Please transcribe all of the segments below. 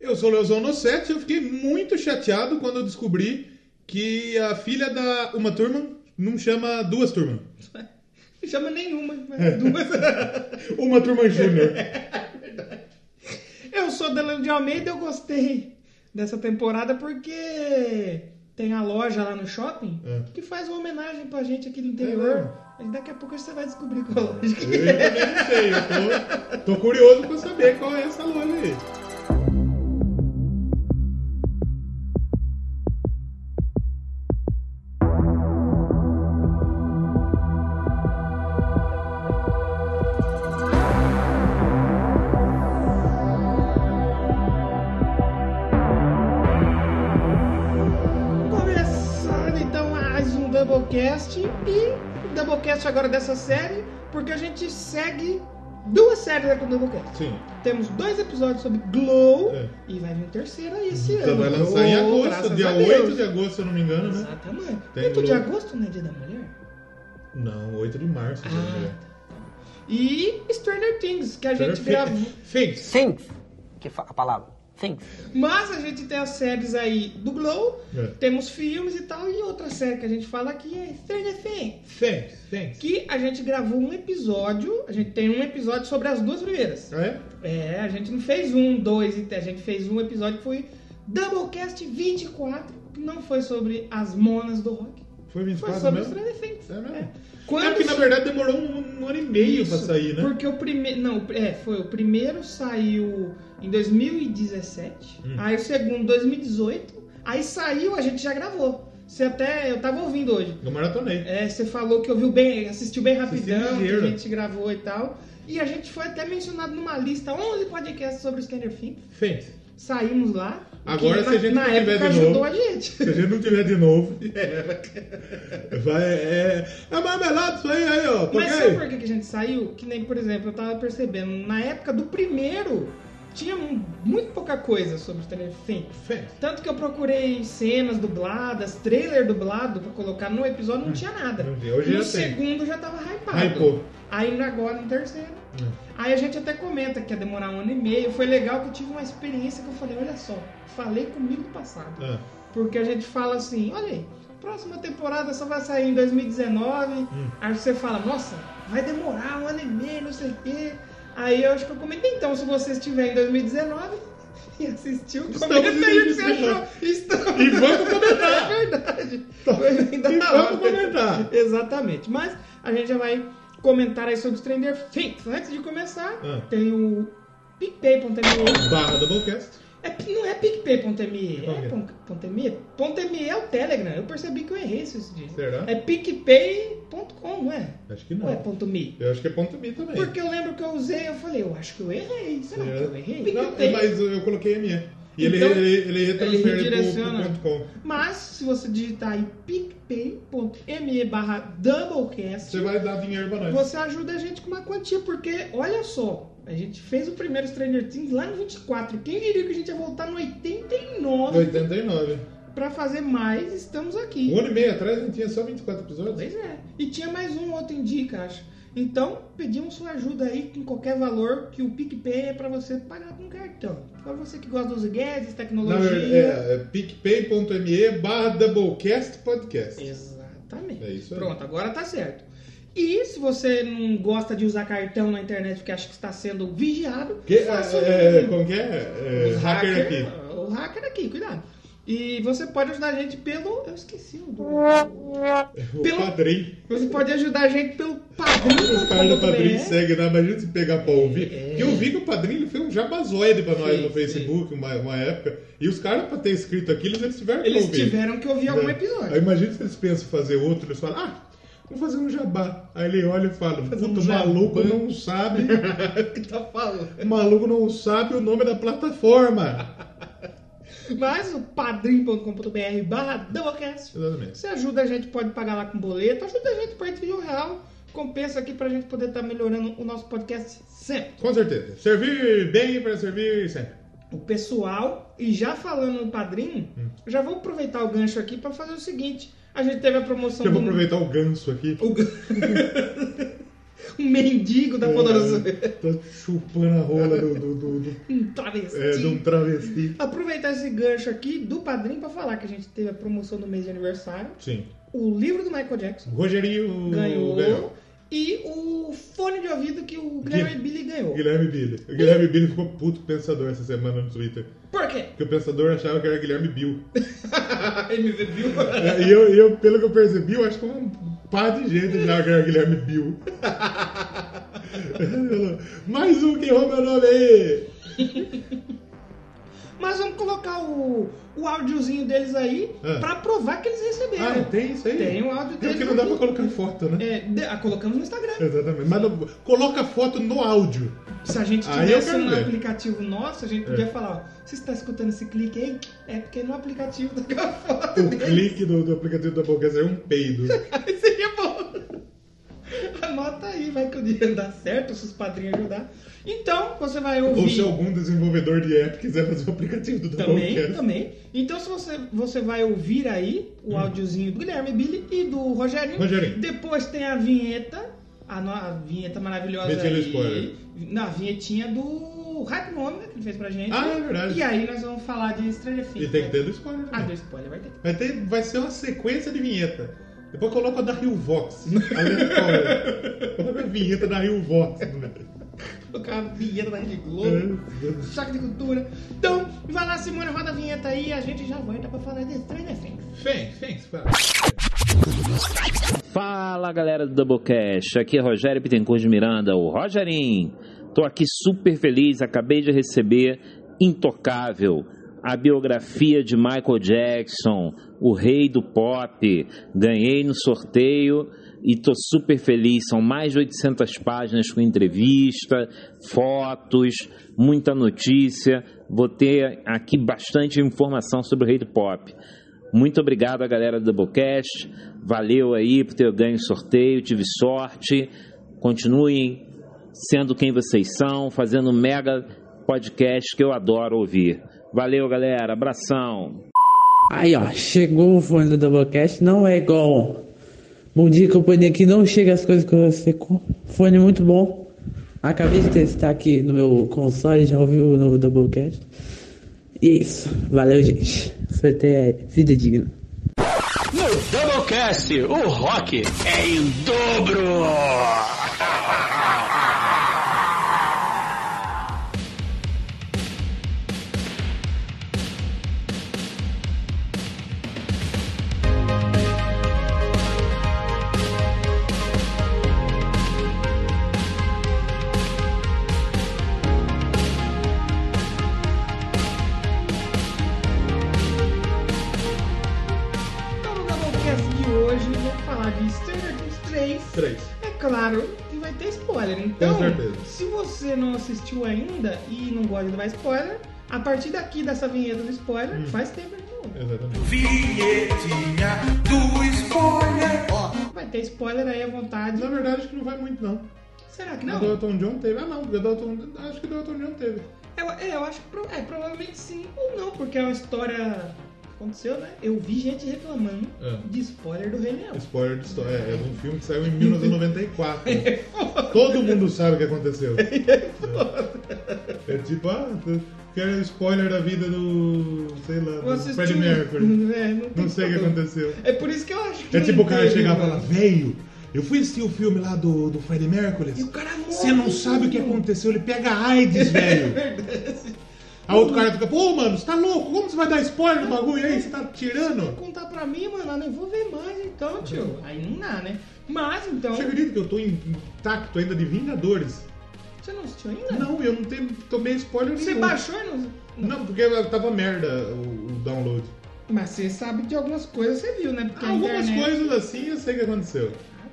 Eu sou Leozono 7 e eu fiquei muito chateado quando eu descobri que a filha da uma turma não chama duas turmas. Não chama nenhuma, É. mas duas. Uma turma júnior. Eu sou Delano de Almeida eu gostei dessa temporada porque tem a loja lá no shopping É. que faz uma homenagem pra gente aqui do interior. Mas daqui a pouco você vai descobrir qual é loja que Eu também não sei, eu tô, tô curioso pra saber qual é essa loja aí. Começando então mais um Doublecast e o Doublecast agora dessa série, porque a gente segue duas séries aqui no Doublecast. Sim. Temos dois episódios sobre Glow É. e vai vir um terceiro aí esse Você ano. vai lançar em Oh, agosto, graças dia a Deus. 8 de agosto, se eu não me engano, né? Exatamente. Tem 8 de Glow. agosto não é dia da mulher? Não, 8 de março. se eu não me engano. E Stranger Things, que a gente Perfeito. gravou. Figs. Things, que fa- a palavra, things. Mas a gente tem as séries aí do Glow, É. temos filmes e tal, e outra série que a gente fala aqui é Stranger Things. Thanks, thanks. que a gente gravou um episódio, a gente tem um episódio sobre as duas primeiras. Ah, é? É, a gente não fez um, dois, e a gente fez um episódio que foi Doublecast 24, que não foi sobre as monas do rock, Foi 24 foi sobre os mesmo? Stranger Things. É mesmo? Quando é porque na isso- verdade demorou um, um ano e meio pra isso, sair, né? Porque o primeiro, não, é, foi o primeiro saiu em 2017, Hum. aí o segundo 2018, aí saiu, a gente já gravou. Você até, eu tava ouvindo hoje. Eu maratonei. É, você falou que ouviu bem, assistiu bem Assisti rapidão, que a ligeiro. gente gravou e tal. E a gente foi até mencionado numa lista 11 podcasts sobre o Scanner Fim. Thanks. Saímos lá. Agora, que se a gente na, não na tiver época de ajudou novo. a gente. Se a gente não tiver de novo, vai. É, é marmelada isso aí, aí, ó. Mas sabe Toquei. por que que a gente saiu? Que nem, por exemplo, eu tava percebendo, na época do primeiro, tinha um- muito pouca coisa sobre o Scanner Fim. Thanks. Tanto que eu procurei cenas dubladas, trailer dublado pra colocar no episódio, não tinha nada. Hum, não tinha. Hoje no já tem. segundo já tava hypado. Hypou. Aí agora no terceiro. Hum. Aí a gente até comenta que ia demorar um ano e meio. Foi legal que eu tive uma experiência que eu falei, olha só, falei comigo do passado. Ah, Porque a gente fala assim, olha aí, próxima temporada só vai sair em 2019. Hum. Aí você fala, nossa, vai demorar um ano e meio, não sei o quê. Aí eu acho que eu comentei, então, se você estiver em 2019 e assistiu, Estamos comenta aí o que você 2019. achou. Estamos. E vamos comentar. É verdade. Tá. Foi bem da E hora. vamos comentar. Exatamente. Mas a gente já vai comentar aí sobre Stranger Things. Antes de começar, Ah. tem o PicPay.me. Barra Doublecast. É, que não é PicPay.me. Qual que É é? pon- .me? .me é o Telegram. Eu percebi que eu errei isso esses dias. Será? É PicPay.com, não é? Acho que Não é não. ponto .me. Eu acho que é ponto mim também. É. Porque eu lembro que eu usei, eu falei, eu acho que eu errei. Será que eu errei? Não, PicPay. mas eu coloquei a minha. E ele, Então, ele, ele retransfere pro- redireciona. pro ponto com. Mas se você digitar aí picpay.me barra doublecast, Você vai dar dinheiro pra nós. você ajuda a gente com uma quantia, porque olha só, a gente fez o primeiro Stranger Things lá no 24. Quem diria que a gente ia voltar no 89 89. pra fazer mais? Estamos Um aqui. ano e meio atrás a gente tinha só 24 episódios. Pois é. E tinha mais um outro em dica, acho. Então, pedimos sua ajuda aí com qualquer valor que o PicPay é pra você pagar com cartão. Pra você que gosta dos gadgets, Na tecnologia. verdade, é, é picpay.me barra Doublecast Podcast. Exatamente. É isso aí. Pronto, agora tá certo. E se você não gosta de usar cartão na internet porque acha que está sendo vigiado, Que, é, faça um- é, como que é? É, os hacker, hacker- aqui. O hacker aqui, cuidado. E você pode ajudar a gente pelo. Eu esqueci o nome. O Pelo- padrinho. Você pode ajudar a gente pelo padrinho. Os caras do padrinho seguem, né? Imagina se pegar pra ouvir. É. Porque eu vi que o padrinho fez um jabazoide pra nós Sim, no Facebook uma, uma época. E os caras, pra ter escrito aquilo, eles tiveram que Eles ouvir. tiveram que ouvir algum É. episódio. Aí imagina se eles pensam fazer outro, eles falam, ah, vou fazer um jabá. Aí ele olha e fala, Fazer um puto, jabá. maluco não sabe, O que tá falando? maluco não sabe o nome da plataforma. Mas o padrim.com.br barra Doublecast. Exatamente. Você ajuda a gente, pode pagar lá com boleto, ajuda a gente a partir de um real. Compensa aqui pra gente poder estar melhorando o nosso podcast sempre. Com certeza. Servir bem para servir sempre. O pessoal, e já falando no padrinho, Hum. já vou aproveitar o gancho aqui pra fazer o seguinte. A gente teve a promoção Deixa eu do- aproveitar o ganso aqui. O, gan- um mendigo É. da podosfera. Tá chupando a rola do, do, do, do- Um travesti. é, de um travesti. Aproveitar esse gancho aqui do padrinho pra falar que a gente teve a promoção do mês de aniversário. Sim. O livro do Michael Jackson O Rogerinho ganhou. ganhou. E o fone de ouvido que o Gary Guilherme. Billy O ganhou. Guilherme Billy. O Guilherme Billy ficou puto com o pensador essa semana no Twitter. Por quê? Porque o pensador achava que era Guilherme Bill. MV Bill. É, E eu, eu, pelo que eu percebi, eu acho que um par de gente achava que era Guilherme Bill. Mais um que errou meu nome aí! Mas vamos colocar o, o áudiozinho deles aí Ah. pra provar que eles receberam. Ah, não tem isso aí? Tem um áudio É porque deles não dá aqui. pra colocar foto, né? É, de- ah, colocamos no Instagram. Exatamente. Mas não- coloca foto no áudio. Se a gente Aí Ah, eu tivesse quero um ver. É. aplicativo nosso, a gente podia falar, ó, você está escutando esse clique aí? É porque no aplicativo da foto O dele clique do, do aplicativo da Podcast é um peido. Aí seria bom. Anota aí, vai que o dinheiro dá certo, se os padrinhos ajudar. Então, você vai ouvir. Ou se algum desenvolvedor de app quiser fazer o aplicativo do Também, Doublecast. também. Então, se você, você vai ouvir aí o áudiozinho do Guilherme Billy e do Rogerinho. Hum. Rogerinho. Depois tem a vinheta, a, no- a vinheta maravilhosa Vinhetinha do aí. spoiler. Não, a vinhetinha do Hype Mônica que ele fez pra gente. Ah, é verdade. E aí nós vamos falar de Stranger Things. E tem que né? ter do spoiler. Ah, também. do spoiler, vai ter que Vai, ter, vai ser uma sequência de vinheta. Depois coloca a da Rio Vox. Aleatória. Coloca a vinheta da Rio Vox. né? É, colocar a vinheta da Rede Globo. Choque de cultura. Então, vai lá, Simone, roda a vinheta aí e a gente já volta pra falar de Stranger Things. Fem, fem, fala. Fala galera do Doublecast, aqui é Rogério Bittencourt de Miranda, o Rogerinho. Tô aqui super feliz, acabei de receber Intocável, a biografia de Michael Jackson, o rei do pop. Ganhei no sorteio e tô super feliz. São mais de 800 páginas com entrevista, fotos, muita notícia. Vou ter aqui bastante informação sobre o rei do pop. Muito obrigado a galera do Doublecast. Valeu aí por ter ganho o sorteio, tive sorte. Continuem sendo quem vocês são, fazendo um mega podcast que eu adoro ouvir. Valeu, galera. Abração. Aí, ó, chegou o fone do Doublecast, não é igual. Bom dia, companhia, que não chega as coisas que você compra. Fone muito bom. Acabei de testar aqui no meu console, já ouvi o novo Doublecast. E é isso, valeu, gente. Sorteio é vida digna. No Doublecast, o rock é em dobro! Então, no Doublecast de hoje, vamos falar de Stranger Things 3. Três. É claro que vai ter spoiler, então, Com certeza. se você não assistiu ainda e não gosta de levar spoiler, a partir daqui dessa vinheta do spoiler, Hum. faz tempo de novo. Exatamente. Vinhetinha do spoiler. Ó, Vai ter spoiler aí à vontade. Na verdade, acho que É. não vai muito, não. Será que O não? do Elton John teve. Ah, não. O do Elton... Acho que o do Elton John teve. Eu, é, eu acho que pro- é, provavelmente sim ou não, porque é uma história que aconteceu, né? Eu vi gente reclamando É. de spoiler do Rei Leão. Spoiler de história. É, é um filme que saiu em 1994. Todo mundo sabe o que aconteceu. É, É tipo, ah, tu quer spoiler da vida do. sei lá, Eu do assisti Freddie um- Mercury. É, não, tem Não sei o que aconteceu. É por isso que eu acho que. É tipo o cara chegar chegar e falar, velho, eu fui assistir o filme lá do, do Freddie Mercury. E o cara morre. É Você não sabe o que aconteceu, ele pega AIDS, velho. aconteceu. Aí outro cara fica, pô, mano, você tá louco? Como você vai dar spoiler no bagulho aí? Você tá tirando? Contar pra mim, mano, eu nem vou ver mais então, tio. Aí não dá, né? Mas então. Você acredita um que eu tô intacto ainda de Vingadores? Você não assistiu ainda? Não, eu não te- tomei spoiler Você nenhum. baixou e não. Não, porque tava merda o, o download. Mas você sabe de algumas coisas, você viu, né? Porque a Algumas internet- coisas assim eu sei que aconteceu,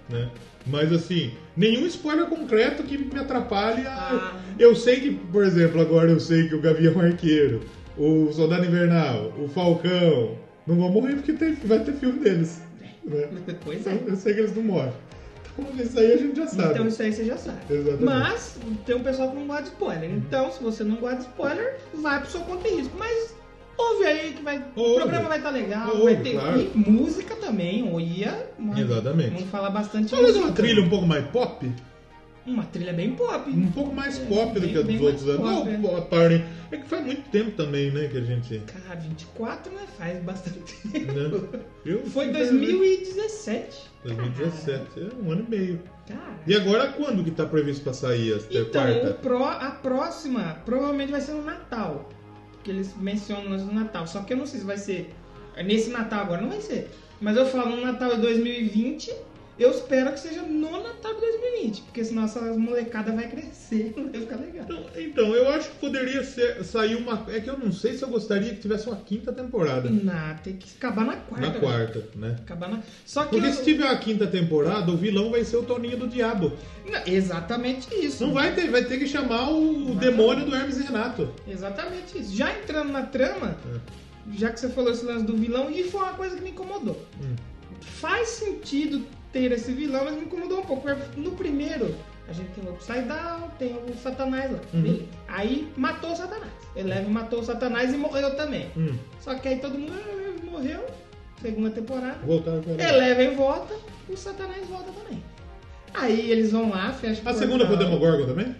né? Mas assim, nenhum spoiler concreto que me atrapalhe. a- Ah. Eu sei que, por exemplo, agora eu sei que o Gavião Arqueiro, o Soldado Invernal, o Falcão, não vão morrer porque tem- vai ter filme deles. Né? Pois Então, é. eu sei que eles não morrem. Então isso aí a gente já sabe. Então isso aí você já sabe. Exatamente. Uhum. Mas tem um pessoal que não gosta de spoiler. Então, se você não gosta de spoiler, vai pro seu conta e risco. Mas ouve aí que vai. O Ouve. programa vai estar legal, Ouve, vai ter claro. e música também, ou ia. mas Exatamente. Vamos falar bastante Talvez música. uma trilha um pouco mais pop. Uma trilha bem pop. Um pouco mais É, pop do bem- que a dos bem outros mais anos. pop, Não, a Party. É que faz muito tempo também, né? Que a gente. Cara, 24, né? Faz bastante tempo. Né? Eu- Foi 2017. 2017, é um ano e meio. Cara. E agora quando que tá previsto pra sair a ter Então, o quarta? pró- a próxima provavelmente vai ser no Natal. Porque eles mencionam no Natal. Só que eu não sei se vai ser nesse Natal agora, não vai ser. Mas eu falo no Natal de 2020. Eu espero que seja no Natal de 2020. Porque senão essa molecada vai crescer. Não vai ficar legal. Então, então, eu acho que poderia ser, sair uma. É que eu não sei se eu gostaria que tivesse uma quinta temporada. Na, tem que acabar na quarta. Na velho. quarta, né? Acabar na. Só que. Porque eu- se tiver a quinta temporada, o vilão vai ser o Toninho do Diabo. Não, exatamente isso. Não vai ter, vai ter que chamar o demônio do Hermes e Renato. Exatamente isso. Já entrando na trama, Hum. já que você falou esse lance do vilão, e foi uma coisa que me incomodou. Hum. Faz sentido ter esse vilão, mas me incomodou um pouco. porque No primeiro, a gente tem o Upside Down, tem o Satanás lá. Uhum. E Aí matou o Satanás. Eleve matou o Satanás e morreu também. Hum. Só que aí todo mundo "Ah, Eleven morreu, segunda temporada. Voltar pra Eleven volta, o Satanás volta também. Aí eles vão lá, fecha A segunda foi o portal. Demogorgon também?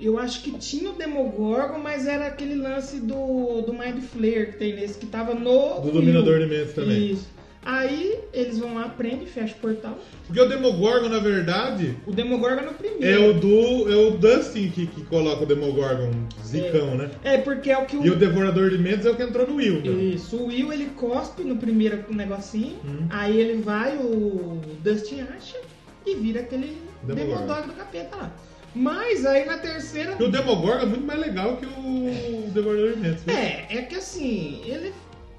Eu acho que tinha o Demogorgon, mas era aquele lance do, do Mind Flayer que tem nesse, que tava no. Do Dominador de Rio. Mentes também. Isso. Aí eles vão lá, prendem, fecham o portal. Porque o Demogorgon, na verdade, O Demogorgon é o é primeiro. o do. É o Dustin que, que coloca o Demogorgon, zicão, né? É, porque é o que o. E o Devorador de Mentes é o que entrou no Will, né? Isso, o Will ele cospe no primeiro negocinho, Uhum. aí ele vai, o Dustin acha e vira aquele Demogorgon. Demogorgon do capeta lá. Mas aí na terceira. E o Demogorgon é muito mais legal que o Devorador de Mentes. né? É, é que assim, ele.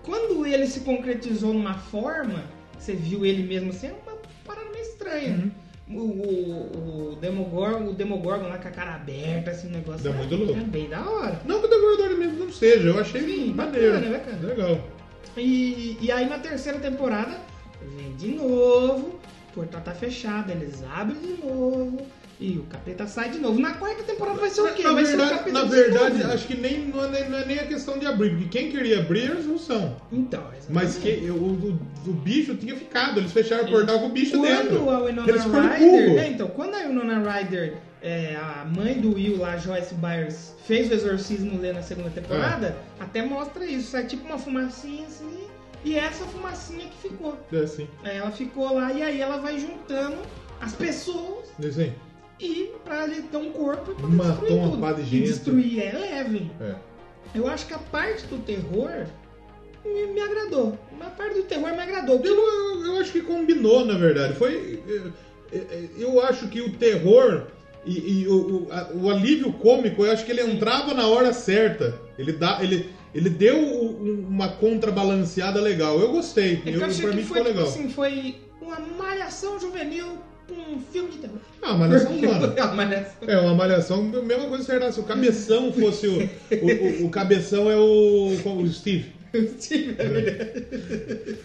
Quando ele se concretizou numa forma, você viu ele mesmo assim, é uma parada meio Uhum. estranha. O, o, o Demogorgon, o Demogorgon lá com a cara aberta, assim, o negócio. Tá é- muito louco. É bem da hora. Não que o Devorador de Mentes não seja, eu achei Sim, maneiro. bacana, é bacana. Legal. E, e aí na terceira temporada, vem de novo, o portal tá fechado, eles abrem de novo. E o capeta sai de novo. Na quarta temporada vai ser o quê? Na vai ser o verdade, capeta na de verdade, novo. acho que nem, não, é, não é nem a questão de abrir, porque quem queria abrir, eles não são. Então, Mas que, exatamente. o, o- o bicho tinha ficado, eles fecharam o portal com o bicho quando dentro. a Winona eles foram Ryder, burro. é, então, quando a Winona Ryder, é, a mãe do Will lá, Joyce Byers, fez o exorcismo lá na segunda temporada, É. até mostra isso, sai tipo uma fumacinha assim, e essa fumacinha que ficou. É assim, Aí ela ficou lá e aí ela vai juntando as pessoas é assim. e pra ele ter um corpo e pra Matou destruir uma tudo. pá de E gente. destruir é leve. É. Eu acho que a parte do terror me, me agradou. A parte do terror me agradou. O que Eu, eu- eu acho que combinou, na verdade. Foi. é, é, Eu acho que o terror e, e o, o- a- o alívio cômico, eu acho que ele entrava na hora certa. Ele, dá, ele, ele deu um- uma contrabalanceada legal. Eu gostei. É que Eu, eu achei pra que mim foi, ficou tipo legal. assim, foi uma malhação juvenil com um filme de terror. Ah, uma malhação zona. Foi uma malhação. É, uma malhação, a mesma coisa que será se o cabeção fosse o. O, o- o cabeção é o. qual- o Steve. Tive, é verdade.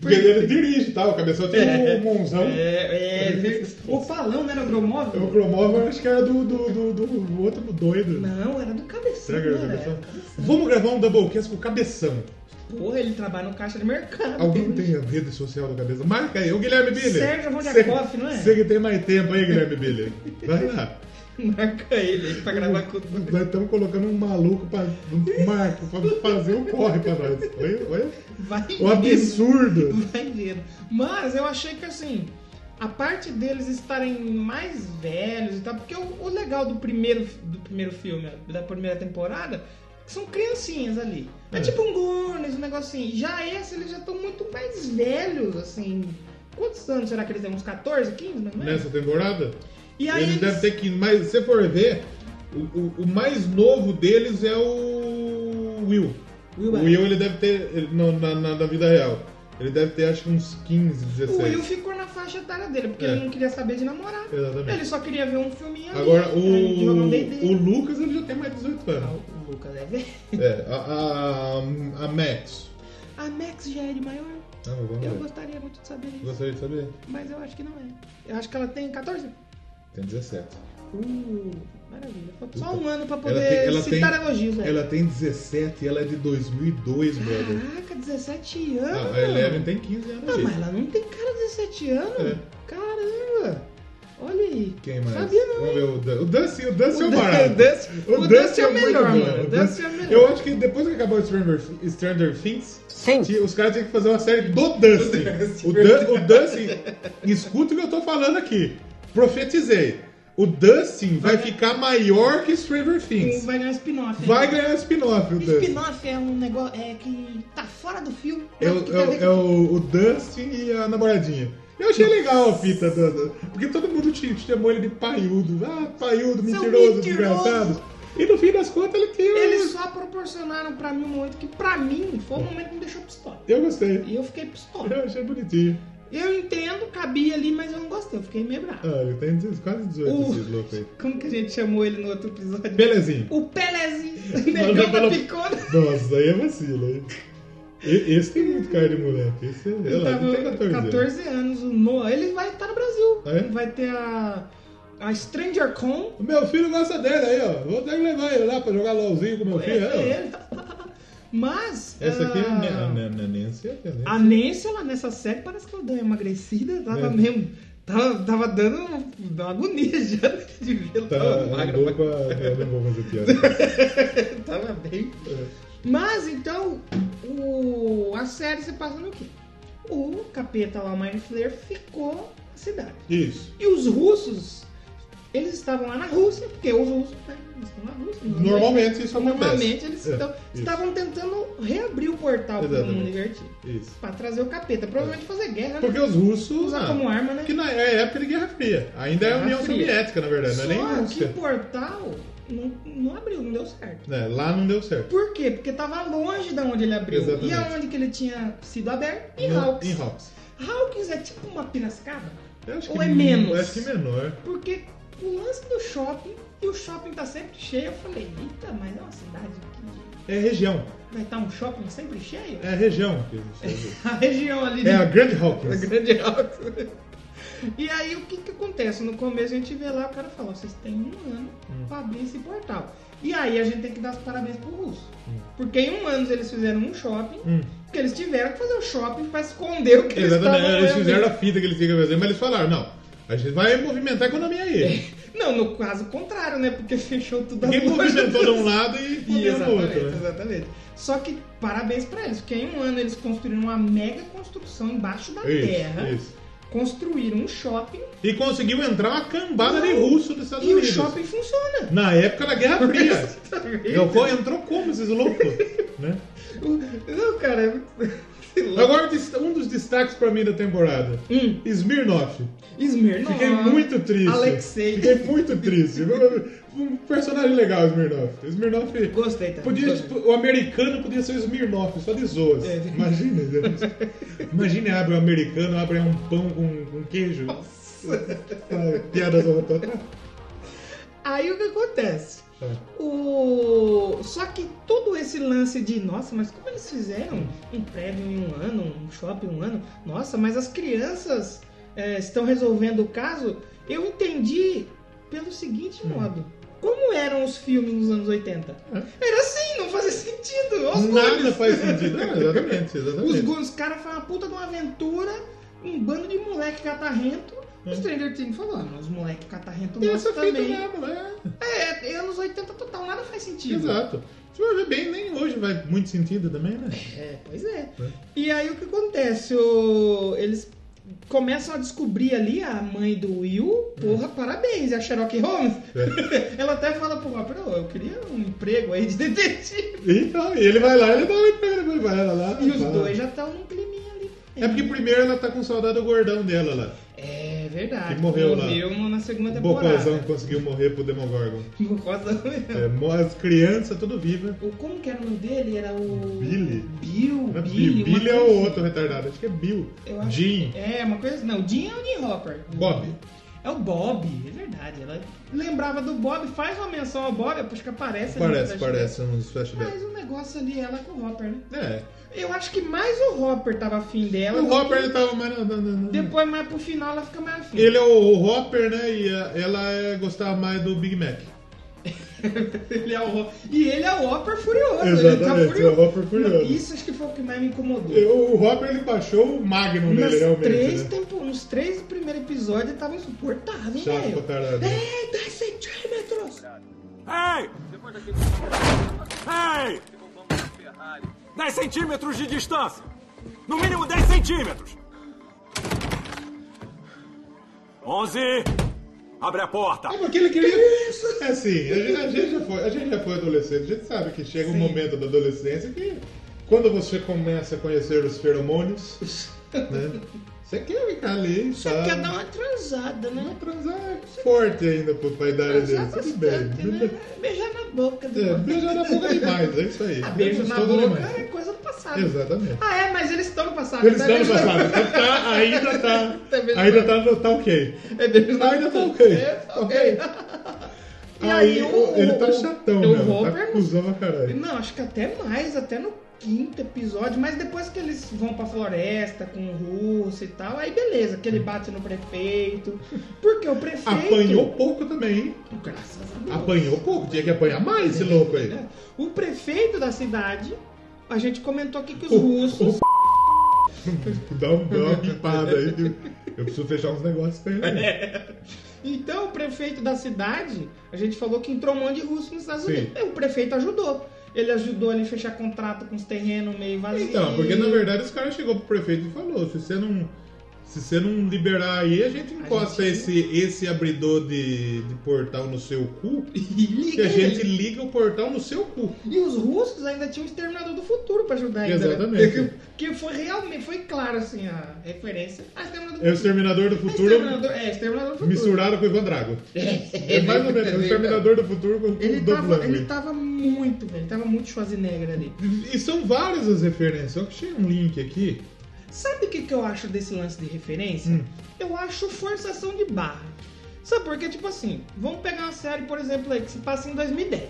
Porque ele dirige, tá? O cabeção tem um monzão. É, é, o palão não era o O gromóvel? Cromova É acho que era do, do, do, do outro doido. Não, era do cabeção. Será né? que era não é. cabeção? Vamos gravar um Doublecast com o cabeção. Porra, ele trabalha no caixa de mercado. Alguém tem a rede social do cabeça? Marca aí, o Guilherme Billy. Sérgio Rodjakoff, não é? Você que tem mais tempo aí, Guilherme Billy. Vai lá. Marca ele aí pra gravar com o Nós estamos colocando um maluco pra. Um marco pra fazer um corre pra nós. Olha, olha Vai o vendo. absurdo. Vai vendo. Mas eu achei que assim, a parte deles estarem mais velhos e tal, porque o, o legal do primeiro, do primeiro filme, da primeira temporada, que são criancinhas ali. É, É. tipo um Goonies, um negócio assim. Já esse, eles já estão muito mais velhos, assim. Quantos anos será que eles têm? Uns 14, 15, mais ou menos? Nessa temporada? E aí eles eles- devem ter que. Mas se você for ver, o, o- o mais novo deles é o Will. Will o é. Will ele deve ter. ele- no- na, na- na vida real. Ele deve ter acho que uns 15, 16. O Will ficou na faixa etária dele, porque É. ele não queria saber de namorar. Exatamente. Ele só queria ver um filminho ali, Agora, aí jogar um o, D&D. o Lucas ele já tem mais de 18 Ah, anos. o Lucas é velho. É, a, a, a Max. A Max já é de maior. Ah, mas vamos Eu ver. gostaria muito de saber isso, Gostaria de saber. mas eu acho que não é. Eu acho que ela tem 14. Tem 17. Uh, maravilha. Falta só um ano pra Então, Ela tem, poder ela, citar tem, elogios, né? velho. ela é tem 17 e ela é de 2002, brother. Caraca, 17 anos. né? Não, é a Eleven tem 15 anos. Ah, gente. mas ela não tem cara de 17 anos? É. Caramba! Olha aí. Quem mais? Sabia não, Vamos hein? ver o Dan. O Dusty, o Dusty é o Dan- barato. Dusty- o Dusty é o muito melhor, bom. mano. O O Dusty é o melhor. Eu acho que depois que acabou o Stranger, Stranger Things, Sim. tinha- os caras tinham que fazer uma série do Dusty. Dusty, O, Dan, o Dusty, escuta o que eu tô falando aqui. Profetizei. O Dustin vai ficar maior que Stranger Things. Vai ganhar um spin-off. hein? Vai ganhar é- spin-off o Dustin. Spin-off é um negócio é, que tá fora do filme. É, mas que o- tá é o- dentro é o, o Dustin e a namoradinha. Eu achei legal a fita, do, do- porque todo mundo te, te chamou ele de paiudo. Ah, paiudo, mentiroso, mentiroso. desgraçado. E no fim das contas ele tem. Eles só proporcionaram pra mim um momento que, pra mim, foi um momento que me deixou pistola. Eu gostei. E eu fiquei pistola. Eu achei bonitinho. Eu entendo, cabia ali, mas eu não gostei. Eu fiquei meio bravo. Ah, ele tem 18, quase 18 O- esses loucos aí. Como que a gente chamou ele no outro episódio? Belezinho. O Pelezinho, o Não, não, negão da não. picona. Nossa, aí é vacilo, hein? E- Esse tem muito cara de moleque. Esse, sei lá, ele tem Tava 14 anos. 14 anos, o Noah. Ele vai estar no Brasil. É? Vai ter a, a Stranger Con. O Meu filho gosta dele aí, ó. Vou até levar ele lá pra jogar LOLzinho com meu filho. É Aí, ele. Mas. ó. Essa aqui é a Ne- a ah, Ne- a Nancy. é a Nancy. A Nancy, ela nessa série parece que ela deu uma emagrecida, tava É. mesmo. Tava, tava dando uma, uma agonia já né, de ver ela Tá, tava magra, andou com a... Eu não vou fazer piada. É, mas tava bem. Mas então, o, a série se passa no quê? O capeta lá, o Mind Flayer, ficou na cidade. Isso. E os russos, eles estavam lá na Rússia, porque os russos né, eles estão na Rússia. né? Normalmente isso acontece. Normalmente eles É, estão- isso. estavam tentando reabrir o portal para o mundo Exatamente. divertido. Isso. Pra trazer o capeta, provavelmente fazer guerra, né? Porque os russos Usar ah, como arma, né? Que na é época de Guerra Fria. Ainda é a Guerra União Fria. Soviética, na verdade, não é nem Só que Rússia. o portal não, não abriu, não deu certo. É, lá não deu certo. Por quê? Porque tava longe da onde ele abriu. Exatamente. E aonde que ele tinha sido aberto? Em No- Hawks. Em Hawks. Hawks é tipo uma piracicaba. Eu acho Ou que é men- menos? Eu acho que menor. Porque o lance do shopping, e o shopping tá sempre cheio. Eu falei, eita, mas é uma cidade que É região. vai estar um shopping sempre cheio? É região. que eles chamam. A região ali de É a Grande A Hawkins. grande Hawks. E aí o que que acontece? No começo a gente vê lá, o cara fala, "Ó, vocês têm um ano Hum. pra abrir esse portal. E aí a gente tem que dar os parabéns pro russo. Porque em um ano eles fizeram um shopping, Hum. porque eles tiveram que fazer o shopping pra esconder o que eles estavam Exatamente. Eles fizeram fazendo. a fita que eles tinham que fazer, mas eles falaram, não, a gente vai movimentar a economia aí. Não, no caso contrário, né? Porque fechou tudo Ninguém movimentou de deles. um lado e fodeu no Exatamente, outro. né? exatamente. Só que parabéns pra eles, porque em um ano eles construíram uma mega construção embaixo da terra, Isso, isso. construíram um shopping E conseguiu entrar uma cambada de russo nos Estados e o Unidos. shopping funciona. Na época da Guerra Fria. Eu Yoko entrou como esses loucos? né? Não, cara. Sei lá. Agora, des- um dos destaques pra mim da temporada: Hum, Smirnoff. Smirnoff. Fiquei muito triste. Ah, Alexei. Fiquei muito triste. Um personagem legal, Smirnoff. Smirnoff. Gostei, tá? Podia, tipo, Gostei. o americano podia ser o Smirnoff, só de zoas. É. Imagina. gente. Imagina, abre um americano, abre um pão com, com queijo. Ah, Piadas ao total. Aí o que acontece? Ah. O... Só que todo esse lance de, nossa, mas como eles fizeram um prédio em um ano, um shopping em um ano? Nossa, mas as crianças eh, estão resolvendo o caso? Eu entendi pelo Hum. seguinte modo. Como eram os filmes nos anos 80? Era assim, não fazia sentido. Olha os Nada nomes. faz sentido. Não, exatamente, Os, exatamente. go- os caras fazem uma puta de uma aventura, um bando de moleque catarrento. Os Stranger Things falou, ah, mas os moleque catarrento E nosso Hum. essa fita também. mesmo, é. É, é, anos 80 total, nada faz sentido. Exato. Se for ver bem, nem hoje vai muito sentido também, né? É, pois é. E aí o que acontece? O- Eles começam a descobrir ali a mãe do Will, porra, parabéns, é a Sherlock Holmes. É. Ela até fala pro Robert, "Ô, eu queria um emprego aí de detetive. Então, e ele vai lá, ele dá um emprego depois vai ela lá. E os fala. dois já estão num climinha ali. Ah. É porque primeiro ela tá com saudade do gordão dela lá. É verdade. Que morreu lá. no- na segunda O temporada. Um Bocozão conseguiu morrer pro Demogorgon. Bocozão mesmo. É, mo- as crianças tudo viva. O- Como que era o nome dele? Era o. Billy? Bill. Não é Billy, Bill, uma Billy é o coisa outro retardado, acho que é Bill. assim. Eu acho- Jim. É, uma coisa. Não, o Jim é o Jim Hopper. Bob. É o Bob, é verdade. Ela lembrava do Bob, faz uma menção ao Bob, acho que aparece ali Parece, no parece uns flashback. flashbacks. Mas o um negócio ali, ela com o Hopper, né? É. Eu acho que mais o Hopper tava afim dela. O do que- Hopper tá- ele tava mais. na- na- na- na- é um Depois, mais pro final, ela fica mais afim. Ele é o, o Hopper, né? E a- ela é- gostava mais do Big Mac. ele é o Hopper. E ele é o Hopper furioso. ele tá Exatamente, furioso. é o Hopper furioso. Não, Isso acho que foi o que mais me incomodou. Eu- o Hopper ele baixou o Magnum Nas dele, realmente. três né? tempo, nos três primeiros episódios tava insuportável, hein, Chato velho? É, pra caralho. Eita, centímetros! Ei! 10 centímetros de distância! No mínimo 10 centímetros! 11! Abre a porta! Ah, porque ele queria. É assim, a gente, a gente já foi, a gente já foi adolescente, a gente sabe que chega um momento da adolescência que quando você começa a conhecer os feromônios, né? Você quer ficar ali, Você tá? quer dar É uma transada, né? Transar é forte ainda pro- pra idade dele, Transar tudo bastante, bem. né? Beijar na boca. do- É, beijar na boca é demais, é isso aí. Ah, beijo na Gostoso boca demais. é coisa do passado. Exatamente. Ah, é, mas eles estão no passado. Eles né? estão no Beijo na- passado, então tá, ainda tá. Tá beijo Ainda na- tá, no- tá ok. É beijo na Ainda tá boca. ok. É, tá ok. E Aí, o- ele tá o- chatão, o mesmo, Hopper tá cuzão pra caralho. Não, acho que até mais, até no quinto episódio, mas depois que eles vão pra floresta com o russo e tal, aí beleza, que ele Hum. bate no prefeito. Porque o prefeito. Apanhou pouco também, hein? Graças a Deus. Apanhou pouco, tinha que apanhar mais esse louco aí. né? O prefeito da cidade, a gente comentou aqui que os O- russos. Dá, um, dá uma bipada aí, viu? Eu preciso fechar uns negócios com É. ele. né? Então, o prefeito da cidade, a gente falou que entrou um monte de russo nos Estados Sim. Unidos. E o prefeito ajudou. Ele ajudou ele fechar contrato com os terrenos meio vazios. Então, porque na verdade os caras chegou pro prefeito e falou: se você não. Se você não liberar aí, a gente encosta gente- Esse, esse abridor de, de portal no seu cu. Que a ele. gente liga o portal no seu cu. E os russos ainda tinham o Exterminador do Futuro pra ajudar ainda. né? Exatamente. Que que foi realmente, foi claro assim a referência ao Exterminador do É o Exterminador do Futuro. É Futuro Exterminador, é, Exterminador do Futuro. misturado com o Ivan Drago. É mais ou menos, é o Exterminador do Futuro com o Ele Dolph tava, Lundgren. ele tava muito, velho. Tava muito Schwarzenegger ali. E são várias as referências. Eu achei um link aqui. Sabe o que, que eu acho desse lance de referência? Eu acho forçação de barra. Sabe por quê? Tipo assim, vamos pegar uma série, por exemplo, aí, que se passa em 2010.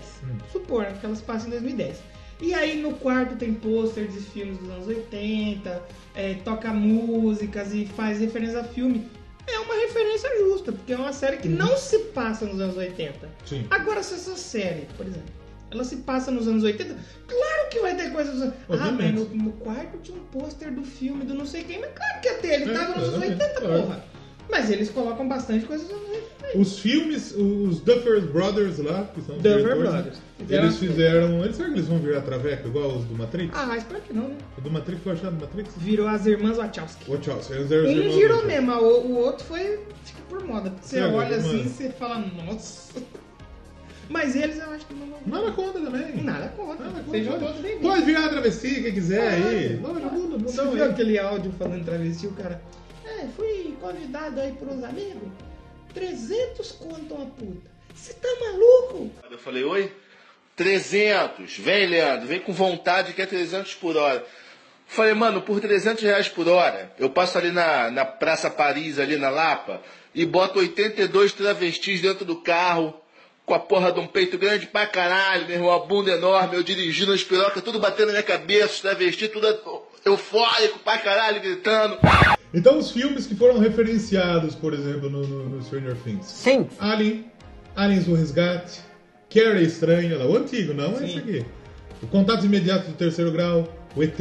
Supor né, que ela se passa em 2010. E aí no quarto tem pôster de filmes dos anos 80, é, toca músicas e faz referência a filme. É uma referência justa, porque é uma série que não se passa nos anos 80. Sim. Agora, se essa série, por exemplo, ela se passa nos anos 80, claro que vai ter coisa dos anos. Ah, mas Obviamente. no, no quarto tinha um pôster do filme do não sei quem, mas claro que ia ter, ele É, tava nos anos exatamente, 80, claro. porra. Mas eles colocam bastante coisa dos anos 80. Os filmes, os Duffer Brothers lá, que são os Duffer diretores, Brothers. Eles fizeram. Eles será que eles vão virar traveco igual os do Matrix? Ah, espero que não, né? O É do Matrix foi achado do Matrix? Virou as irmãs Wachowski. Watch out, eles eram os Um irmãos virou Wachowski. mesmo, a o, o outro foi tipo, por moda. Você É, olha mano. assim e você fala, nossa. Mas eles eu acho que não vão. Nada conta também. Nada contra. Nada contra. Sejam todos bem-vindos. Pode virar travesti, quem quiser aí. Pode. Lógico, mundo, É, Você mundão viu aí. aquele áudio falando travesti, o cara? É, fui convidado aí por uns amigos. 300 conto uma puta. Você tá maluco? Eu falei, oi? 300. Vem, Leandro, vem com vontade que é 300 por hora. Falei, mano, por 300 reais por hora, eu passo ali na, na Praça Paris, ali na Lapa, e boto 82 travestis dentro do carro, com a porra de um peito grande pra caralho, meu irmão, a bunda enorme, eu dirigindo as pirocas, tudo batendo na minha cabeça, os travestis, tudo eufórico pra caralho, gritando. Então, os filmes que foram referenciados, por exemplo, no, no- no Stranger Things: Sim. Alien, Aliens do Resgate, Carrie Estranha, lá, o antigo, não é esse aqui. O Contato Imediato do Terceiro Grau, o ET,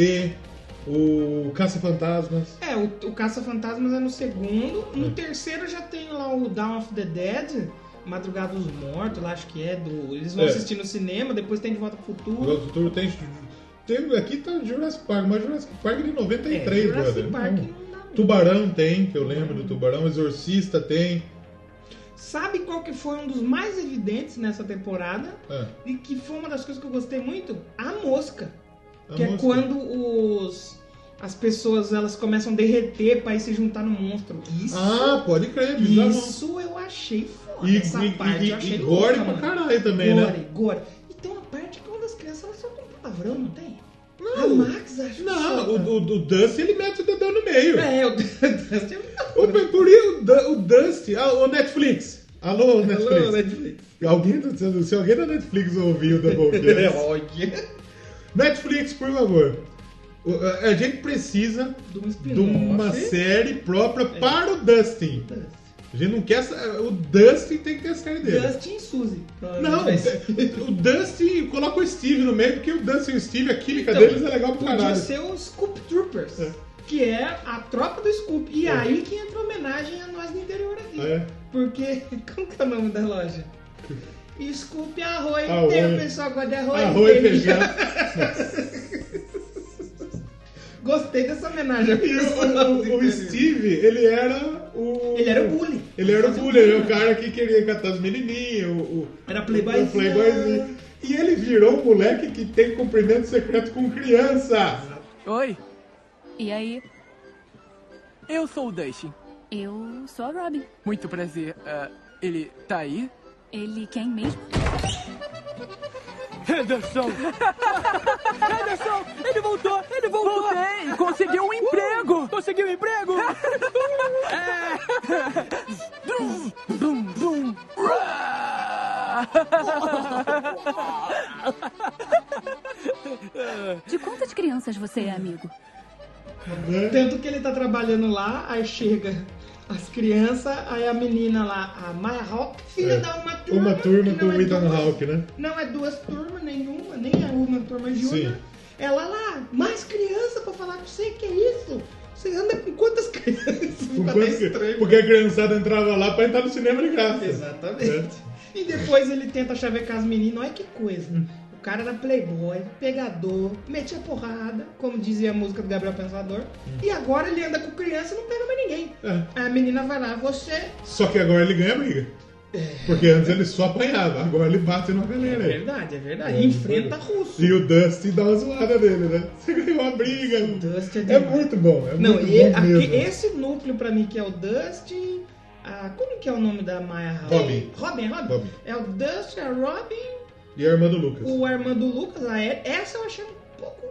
o Caça-Fantasmas. É, o, o Caça-Fantasmas é no segundo. No É. terceiro já tem lá o Dawn of the Dead, Madrugada dos Mortos, lá acho que é. do Eles vão É. assistir no cinema, depois tem De Volta pro O Futuro. Jogo do Futuro tem, tem. Aqui tá Jurassic Park, mas Jurassic Park é de É, 93, Jurassic brother. Park Então, não dá Tubarão tem, que eu lembro do Tubarão. Exorcista tem. Sabe qual que foi um dos mais evidentes nessa temporada? Ah, E que foi uma das coisas que eu gostei muito? A mosca. a que é mosca. quando os as pessoas elas começam a derreter pra ir se juntar no monstro. Isso. Ah, pode crer, bizarro. isso eu achei foda. E, essa e, parte e, eu achei e gore louca, pra mano. caralho também, gore, né? gore. E tem uma parte que quando as crianças elas só com palavrão, não tem? Não. A Max acho que Não, solta. o, o, o Dust ele mete o dedão no meio. É, o Dustin. O, por isso, o, Du- o Dust. Ah, o Netflix. Alô, Netflix. Alô, Netflix. Alguém do, se alguém da Netflix ouviu o É Doublecast. Netflix, por favor. O- a- A gente precisa De um de uma spin-off. É. série própria para o Dustin. Dustin. A gente não quer. sa- O Dustin tem que ter a série dele. Dustin e Suzy. Não, é Vai ser- o Dustin coloca o Steve no meio, porque o Dustin e o Steve, a química Então, deles é legal pra Podia caralho. ser o Scoop Troopers, É. que é a tropa do Scoop. E aí que entra a homenagem a nós do interior aqui. É. Porque, como que é o nome da loja? Scoop Arroz. Arroz. Tem o pessoal que gosta de arroz. Arroz, tem- feijão. Gostei dessa homenagem. E o, o- o Steve, ele era o. é Ele era o bully. Ele era o Fazia bully, né? ele era o cara que queria catar as menininhas, o, o, Era o playboyzinho. playboyzinho. E ele virou o moleque que tem cumprimento secreto com criança. Oi, E aí, eu sou o Dustin. eu sou a Robbie. Muito prazer. Ah, ele tá aí? Ele quem mesmo? Henderson! Henderson! Ele voltou! Ele voltou! Voltei! Conseguiu um emprego! Conseguiu um emprego! é... Dum, dum, dum. De quantas crianças você é amigo? Tanto que ele tá trabalhando lá, aí chega as crianças, aí a menina lá, a Marrock, filha É. da uma turma. Uma turma que com não o é Ethan duas. Hawke, né? Não é duas turmas, nenhuma, nem é uma turma júnior. Sim. Ela lá, mais criança pra falar com você, que é isso? Você anda com quantas crianças? Com Fica até quantos- Tá estranho. né? Porque a criançada entrava lá pra entrar no cinema de graça. Exatamente. E depois ele tenta chavecar as meninas, olha que coisa. O cara era playboy, pegador, metia porrada, como dizia a música do Gabriel Pensador. E agora ele anda com criança e não pega mais ninguém. É. Aí a menina vai lá, você. Só que agora ele ganha a briga. Porque antes ele só apanhava, agora ele bate na É galera. aí. verdade, é verdade. E enfrenta russo. E o Dusty dá uma zoada nele, né? Você ganhou uma briga. Dusty é é demais. muito bom. É Não, muito e bom aqui- mesmo. esse núcleo pra mim que é o Dusty. A, como que é o nome da Maya Hawke? Robin. Robin, Robin. Robin. É o Dusty, a Robin, E a irmã do Lucas. o Armando Lucas, a Ed- Essa eu achei um pouco.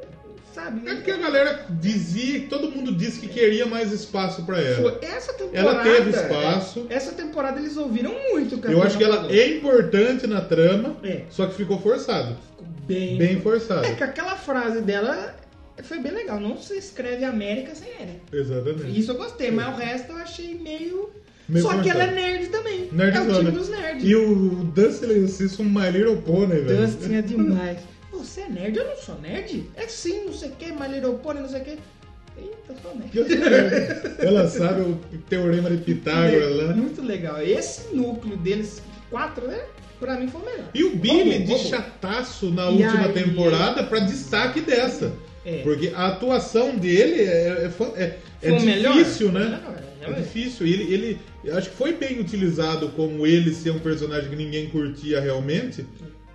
Sabe? É porque a galera dizia, todo mundo disse que queria mais espaço pra ela. Pô, Tipo, Essa temporada. É. é, Ela teve espaço. Essa temporada eles ouviram muito, cara. Eu acho que ela é importante na trama, É. só que ficou forçado. Bem. Bem forçado. É que aquela frase dela foi bem legal. Não se escreve América sem L. Exatamente. Isso eu gostei, mas o resto eu achei meio. Meio Só que forçado. ela é nerd também. Nerdzona. É o time dos nerds. E o Dusty Lance um My Little Pony, velho. Dustin é demais. Você é nerd? Eu não sou nerd? É sim, não sei o que, My Little Pony, não sei o que. Eita, sou nerd. Eu tô vendo. Ela sabe o teorema de Pitágoras lá. Muito legal. Esse núcleo deles, quatro, né? Pra mim foi o melhor. E o Billy Vamos, de vamos. chataço na E última aí? temporada pra destaque dessa. É. Porque a atuação dele é, é, fa- é- é Foi o melhor? difícil, Foi o né? melhor, É realmente. difícil. Ele, ele eu acho que foi bem utilizado como ele ser um personagem que ninguém curtia realmente.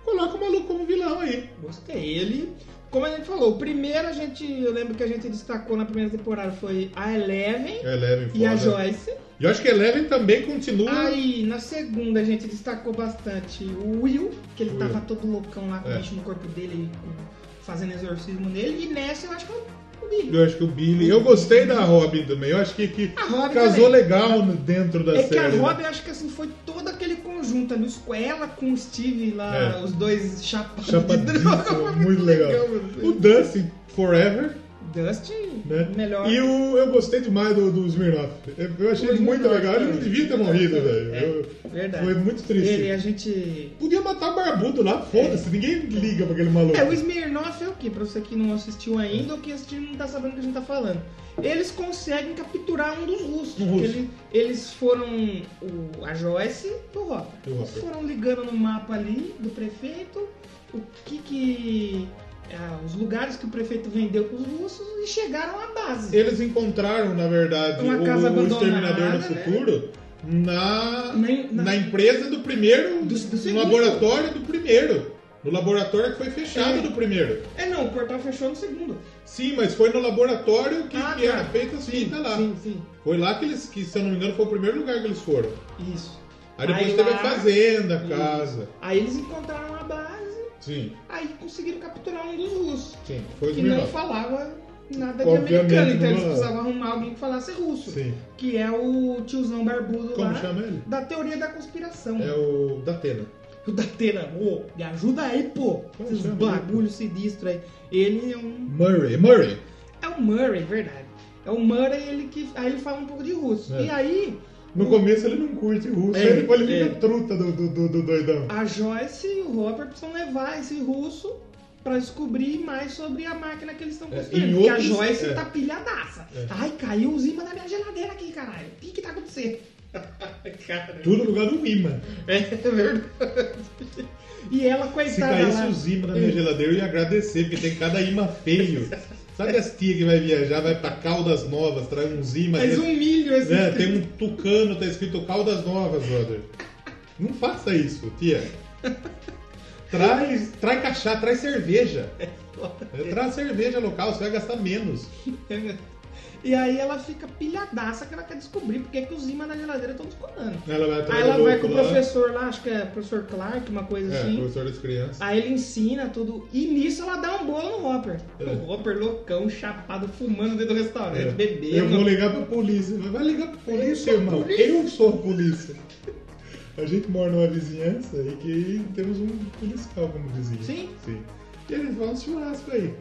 Coloca o maluco como vilão aí. Gostei. Ele, como a gente falou, o primeiro a gente, eu lembro que a gente destacou na primeira temporada foi a Eleven É Eleven, e a foda. Uhum. Joyce. E eu acho que Eleven também continua. Aí, na segunda, a gente destacou bastante o Will, que ele Will. tava todo loucão lá com É. o bicho no corpo dele, com- fazendo exorcismo nele. E nessa, eu acho que é o Billy. Eu acho que o Billy. Eu gostei da Robin também. Eu acho que, que A Robin casou também. legal no- dentro da É que série. a né? Robin, acho que assim, foi todo aquele conjunto ali, os- ela com o Steve lá, É. os dois chapados de droga, é Chapadíssimo, foi muito legal. O mano. Dustin Forever, Dustin, né? melhor. E o, eu gostei demais do, do Smirnoff. Eu, eu achei O ele muito Smirnoff, legal. Ele não é. devia ter morrido, É, velho. é, Eu- verdade. Foi muito triste. Ele, é- a gente... Podia matar o barbudo lá, foda-se. Ninguém liga pra aquele maluco. É, o Smirnoff é o quê? Pra você que não assistiu ainda ou que assistiu e não tá sabendo o que a gente tá falando. Eles conseguem capturar um dos russos. Um russo. Ele- eles foram o- a Joyce e o Hopper. E o Eles Hopper. foram ligando no mapa ali do prefeito o que que... ah, os lugares que o prefeito vendeu pros russos e chegaram à base. Eles encontraram, na verdade, Uma o, casa o Exterminador do abandonada, né? Futuro na, Na- na, na- empresa do primeiro, Do- do no segundo. laboratório do primeiro. No laboratório que foi fechado É. do primeiro. É, não, o portal fechou no segundo. Sim, mas foi no laboratório que, Ah, que tá. era feita as Sim, fitas lá. sim, sim. Foi lá que eles, que, se eu não me engano, foi o primeiro lugar que eles foram. Isso. Aí depois Aí teve a lá- fazenda, a Isso. casa. Aí eles encontraram a base, Sim, aí conseguiram capturar um dos russos. sim. Foi que não desmembrado. falava nada de é. Obviamente, americano, então não eles falava. precisavam arrumar alguém que falasse russo, Sim. que é o tiozão barbudo Como lá chama ele? da teoria da conspiração. É o da Atena. O Datena, ô, me ajuda aí, pô, esses chama ele, bagulho sinistro aí. Ele é um... Murray, Murray. É o Murray, verdade. É o Murray, ele que... Aí ele fala um pouco de russo. É. E aí, No começo ele não curte russo, É, aí depois ele é. fica truta do, do, do, do doidão. A Joyce e o Hopper precisam levar esse russo pra descobrir mais sobre a máquina que eles estão construindo. em porque a É, outros- Joyce é. tá pilhadaça. É. Ai, caiu os imãs na minha geladeira aqui, caralho. O que que tá acontecendo? Cara, Tudo por causa de um imã. É verdade. E ela, Se coitada. caísse Tá lá- os imãs na minha geladeira, eu ia agradecer, porque tem cada imã feio. Sabe as tia que vai viajar, vai pra Caldas Novas, traz uns imãs. Mas um milho assim. É, tem um tucano, tá escrito Caldas Novas, brother. Não faça isso, tia. Traz, traz cachaça, traz cerveja. É, traz cerveja local, você vai gastar menos. E aí ela fica pilhadaça que ela quer descobrir porque é que os imãs na geladeira estão descolando. Ela vai atrás Aí ela do vai É, tá louco com o lá. professor lá, acho que é professor Clark, uma coisa É, assim. professor das crianças. Aí ele ensina tudo. E nisso ela dá um bolo no Hopper. É. O Hopper loucão, chapado, fumando dentro do restaurante, É. bebendo. Eu vou ligar pra polícia. Vai ligar pra polícia, irmão. Eu sou a polícia. A gente mora numa vizinhança e que temos um policial como vizinho. Sim. Sim. E eles vão uns churrasco aí.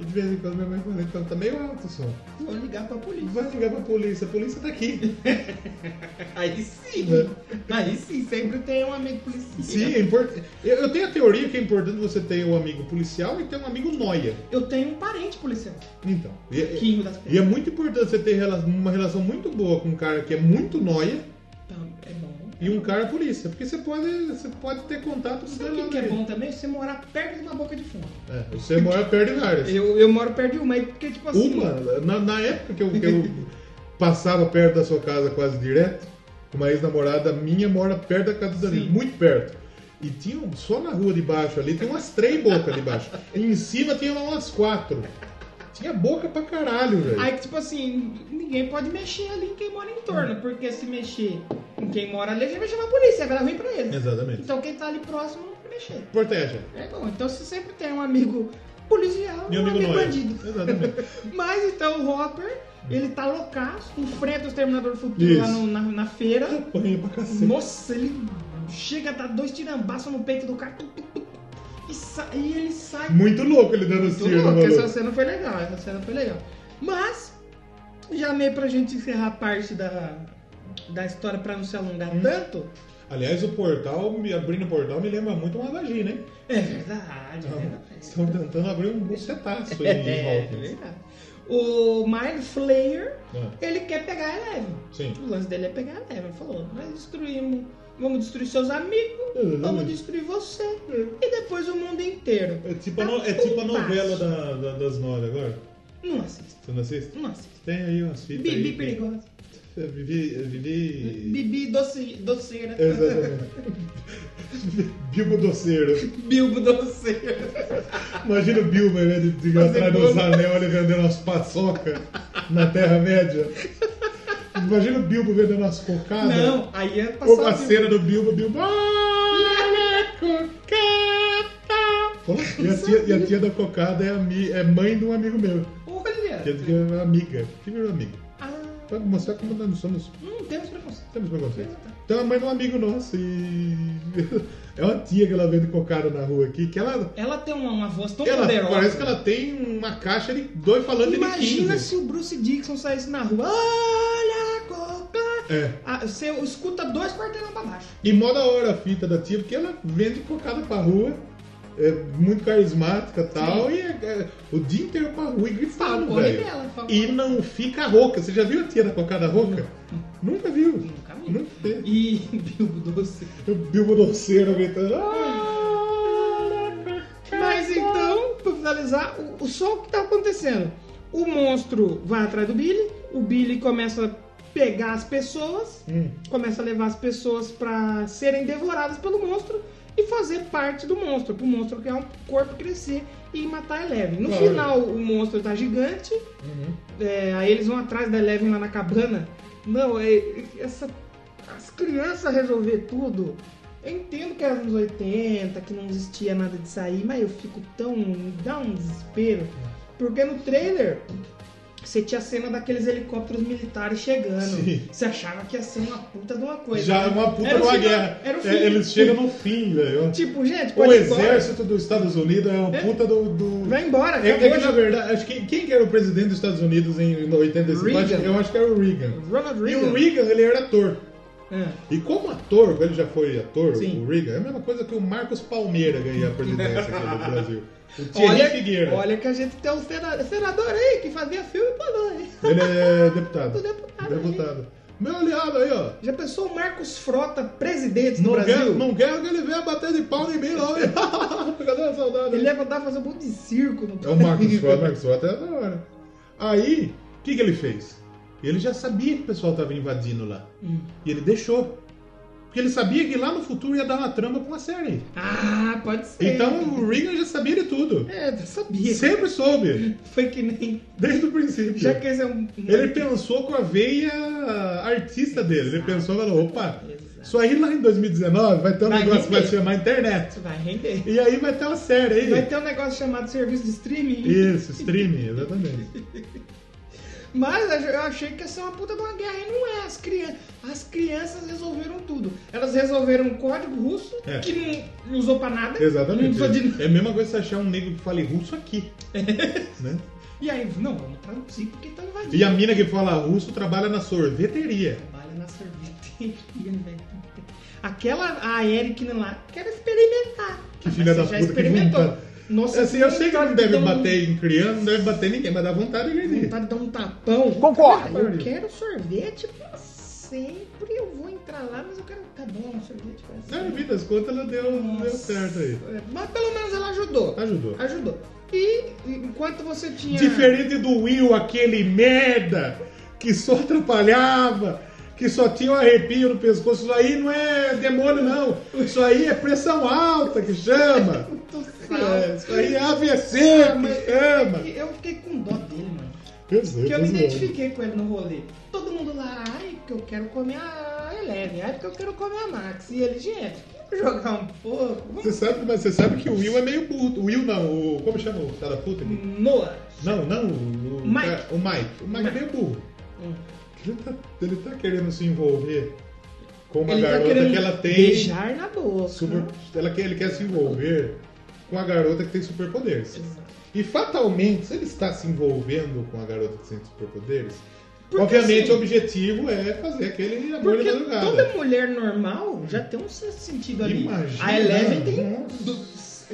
E de vez em quando minha mãe fala, então tá meio alto o som. Vou ligar pra polícia. Vai ligar pra polícia, a polícia tá aqui. Aí sim. Aí sim, sempre tem um amigo policial. Sim, é importante. Eu eu tenho a teoria que é importante você ter um amigo policial e ter um amigo noia. Eu tenho um parente policial. Então. E, e- Quinho das e é muito importante você ter rela- uma relação muito boa com um cara que é muito noia Então, é bom. e um cara polícia. Porque você pode, você pode ter contato com Sabe o que, que é bom também? Você morar perto de uma boca de fumo. É, você mora perto de várias. Eu, eu moro perto de uma, aí porque tipo assim. Uma, na, na época que eu, que eu passava perto da sua casa quase direto, uma ex-namorada minha mora perto da casa do Danilo, muito perto. E tinha um- só na rua de baixo ali, tem umas três bocas ali embaixo. E em cima tinha lá umas quatro. Tinha boca pra caralho, velho. Aí, tipo assim, ninguém pode mexer ali em quem mora em torno, porque se mexer em quem mora ali, já vai chamar a polícia, vai dar ruim pra eles. Exatamente. Então quem tá ali próximo não pode mexer. Protege. É bom, então você sempre tem um amigo policial e Meu um amigo amigo Noia. bandido. Exatamente. Mas então o Hopper, ele tá loucaço, enfrenta o Exterminador do Futuro Isso. lá no- na, na feira. Apanha pra cacete. Nossa, ele chega a dar dois tirambaços no peito do cara. tuc, tuc, tuc, E, sa- e ele sai Muito louco ele dando os Muito tiros no louco, essa maluco. cena foi legal, essa cena foi legal. Mas, já meio pra gente encerrar a parte da, da história pra não se alongar Hum. tanto. Aliás, o portal, me- abrindo o portal, me lembra muito uma vagina, hein? É verdade, é verdade. Estão tentando abrir um bucetaço aí em É, volta. verdade. O Mind Flayer, né? Ah. ele quer pegar a Eleven. Sim. O lance dele é pegar a Eleven. Ele Falou, nós destruímos, vamos destruir seus amigos, Uhum. vamos destruir você e depois o mundo inteiro. Tá É tipo a, no- é tipo a novela da- da- das nove agora. Não assisto, Você não assiste? não assisto. Tem aí umas fitas. Bibi aí, perigosa. que- Vivi. é Vivi. Bibi doce, doceira. Exatamente. Bilbo doceiro. Bilbo doceiro. Imagina o Bilbo, ao invés de, de gastar bolo. nos anel, ele vendendo umas paçoca na Terra-média. Imagina o Bilbo vendendo umas cocadas. Não, aí é Ou a passar. cena do Bilbo, Bilbo. Ah! "Olha a cocada." Pô, E a, tia, e a tia da cocada é, ami- é mãe de um amigo meu. Olha, Que é amiga. Que virou amiga. ah, Pra mostrar como nós não somos. não temos preconceito. Temos preconceito. Então a mãe de um amigo nosso e. É uma tia que ela vende cocada na rua aqui, que ela. Ela tem uma, uma voz tão ela poderosa. parece que ela tem uma caixa de dois falantes Imagina de 15. se o Bruce Dixon saísse na rua. Olha a coca. É. Ah, você escuta dois quarteirão pra baixo. E mó da hora a fita da tia, porque ela vende cocada pra rua. É muito carismática e tal, e é- é o dia inteiro pra rua e gritando, Favor velho. dela, favor. E não fica rouca. Você já viu a tia da cocada rouca? Nunca viu. Nunca vi. Nunca teve. E Bilbo doce. O Bilbo doceiro gritando. "Ah!" Mas então, pra finalizar, o, o só o que tá acontecendo. O monstro vai atrás do Billy, o Billy começa a pegar as pessoas, Hum. começa a levar as pessoas pra serem devoradas pelo monstro e fazer parte do monstro, pro monstro criar um corpo crescer e matar a Eleven. No Claro. final, o monstro tá gigante, é, aí eles vão atrás da Eleven lá na cabana. Não, é, é- essa, as crianças resolver tudo. Eu entendo que era nos 80, que não existia nada de sair, mas eu fico tão. me dá um desespero. Porque no trailer você tinha a cena daqueles helicópteros militares chegando. Sim. Você achava que ia ser uma puta de uma coisa. Já é né? uma puta Era o numa final- guerra. Era o fim. É, eles chegam no fim, velho. Tipo, gente, O pode ir embora. exército dos Estados Unidos é uma É. puta do. do- Vai embora, É, é acabou que, já. na verdade, acho que quem que era o presidente dos Estados Unidos em 85? Reagan. Eu acho que era o Reagan. Ronald E Reagan. É. o Reagan, ele era ator. E como ator, ele já foi ator, o Riga, é a mesma coisa que o Marcos Palmeira ganhar a presidência aqui do Brasil. O Thierry Figueira. olha, olha que a gente tem um sena- senador aí que fazia filme pra nós. Ele é deputado. deputado. Deputado. Meu aliado aí, ó. Já pensou o Marcos Frota, presidente do Não Brasil? quero, não quero que ele venha bater de pau em mim, não. Cadê a saudade? Ele ia mandar fazer um monte de circo no É o Marcos Frota, o Marcos Frota é da hora. Aí, o que, que ele fez? Ele já sabia que o pessoal estava invadindo lá. Hum. E ele deixou. Porque ele sabia que lá no futuro ia dar uma trama pra uma série. Ah, pode ser. Então o Reagan já sabia de tudo. É, eu sabia. Sempre soube. Foi que nem. Desde o princípio. Já que esse é um. Ele pensou com a veia artista dele. Ele pensou, falou, opa, isso aí lá em 2019 vai ter um Vai negócio que vai se render. chamar internet. Vai render. E aí vai ter uma série aí. Vai ter um negócio chamado serviço de streaming. Isso, streaming, exatamente. Mas eu achei que ia ser uma puta de uma guerra e não é. As, crian... As crianças resolveram tudo. Elas resolveram um código russo É. que não- não usou pra nada. Não Exatamente. usou de... É a mesma coisa que você achar um negro que fale russo aqui. né? E aí, não, vamos traduzir porque tá invadindo. E a mina que fala russo trabalha na sorveteria. Trabalha na sorveteria, velho. Aquela, a Erikina lá, quero experimentar. Que filha da já puta que experimentou. vontade. Nossa, assim, eu sei que não deve dá um- bater em criança, não deve bater em ninguém, mas dá vontade de agredir. Vontade de dar um tapão. Concordo. Eu quero sorvete pra sempre. Eu vou entrar lá, mas eu quero. Tá bom, sorvete pra Na sempre. vida das contas, ela deu, É, deu certo aí. É, Mas pelo menos ela ajudou. Ajudou. Ajudou. E enquanto você tinha. Diferente do Will, aquele merda que só atrapalhava, que só tinha um arrepio no pescoço. Isso aí não é demônio, não. Isso aí é pressão alta que chama. É, isso aí é AVC que chama. é Eu fiquei com dó dele, mano. Eu sei, Porque eu tô me zoando. identifiquei com ele no rolê. Todo mundo lá, ai, porque eu quero comer a Eleven, ai, porque eu quero comer a Max. E ele, gente, vamos jogar um pouco. Vamos... Você sabe, mas você sabe que o Will é meio burro. O Will não, o. Como chama o cara da puta aqui? Noah. Não, não, o. o Mike. cara- O Mike. O Mike é meio burro. Hum. Ele tá, ele tá querendo se envolver com uma Ele tá garota querendo que ela tem. beijar na boca. super- ela quer, ele quer se envolver com a garota que tem superpoderes. E fatalmente, se ele está se envolvendo com a garota que tem superpoderes, Porque, obviamente assim, o objetivo é fazer aquele amor de Porque madrugada. toda mulher normal já tem um certo sentido ali. Imagina. A Eleven tem do-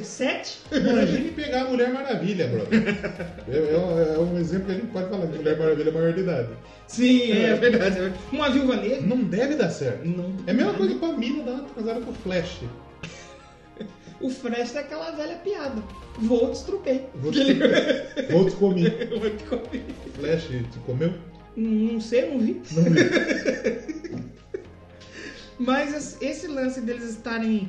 sete. Imagine pegar a Mulher Maravilha, brother. É, é um- é um exemplo que a gente pode falar que Mulher Maravilha é maior de idade. Sim, é, verdade. Uma viúva negra. Não deve dar certo. É a mesma coisa com a mina dar uma transada com o Flash. O Fresh é aquela velha piada. Vou destruir. Vou te, vou te comer. Eu vou te comer. Flash te comeu? Não sei, não vi. Não vi. Mas es- esse lance deles estarem.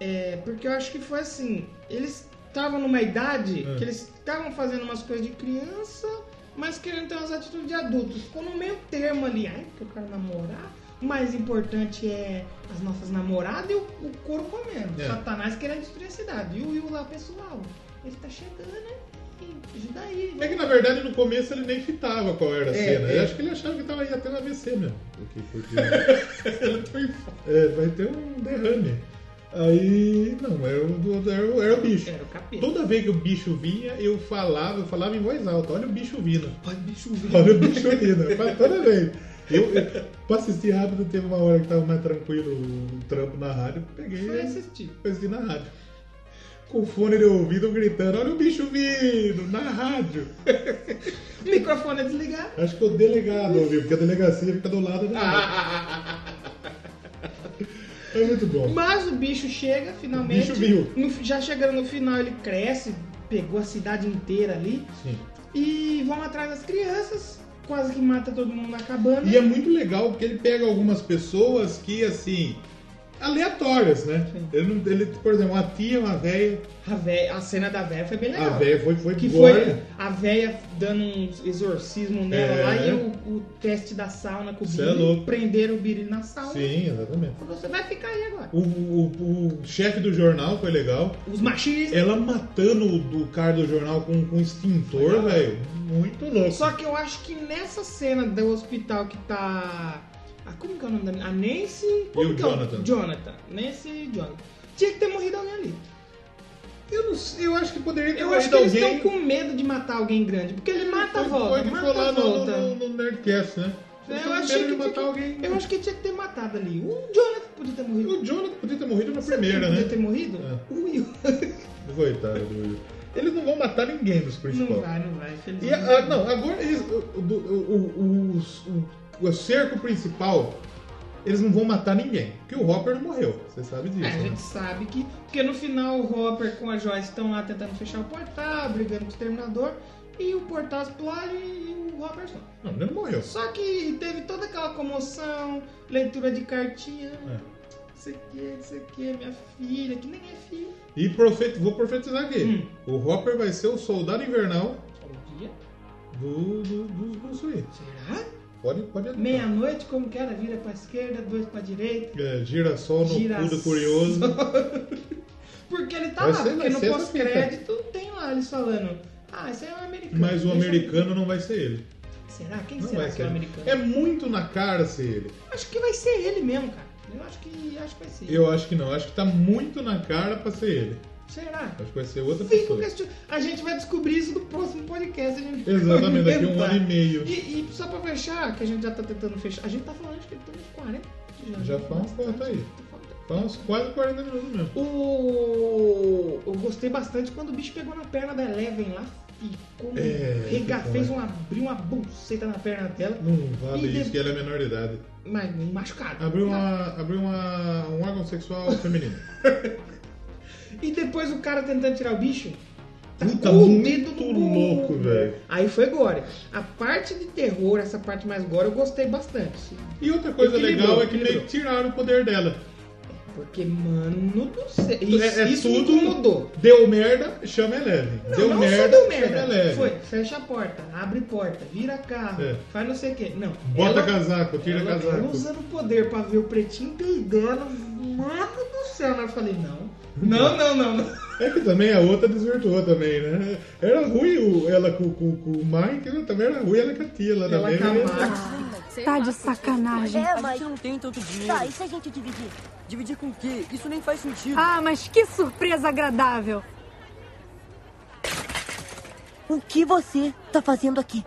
é, porque eu acho que foi assim. Eles estavam numa idade É. que eles estavam fazendo umas coisas de criança, mas querendo ter umas atitudes de adulto. Ficou no meio termo ali. Ai, porque eu quero namorar. O mais importante é as nossas namoradas e o, o couro comendo. É. Satanás querendo destruir a cidade. E o Will lá, pessoal, ele tá chegando, né? Ajuda aí. É que na verdade no começo ele nem fitava qual era a É, cena. é. Eu acho que ele achava que tava ia ter um AVC mesmo. Porque, porque... É, vai ter um derrame. Aí. Não, era o, do- era o, era o bicho. Era o capeta. Toda vez que o bicho vinha, eu falava, eu falava em voz alta, olha o bicho vindo. Ai, bicho, viu? Olha o bicho vindo. Tá Eu né? falava Toda vez. Eu, eu, pra assistir rápido, teve uma hora que tava mais tranquilo o trampo na rádio, peguei Foi assim. e assistir. assisti na rádio. Com o fone de ouvido gritando, olha o bicho vindo, na rádio. O microfone é desligado. Acho que o delegado ouviu, porque a delegacia fica do lado da É muito bom. Mas o bicho chega finalmente. O bicho viu. No- já chegando no final, ele cresce, pegou a cidade inteira ali. Sim. E vão atrás das crianças, quase que mata todo mundo na cabana. E é muito legal porque ele pega algumas pessoas que, assim, aleatórias, né? Ele, não- ele, por exemplo, uma tia, uma velha. a, véia- a cena da véia foi bem A legal. velha foi, foi É, que gorda. foi a véia dando um exorcismo nela É. lá e o, o teste da sauna com o Cê é Billy. louco. Prenderam o Billy na sauna. Sim, exatamente. Falou, Você vai ficar aí agora. O, o- o chefe do jornal foi legal. Os machistas. Ela matando o do cara do jornal com, com extintor, velho. Muito louco. Só que eu acho que nessa cena do hospital que tá. Ah, como que é o nome da menina? A Nancy. Como E o que é Jonathan. Jonathan. Nancy e Jonathan. Tinha que ter morrido alguém ali. Eu, não sei, eu acho que poderia ter Eu acho morrido que eles alguém. estão com medo de matar alguém grande. Porque ele mata a Foi- volta. Foi que Mata foi a lá no, volta. no, no Nerdcast, né? Vocês eu estão com achei medo que de tinha que- matar alguém. Eu acho que tinha que ter matado ali. O Jonathan podia ter morrido. O Jonathan podia ter morrido na Sabe quem primeira, né? Podia ter morrido? O Will. Coitado do Will. Eles não vão matar ninguém nos principais. Não vai, não vai. infelizmente. E, ah, não, agora eles, o, o, o, o- o cerco principal, eles não vão matar ninguém. Porque o Hopper não morreu, você sabe disso. É, a né? gente sabe que. Porque no final o Hopper com a Joyce estão lá tentando fechar o portal, brigando com o exterminador. E o portal explode e o Hopper só. Não, ele não morreu. Só que teve toda aquela comoção, leitura de cartinha. É. Isso aqui, isso aqui é minha filha, que nem é filha. E profet, vou profetizar aqui. Hum. O Hopper vai ser o soldado invernal Bom dia. do, do, do, do Sui. Será? Pode, pode adiantar. Meia-noite, como que era? Vira pra esquerda, dois pra direita. É, girassol no Girassol. cu do curioso. Porque ele tá Vai lá, ser- porque vai no ser essa pós-crédito tem lá eles falando. Ah, esse é um americano. Mas o deixa eu- americano não vai ser ele. Será? Quem Não será vai que ser é o ele. americano? É muito na cara ser ele. Acho que vai ser ele mesmo, cara. Eu acho que, acho que vai ser ele. Eu acho que não. Acho que tá muito na cara pra ser ele. Será? Acho que vai ser outra Fica pessoa. o question- A gente vai descobrir isso no próximo podcast. A gente vai Exatamente, daqui a um inventar. ano e meio. E, e só pra fechar, que a gente já tá tentando fechar. A gente tá falando, acho que tem uns 40 Já foi uma Tá foto aí. Foi Então, uns quase 40 minutos mesmo. O... Eu gostei bastante quando o bicho pegou na perna da Eleven lá. Ficou. É, rega, ficou, fez né? um, abriu uma buceta na perna dela. Não vale E isso, de- que ela é menor de idade. Mas machucado. Abriu, uma, abriu uma, um órgão sexual feminino. E depois o cara tentando tirar o bicho. Tá Puta, tacou o muito dedo no cu. louco, velho. Aí foi gore. A parte de terror, essa parte mais gore, eu gostei bastante. E outra coisa Equilibrou, legal é que meio equilibrou. que tiraram o poder dela. Porque, mano do céu. Isso, é, é isso me tudo. incomodou. Deu merda, chama Eleven. Não, deu não merda, só deu chama merda. Eleven. Foi, fecha a porta, abre porta, vira carro, É. faz não sei o que. Não. Bota ela- casaco, tira ela, casaco. Ela usando o poder pra ver o pretinho peidando. Mano do céu, né? Eu falei, não. Não, não, não. não. É que também a outra desvirtuou também, né? Era ruim o- ela com, com, com o Mike, né? também era ruim ela com a tia lá Ela também. tá né? má. Tá de sacanagem. É, mas... A gente não tem tanto dinheiro. Tá, e se a gente dividir? Dividir com o quê? Isso nem faz sentido. Ah, mas que surpresa agradável. O que você tá fazendo aqui?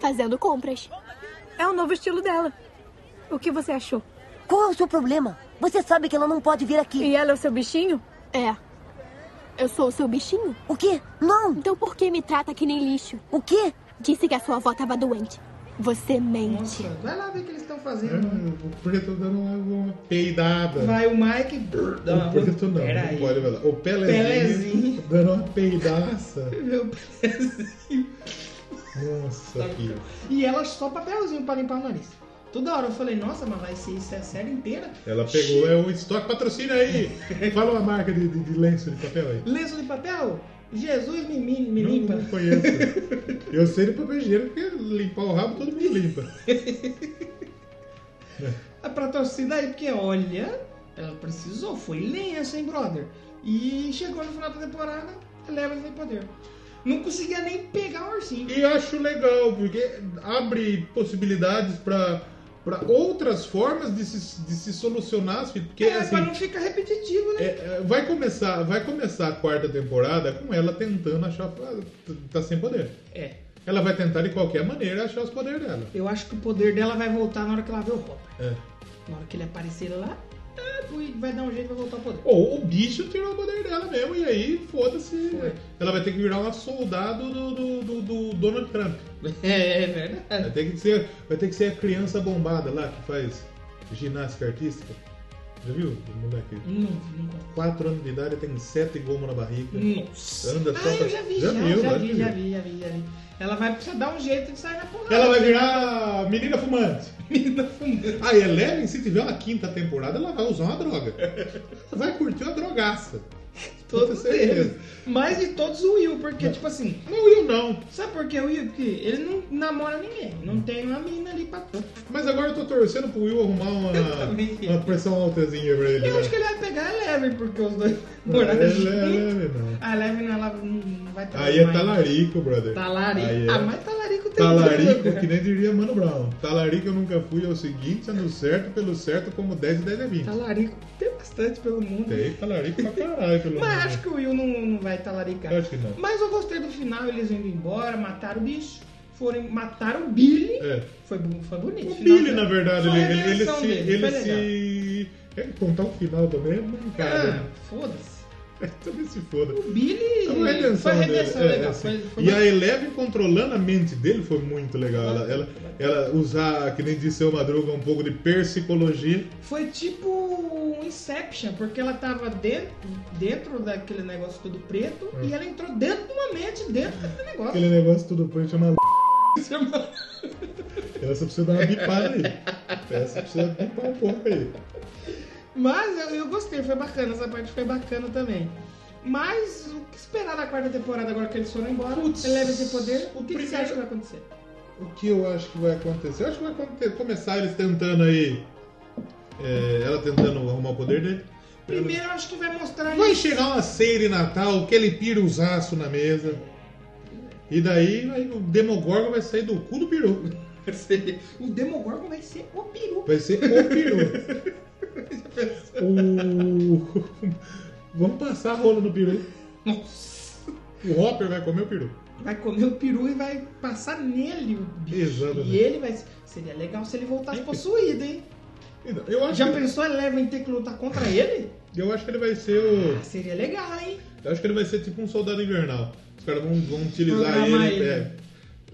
Fazendo compras. É o novo estilo dela. O que você achou? Qual é o seu problema? Você sabe que ela não pode vir aqui. E ela é o seu bichinho? É. Eu sou o seu bichinho? O quê? Não! Então por que me trata que nem lixo? O quê? Disse que a sua avó tava doente. Você mente. Vai lá ver o que eles estão É, fazendo. né? o preto dando uma, uma peidada. Vai o Mike. brrr, dá uma- o preto não, Pera aí. não pode falar. O Pelezinho, Pelezinho. dando uma peidaça. Meu pezinho. Tá Nossa, filho. E ela só papelzinho pra limpar o nariz. Toda hora eu falei, nossa, mas vai ser isso é a série inteira. Ela pegou é o estoque, patrocina aí! Fala uma marca de, de, de lenço de papel aí. Lenço de papel? Jesus me, me, me Não, limpa. não conheço. Eu sei do papel higiênico, porque limpar o rabo todo mundo limpa. É pra torcida aí, porque olha, ela precisou, foi lenço, hein, brother? E chegou no final da temporada, leva sem poder. Não conseguia nem pegar o ursinho. E acho legal, porque abre possibilidades pra, pra outras formas de se, de se solucionar as fitas. Porque, é, assim, pra não ficar repetitivo, né? é, é, vai, começar, vai começar a quarta temporada com ela tentando achar. ah, t- Tá sem poder. É. Ela vai tentar de qualquer maneira achar os poderes dela. Eu acho que o poder dela vai voltar na hora que ela vê o Hopper. É. Na hora que ele aparecer lá, ah, ui, vai dar um jeito e vai voltar o poder. Ou o bicho tirou o poder dela mesmo, e aí foda-se. Ela vai ter que virar uma soldado do, do, do- do Donald Trump. É, é verdade. Vai ter, que ser, vai ter que ser a criança bombada lá que faz ginástica artística. Já viu? O moleque. Não, não. 4 anos de idade tem sete gomos na barriga. Nossa. Anda, ah, toca- eu já vi, já já, viu, já, já vi, viu. já vi, já vi, já vi. Ela vai precisar dar um jeito de sair na porrada. Ela vai virar menina fumante. Menina fumante. A Eleven, se tiver uma quinta temporada, ela vai usar uma droga. Vai curtir uma drogaça. Todos Com certeza. eles. Mas de todos o Will, porque, tipo assim. Não, Will não. Sabe por que o Will? Porque ele não namora ninguém. Hum. Não tem uma menina ali pra. Mas agora eu tô torcendo pro Will arrumar também. uma, uma pressão altazinha pra ele. Eu né? acho que é ele vai pegar a Eleven, porque os dois Não, moraram ele- é juntos. ele- não. A Eleven, ela não- não vai Aí é mais. talarico, brother. Talarico. Aí é- Ah, mas talarico tem Talarico, tudo. que nem diria Mano Brown. Talarico eu nunca fui, é o seguinte, é no certo, pelo certo, como 10 e 10 é 20. Talarico tem bastante pelo mundo. Tem talarico pra caralho, pelo Mas menos. acho que o Will não, não vai talaricar. Eu acho que não. Mas eu gostei do final, eles indo embora, mataram o bicho. forem matar o Billy. É. Foi, bu- foi bonito. O final Billy, dela. na verdade, Só a ele, ele, ele revelação se. dele, Ele foi legal. se. É contar o final também, é mancada. Ah, né? foda-se. Também se foda. O Billy. É uma redenção foi dele, redenção é, legal. é, sim. foi- foi e a bacana. Eleven controlando a mente dele foi muito legal. Ela, ela, ela usar, que nem disse o Madruga, um pouco de persicologia. Foi tipo Inception, porque ela tava dentro, dentro daquele negócio todo preto Hum. e ela entrou dentro de uma mente, dentro daquele negócio. Aquele negócio tudo preto chama. Chama- Ela só precisa dar uma bipada aí. Ela só precisa bipar um pouco aí. Mas eu, eu gostei, foi bacana, essa parte foi bacana também. Mas o que esperar da quarta temporada agora que eles foram embora? Putz, ele leva esse poder, o que, que primeiro- você acha que vai acontecer? O que eu acho que vai acontecer? Eu acho que vai acontecer, começar eles tentando aí. é, ela tentando arrumar o poder dele. Primeiro eu acho que vai mostrar Vai isso. chegar uma ceia de Natal que ele pira os aços na mesa. E daí vai- o Demogorgon vai sair do cu do peru. Vai ser- O Demogorgon vai ser o peru. Vai ser o peru. O- Vamos passar a rola no peru. O Hopper vai comer o peru. Vai comer o peru e vai passar nele o bicho. Exatamente. E ele vai. Seria legal se ele voltasse possuído, hein? Então, eu acho Já que- pensou Eleven ter que lutar contra ele? Eu acho que ele vai ser o. Seria legal, hein? Eu acho que ele vai ser tipo um soldado invernal. Os caras vão, vão utilizar Programar ele. ele. é.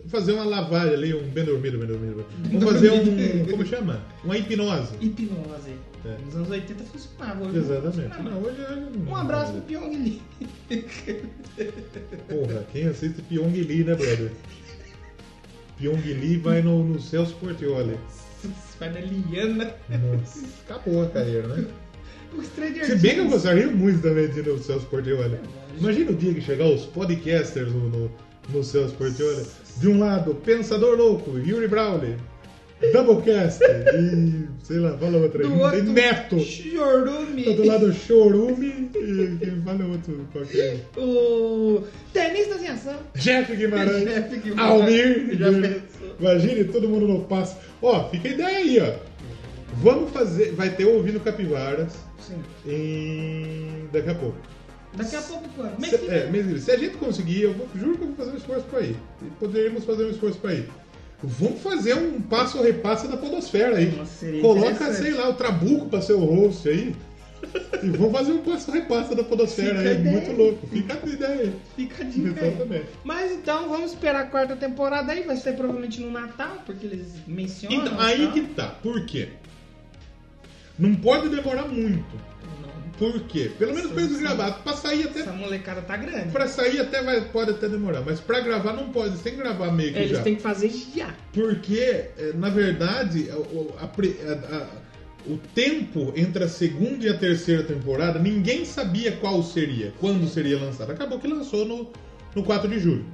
fazer uma lavagem ali, um bem dormido, bem dormido. Vamos fazer um. Como chama? Uma hipnose. Hipnose. É. Nos anos 80 funcionava. hoje não Exatamente. funciona Ah, Não, mais. hoje- é Um abraço pro Pyong Lee. Porra, quem assiste Pyong Lee, né, brother? Pyong Lee vai no, no Celso Portioli. Vai na Liana. Nossa, acabou a carreira, né? O Stranger Se bem que eu Things. gostaria muito também de ir no Celso Portioli. Imagina o dia que chegar os podcasters no, no, no Celso Portioli. De um lado, Pensador Louco, Yuri Brawley, Doublecast e, sei lá, fala outra aí. Do outro, E Neto. Chorume. Do outro lado, Chorume e e fala outro qualquer. um. O Tenistas em Ação. Jeff Guimarães, Jeff Guimarães. Almir. Já Guilherme. Imagine todo mundo no passo. Ó, fica a ideia aí, ó. Vamos fazer. Vai ter o ouvido capivaras Sim. em. daqui a pouco. Daqui a pouco, quando? Mês Se, que é, vem. mês que vem. Se a gente conseguir, eu vou- juro que eu vou fazer um esforço pra ir. Poderíamos fazer um esforço pra ir. Vamos fazer um passo ou repassa da Podosfera aí. seria Coloca, interessante. sei lá, o Trabuco pra ser o host aí. e vamos fazer um passo ou repassa da Podosfera Fica a aí. ideia. Muito louco. Fica a ideia aí. Então Fica a dica aí. Exatamente. Mas então vamos esperar a quarta temporada aí, vai ser provavelmente no Natal, porque eles mencionam. Então, e aí tal. que tá. Por quê? Não pode demorar muito. Por quê? Pelo menos pra eles gravar. Pra sair até. Essa molecada tá grande. Pra sair até vai- pode até demorar. Mas pra gravar não pode. Eles têm que gravar meio que É, eles já. têm que fazer já. Porque, eh, na verdade, a- o- a pre- a- a- o tempo entre a segunda e a terceira temporada, ninguém sabia qual seria, quando seria lançada. Acabou que lançou no, no 4 de julho.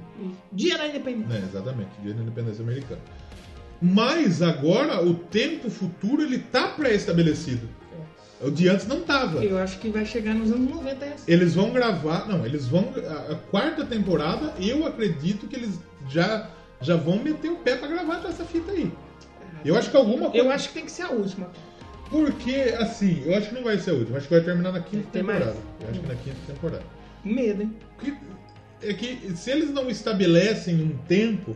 Dia da Independência. É, exatamente, dia da independência americana. Mas agora o tempo futuro ele tá pré-estabelecido. O de antes não tava. É. Eu acho que vai chegar nos anos assim. 90 essa. Eles vão gravar. Não, eles vão. A, a quarta temporada, eu acredito que eles já, já vão meter o pé pra gravar já essa fita aí. Eu acho que alguma coisa. Ah, Eu acho que tem que ser a última. Porque, assim, eu acho que não vai ser a última. Acho que vai terminar na quinta Tem mais? temporada. Eu acho que na quinta temporada. Medo, hein? É que se eles não estabelecem um tempo,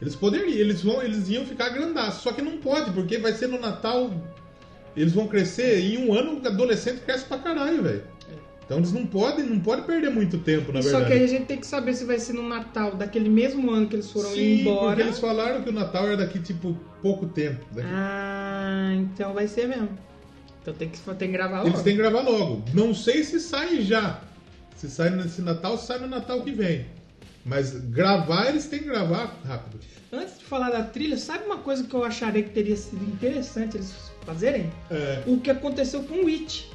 eles poderiam, eles vão, eles iam ficar grandaços. Só que não pode, porque vai ser no Natal. Eles vão crescer e em um ano o adolescente cresce pra caralho, velho. Então eles não podem, não podem perder muito tempo, na Só É verdade. que aí a gente tem que saber se vai ser no Natal daquele mesmo ano que eles foram Sim, embora. porque eles falaram que o Natal era daqui, tipo, pouco tempo. né? Daqui Ah, então vai ser mesmo. Então tem que, tem que gravar logo. Eles têm que gravar logo. Não sei se sai já. Se sai nesse Natal, sai no Natal que vem. Mas gravar, eles têm que gravar rápido. Antes de falar da trilha, sabe uma coisa que eu acharia que teria sido interessante eles fazerem? É. Hum. O que aconteceu com o Witch.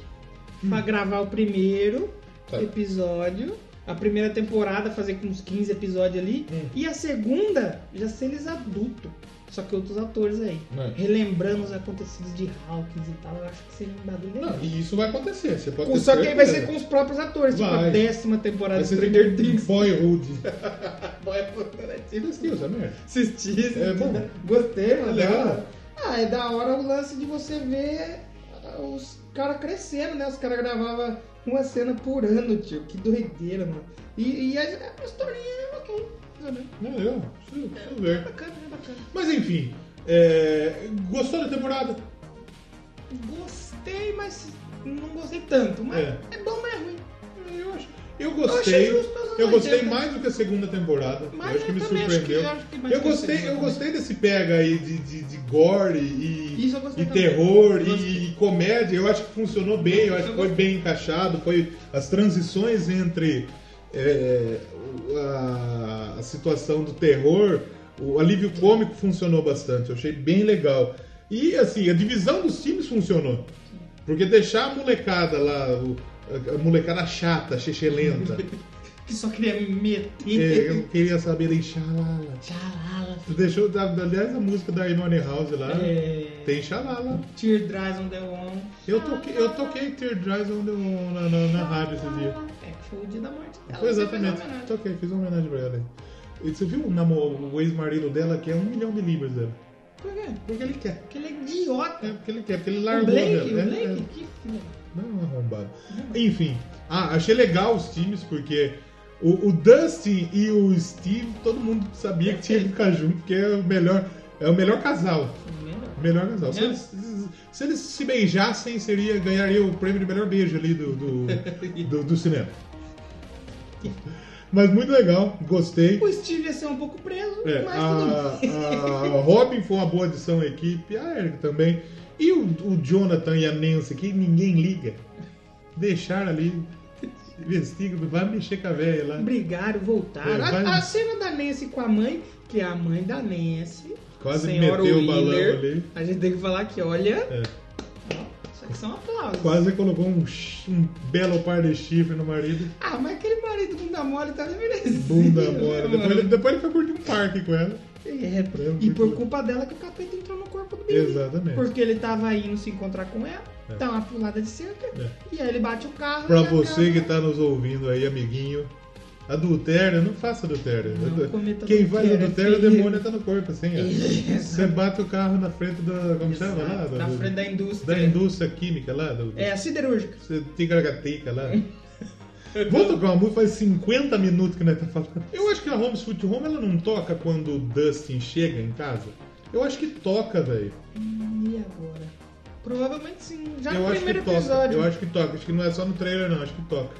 Pra gravar o primeiro Tá. episódio, a primeira temporada, fazer com uns 15 episódios ali, Hum. e a segunda já ser eles adultos. Só que outros atores aí. É. Relembrando os acontecidos de Hawkins e tal, eu acho que seria um bagulho legal. Não, e isso vai acontecer. Você pode Com- ter Só que aí vai ser certeza. com os próprios atores, tipo Vai. a décima temporada Vai do ser tipo Stranger Things. Boyhood. Boyhood. Assistiu essa merda? Assisti, assisti. É bom. Gostei, mano. Legal. da hora. Ah, é da hora o lance de você ver ah, os caras crescendo, né? Os caras gravavam uma cena por ano, tio. Que doideira, mano. E, e a, a historinha é ok. Valeu, preciso, preciso ver. Bacana, né? Bacana. Mas enfim, é, gostou da temporada? Gostei, mas não gostei tanto. Mas É. é, bom, mas é ruim. Eu acho. Eu achei gostei. justo, mas não Eu gostei adianta. mais do que a segunda temporada. Eu Mas acho que eu me também acho que- surpreendeu. acho que mais Eu que a gostei, segunda. eu gostei desse pega aí de, de, de gore e, Isso eu gostei e também. terror Eu e, e comédia. Eu acho que funcionou bem, eu acho que foi bem encaixado. Foi as transições entre é, o- a, a situação do terror, o alívio cômico funcionou bastante. Eu achei bem legal. E assim, a divisão dos times funcionou. Porque deixar a molecada lá, o- a a molecada chata, chechelenta. Que só queria É, meter. eu queria saber de Xalala. Xalala. Tu deixou, da- aliás, a música da Imone House lá. É. Tem Xalala. Tear Dries on the One. Eu toquei, eu toquei Tear Dries on the Moon na, na, na rádio esse dia. é, É, que foi o dia da morte dela. né? Foi Você fez exatamente. uma homenagem. Toquei, fiz uma homenagem pra ela aí. E você viu o, namo- o ex-marido dela que é um milhão de libras dela? Por quê? Porque ele quer. Porque ele é idiota. É, porque ele quer, porque ele largou o Blake, dela. o né? Blake, É. que filho. Não, um arrombado. Enfim, ah, achei legal os times, porque o, o Dustin e o Steve, todo mundo sabia que tinha que ficar junto, porque é o melhor, é o melhor casal. Melhor casal. Se Né? eles, se eles se beijassem, seria, ganharia o prêmio de melhor beijo ali do, do, do, do cinema. Mas muito legal, gostei. O Steve ia ser um pouco preso, É, mas a, tudo bem. a Robin foi uma boa adição à equipe, a Eric também. E o, o Jonathan e a Nancy, que ninguém liga. Deixaram ali, investiga, vai mexer com a velha lá. Brigaram, voltaram. É, A- vai- a, cena da Nancy com a mãe, que é a mãe da Nancy. Quase senhora meteu o balão Wheeler, ali. A gente tem que falar que, olha, É, isso aqui são aplausos. quase colocou um, ch- um belo par de chifre no marido. Ah, mas aquele marido bunda mole tá merecido. Bunda né, mole. mano? Depois ele, depois ele foi curtir um parque com ela. É, e por culpa dela que o capeta entrou no corpo do menino. Exatamente. Porque ele tava indo se encontrar com ela, É. dá uma pulada de cerca, É. e aí ele bate o carro. Pra e acaba- você que tá nos ouvindo aí, amiguinho, adultério, não faça adultério. Adu- cometa Quem faz adultério, adultério, o filho. demônio tá no corpo, assim, ó. Você bate o carro na frente da. Como chama lá? na Do- frente da indústria. Da indústria química lá. Do, É, a siderúrgica. Você ticaracateca lá. Vou tocar uma música, faz 50 minutos que nós tá falando. Eu acho que a Home Sweet Home ela não toca quando o Dustin chega em casa. Eu acho que toca, velho. Hum, E agora? Provavelmente sim, já Eu no acho que primeiro toca. episódio. Eu acho que toca. Acho que não é só no trailer, não. Acho que toca.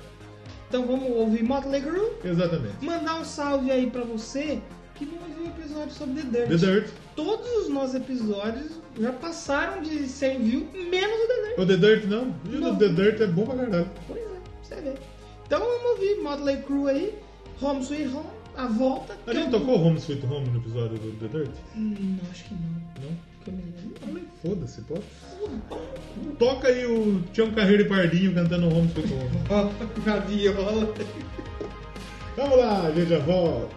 Então vamos ouvir Motley Crue, Exatamente. mandar um salve aí pra você que não ouviu o episódio sobre The Dirt. The Dirt. Todos os nossos episódios já passaram de 100 views, menos o The Dirt. O The Dirt não? E o Não. The Dirt é bom pra caralho. Pois é, você vê. Então vamos ouvir Motley Crue aí, Home Sweet Home, a volta. A gente tocou Home Sweet Home no episódio do The Dirt? Hum, Não, acho que não. Não? Que eu me lembro. não. Foda-se, pô. Toca aí o Tião Carreiro e Pardinho cantando Home Sweet Home. Na viola. Vamos lá, gente, já volta.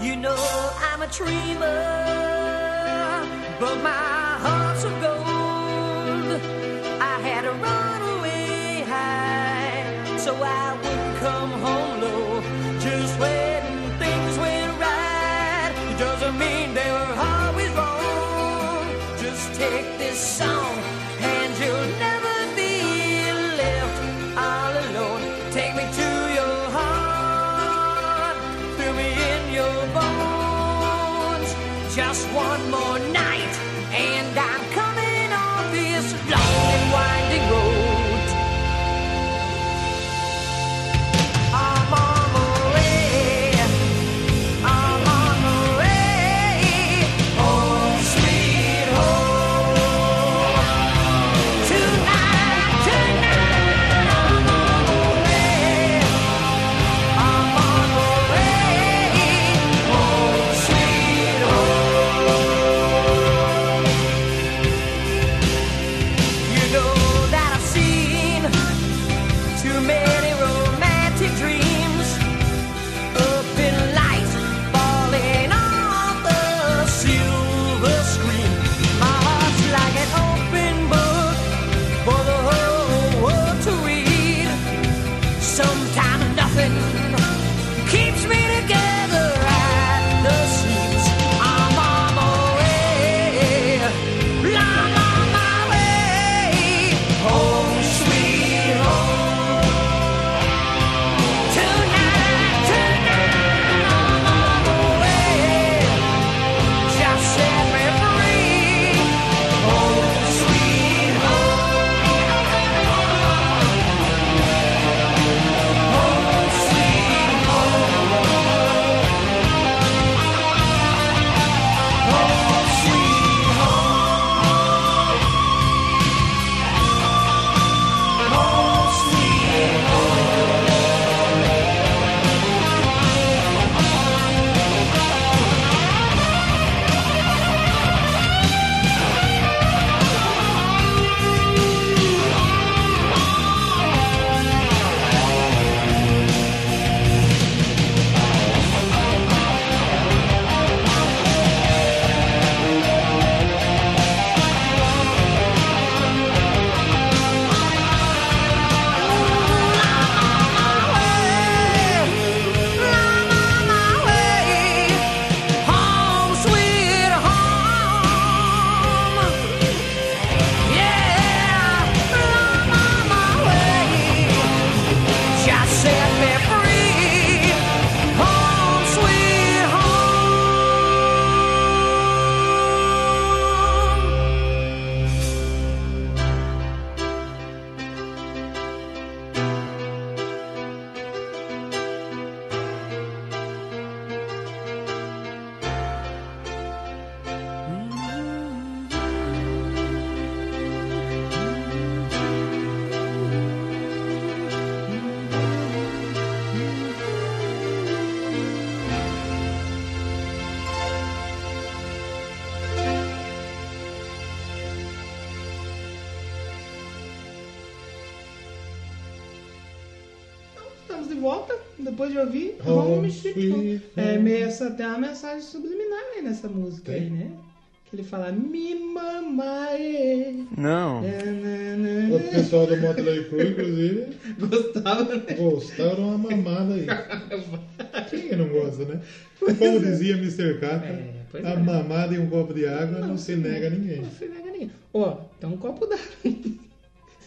You know I'm a dreamer, but my heart's of gold. I had a runaway high, so I wouldn't come home low. Just when things went right, it doesn't mean they were always wrong. Just take this song, and you'll never be left all alone. Take me to your heart, fill me in your bones. Just one more night, and I'm coming off this long and winding road. I'm on my way. I'm on my way. Home sweet home. Tonight. de volta, depois de ouvir Home Home Sweet Home. Sweet É Home. meio essa, tem uma mensagem subliminar aí nessa música Tem? aí, né? Que ele fala, me mamae. Não. O pessoal do Motley Crue, inclusive. Gostava, né? Gostaram uma mamada aí. Quem não gosta, né? Como dizia Mr. Catra, pois a é. mamada e um copo de água não, se nega a ninguém. Não se nega ninguém. Ó, tá um copo d'água.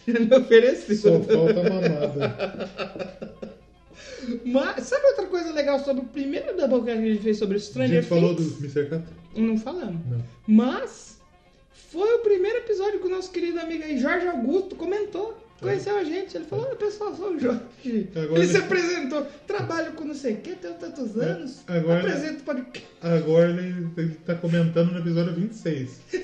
Já me ofereceu. Só falta mamada. Mas, sabe outra coisa legal sobre o primeiro Doublecast que a gente fez sobre A Stranger gente falou do Things? Mr. Catra? Não falamos. Não. Mas foi o primeiro episódio que o nosso querido amigo aí, Jorge Augusto, comentou. Conheceu a gente. Ele falou, "Olha, pessoal, sou o Jorge. ele se É. ele- É, apresentou. Trabalho com não sei o que, tenho tantos anos. Agora- apresento podcast. Agora ele, ele tá comentando no episódio 26.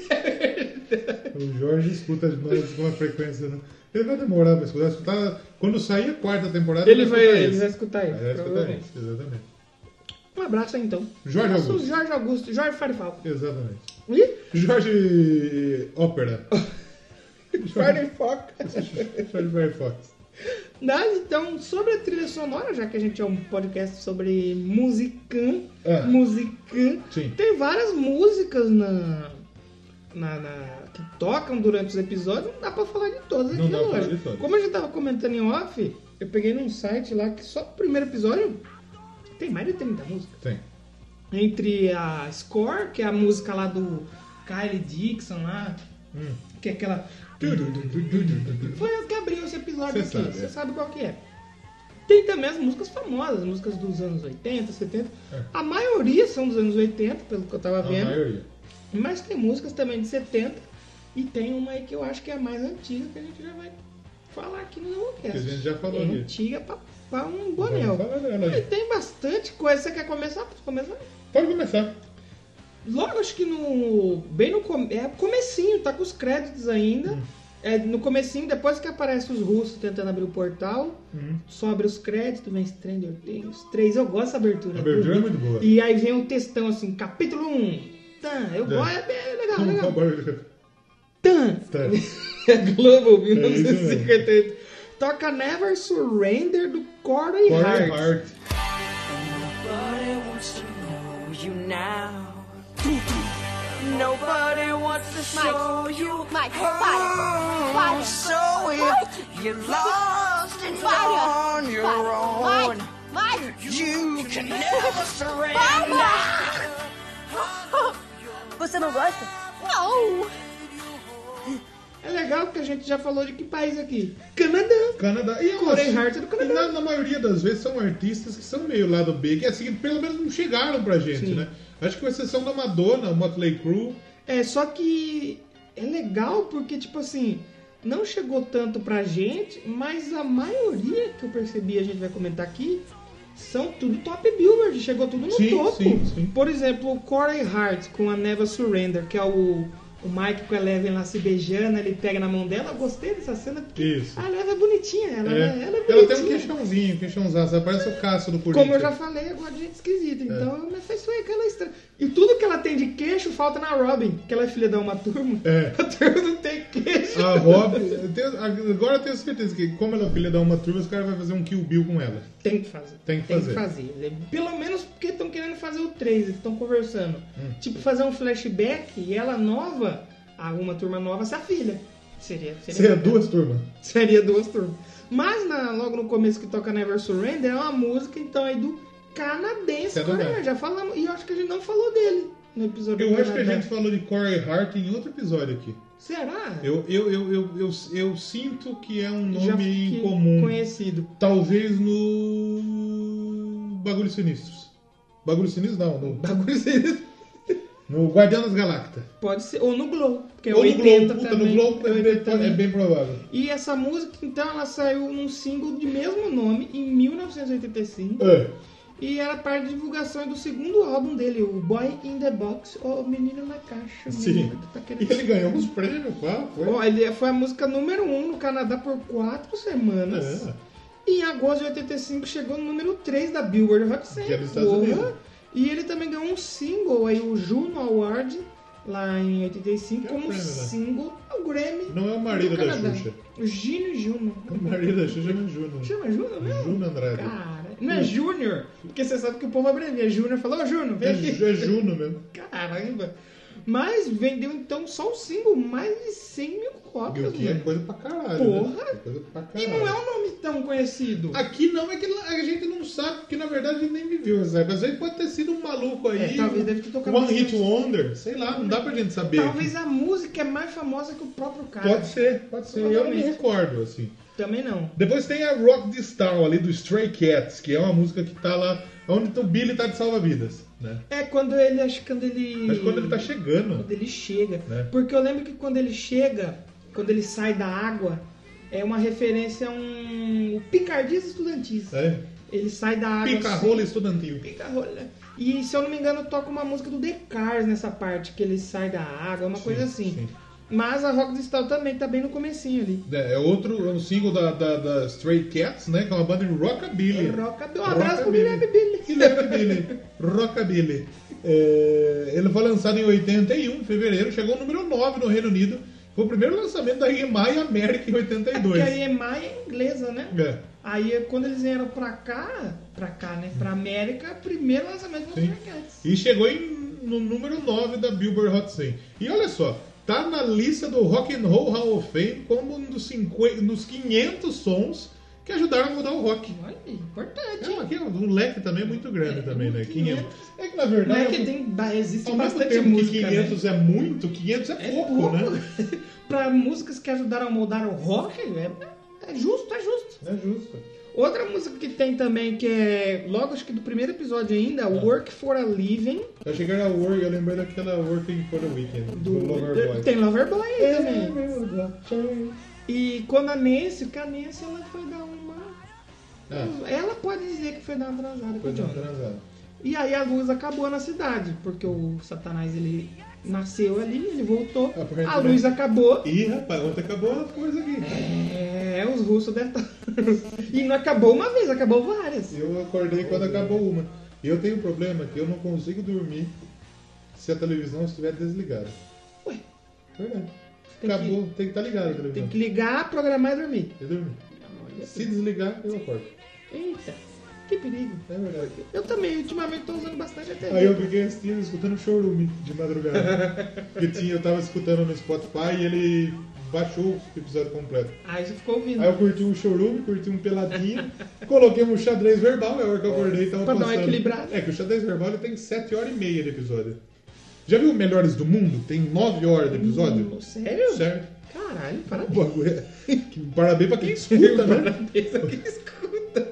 o Jorge escuta de nós com uma frequência. né? Ele vai demorar pra escutar. escutar- quando sair a quarta temporada, Ele vai- escutar ele isso. vai escutar isso, Aí Vai escutar provavelmente. isso, exatamente. Um abraço aí, então. Jorge Nosso Augusto. Jorge Augusto, Jorge Farifal. Exatamente. Ih, Jorge Ópera. Firefox. Jorge Firefox. Mas então, sobre a trilha sonora, já que a gente é um podcast sobre musicã, É. musicã, Sim. tem várias músicas na, na, na- que tocam durante os episódios, não dá pra falar de todas Não aqui, dá pra falar lógico. de todas. Como a gente tava comentando em off, eu peguei num site lá que só o primeiro episódio tem mais de 30 músicas. Tem. Entre a Score, que é a música lá do Kylie Dixon lá, Hum. que é aquela. Foi as que abriu esse episódio Cê aqui, sabe, você é. sabe qual que é. Tem também as músicas famosas, músicas dos anos 80, 70. É. A maioria são dos anos 80, pelo que eu tava A vendo. maioria. Mas tem músicas também de 70. E tem uma aí que eu acho que é a mais antiga, que a gente já vai falar aqui no Doublecast. Que a gente já falou É aqui. antiga pra, pra um bonel. Vamos falar dela né? aí. E tem bastante coisa. Você quer começar? Posso começar? Pode começar. Logo, acho que no. Bem no come- é comecinho, tá com os créditos ainda. Hum. É, no comecinho, depois que aparece os russos tentando abrir o portal, Hum. sobre os créditos, vem Stranger Things 3. Eu gosto dessa abertura. A abertura é muito boa. E aí vem um textão assim, capítulo 1. Tan, eu É. gosto, é bem legal, Como- legal. qual barulho? Tan. Tá. É Globo, isso mesmo. 1958. Toca Never Surrender do Corey Corey Hart. Hart. Nobody wants to know you now. Nobody wants to show you Mike, how. Mike, Mike, So if you're lost and on your own, you can never surrender. Você não gosta? Não! É legal porque a gente já falou de que país aqui? Canadá. Canadá. E Corey assim, Hart é do Canadá. Na, na maioria das vezes são artistas que são meio lado B, que assim, pelo menos não chegaram pra gente, né? Acho que com exceção da Madonna, o Motley Crue, É, só que é legal porque, tipo assim, não chegou tanto pra gente, mas a maioria que eu percebi, a gente vai comentar aqui, são tudo top Billboard, chegou tudo no Sim, topo. sim, sim. Por exemplo, o Corey Hart com a Never Surrender, que é o, o Mike com a Eleven lá se beijando, ele pega na mão dela, eu gostei dessa cena porque Isso. a Eleven é bonitinha, ela É. é, ela é Ela bonitinha. tem um queixãozinho, um queixãozinho. Ela parece o Cássio do Corinthians. Como eu já falei, eu gosto de gente É. esquisita, então eu me afeiçoei que ela é estranha. E tudo que ela tem de queixo falta na Robin, que ela é filha da uma turma. É. A turma não tem queixo. A Rob. eu tenho- Agora eu tenho certeza que, como ela é filha da uma turma, os caras vão fazer um Kill Bill com ela. Tem que fazer. Tem que Tem que fazer. fazer. Pelo menos porque estão querendo fazer o 3, eles estão conversando. Hum. Tipo, fazer um flashback e ela nova, alguma turma nova, ser a filha. Seria, seria, Seria é duas turmas. Seria duas turmas. Mas na- logo no começo que toca Never Surrender é uma música, então, aí do canadense. Canadá. coreano. Já falamos. E eu acho que a gente não falou dele no episódio Eu do acho que a Canadá. gente falou de Corey Hart em outro episódio aqui. Será? Eu, eu, eu, eu, eu, eu sinto que é um Já nome em fiquei comum. Conhecido. Talvez no. Bagulho Sinistros. Bagulho Sinistro não, no. Bagulho Sinistro. No Guardião das Galactas. Pode ser. Ou no Glow. Porque é Ou no 80 Globo, puta, no também. Globo é é 80 bem, é também. bem provável. E essa música, então, ela saiu num single de mesmo nome em 1985. É. E era parte de divulgação do segundo álbum dele, o Boy in the Box, ou Menino na Caixa. o É, Sim. menino que tá E querendo- ele ganhou um uns prêmios, pá. Foi. Ó, ele foi a música número 1 um no Canadá por quatro semanas. É. E em agosto de 85 chegou no número 3 da Billboard Hot 100. Que é dos Estados porra. Unidos. E ele também ganhou um single aí, o Juno Award, lá em 85, Que é o como prêmio, né? single. É o Grammy. Não é o marido do da Canadá. Xuxa. O Gino Júnior. O marido um da Xuxa é o Júnior. Chama Júnior mesmo? Júnior Andrade. Cara, não é Júnior, porque você sabe que o povo abrevia. Júnior falou, ô Júnior, vem É aqui. Ju- é Juno mesmo. Caramba. Mas vendeu então só o single, mais de 100 mil cópias, E o que é velho. coisa pra caralho, Porra! né? É coisa pra E caralho. não é um nome tão conhecido. Aqui não, é que a gente não sabe, porque na verdade a gente nem viveu essa época. Às vezes pode ter sido um maluco aí. É, talvez deve ter tocado One bastante. Hit Wonder, sei lá, não dá pra gente saber. Talvez a música é mais famosa que o próprio cara. Pode ser, pode ser. Eu não me Provavelmente. recordo, assim. Também não. Depois tem a Rock This Town ali do Stray Cats, que é uma música que tá lá onde o Billy tá de salva-vidas, né? É quando ele acho que quando ele. Mas quando ele tá chegando, Quando ele chega. né? Porque eu lembro que quando ele chega, quando ele sai da água, é uma referência a um. Picardias estudantis. É. Ele sai da água. assim, Pica-rola estudantil. Pica-rola. E se eu não me engano, toca uma música do The Cars nessa parte, que ele sai da água, uma coisa assim. Mas a Rock This Town também tá bem no comecinho ali. É é outro é um single da, da, da Stray Cats, né? Que é uma banda de rockabilly. Rockabilly. Um abraço pro Guilherme Billy. Guilherme Billy. Rockabilly. É, ele foi lançado em 81, em fevereiro. Chegou ao número 9 no Reino Unido. Foi o primeiro lançamento da EMI América em Porque 82. a EMI é inglesa, né? É. Aí quando eles vieram pra cá, pra cá, né? Pra América, primeiro lançamento do Stray Cats. E chegou em- no número 9 da Billboard Hot 100. E olha só, tá na lista do Rock and Roll Hall of Fame como um dos, 50, dos 500 sons que ajudaram a mudar o rock. Olha, importante. É um, aqui é um leque também muito grande também, né? 500. É que na Não verdade... é que tem, ba- existe Ao mesmo bastante tempo que música, né? 500 é muito, 500 é, pouco, né? Para músicas que ajudaram a moldar o rock, é, é justo, é justo. É justo. Outra música que tem também, que é logo acho que do primeiro episódio Ah. ainda, Work for a Living. Eu achei que era Work, eu lembrei daquela Working for the Weekend, do, Loverboy. Tem Loverboy aí É. também. E quando a Nancy, que a Nancy ela foi dar uma. Ah. Ela pode dizer que foi dar uma atrasada com Foi o dar uma John. atrasada. E aí a luz acabou na cidade, porque o Satanás ele nasceu ali, ele voltou, a luz acabou. Ih, rapaz, ontem acabou a coisa aqui. É, os russos devem estar. e não acabou uma vez, acabou várias. Eu acordei quando acabou uma. E eu tenho um problema que eu não consigo dormir se a televisão estiver desligada. Ué? Verdade. acabou, tem que estar ligado a televisão. Tem que ligar, programar e dormir. Eu dormi. Se desligar, eu acordo. Eita, que perigo. É verdade. Eu também, ultimamente, tô usando bastante a TV. Aí eu fiquei assistindo, escutando chorume de madrugada. Porque tinha, eu tava escutando no Spotify e ele baixou o episódio completo. Aí você ficou ouvindo. Aí eu curti um chorume, curti um peladinho, coloquei um xadrez verbal, é a hora que eu acordei e tava Pra dar uma passando. equilibrada. É que o xadrez verbal ele tem 7 horas e meia de episódio. Já viu Melhores do Mundo? Tem 9 horas de episódio? Hum, sério? Sério. Caralho, parabéns. O bagulho é- que- Parabéns pra quem escuta, né? Isso aqui escuta.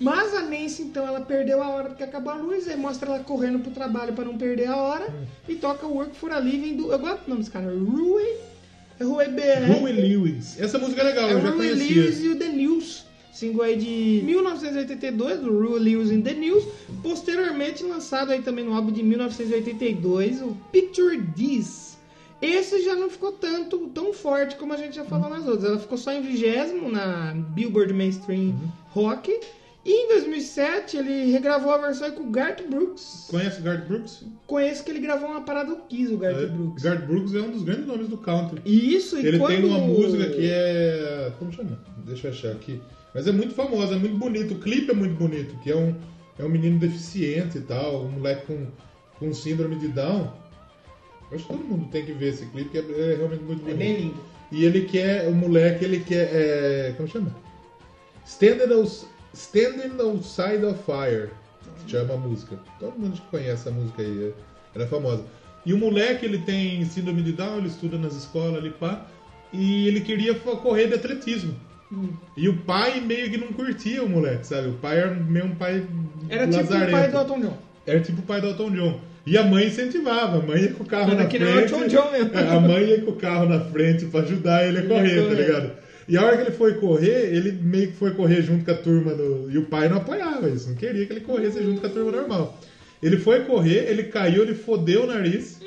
Mas a Nancy, então, ela perdeu a hora porque acabou a luz, aí mostra ela correndo pro trabalho pra não perder a hora e toca Work for a Living do. Eu gosto do nome desse cara, Rui. É Rui BR. Huey Lewis. Essa música é legal, É eu o já Rui conhecia. Lewis e o The News. Single aí de 1982, do Rue Lewis and The News. Posteriormente lançado aí também no álbum de 1982, o Picture This. Esse já não ficou tanto tão forte como a gente já falou nas outras. Ela ficou só em vigésimo na Billboard Mainstream Uhum. Rock. E em 2007 ele regravou a versão aí com o Garth Brooks. Conhece o Garth Brooks? Conheço que ele gravou uma parada do Kiss, o Garth Brooks. É. Garth Brooks é um dos grandes nomes do country. Isso, e Ele quando... tem uma música que é. Como chama? Deixa eu achar aqui. Mas é muito famosa, é muito bonito. O clipe é muito bonito, que é um, é um menino deficiente e tal, um moleque com, com síndrome de Down. Eu acho que todo mundo tem que ver esse clipe, que é, é realmente muito bonito. bem lindo. E ele quer, o moleque, ele quer. é, como chama? Standing, Outs- Standing Outside of Fire. Chama a música. Todo mundo que conhece a música aí. é- Era famosa. E o moleque, ele tem síndrome de Down, ele estuda nas escolas ali, pá. E ele queria fo- correr de atletismo. Hum. E o pai meio que não curtia o moleque, sabe? O pai era meio um pai Era tipo o pai lazarento. do Elton John. Era tipo o pai do Elton John. E a mãe incentivava, a mãe ia com o carro Mas na aqui frente. não é o Elton John mesmo. A mãe ia com o carro na frente pra ajudar ele a correr, tá correr. ligado? E a hora que ele foi correr, ele meio que foi correr junto com a turma do. E o pai não apoiava isso, não queria que ele corresse junto com a turma normal. Ele foi correr, ele caiu, ele fodeu o nariz.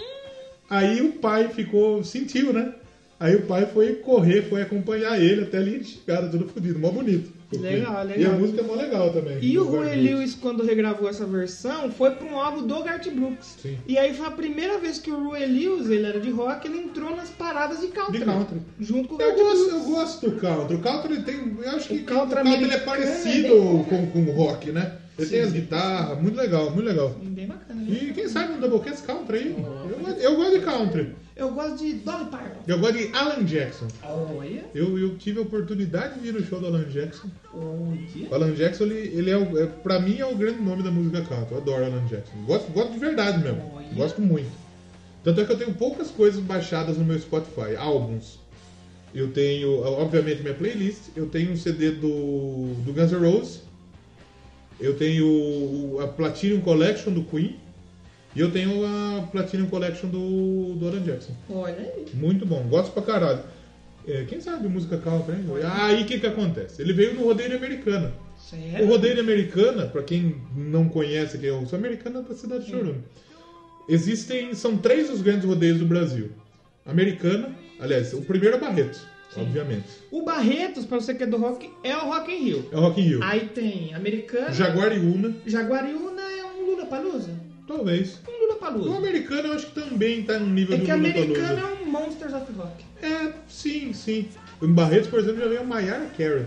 Aí o pai ficou. sentiu, né? Aí o pai foi correr, foi acompanhar ele até a linha de chegada, tudo fodido, mó bonito. Legal, E a legal. música é mó legal também. E o Dos Rui Arctic. Lewis, quando regravou essa versão, foi para um álbum do Garth Brooks. E aí foi a primeira vez que o Rui Lewis, ele era de rock, ele entrou nas paradas de country. De country. Então, Junto com o Eu Garth gosto, Brooks. eu gosto do country. O country tem. Eu acho que o country, ele country é americano parecido é bem- com, com o rock, né? Ele tem Sim. as guitarras, muito legal, muito legal. Bem bacana. né? E quem sabe um Doublecast country aí? Eu, eu gosto de country. Eu gosto de Dolly Parton. Eu gosto de Alan Jackson. Olha. Eu, eu tive a oportunidade de ir no show do Alan Jackson. Olha. O Alan Jackson, ele, ele é, o, é, pra mim, é o grande nome da música country. Eu adoro Alan Jackson. Gosto, gosto de verdade mesmo. Gosto muito. Tanto é que eu tenho poucas coisas baixadas no meu Spotify, álbuns. Eu tenho, obviamente, minha playlist. Eu tenho um CD do, do Guns N' Roses. Eu tenho o- a Platinum Collection do Queen. E eu tenho a Platinum Collection do, do Alan Jackson. Olha aí. Muito bom, gosto pra caralho. É, quem sabe música country, hein? Ah, Aí o que que acontece? Ele veio no rodeio de americana. Sério? É. O rodeio de americana, pra quem não conhece, que eu sou americana é da cidade É. de Chorume. Existem, são três os grandes rodeios do Brasil. Americana, aliás, o primeiro é Barretos, obviamente. O Barretos, pra você que é do rock, é o Rock in Rio. É o Rock in Rio. Aí tem Americana. Jaguariúna. Jaguariúna é um Lula Palusa? Talvez. Um Lula Palusa. O americano eu acho é que também tá no nível É do que Lollapalooza. americano é um Monsters of Rock. É, sim, sim. Em Barretos, por exemplo, já veio a Mayara Carey.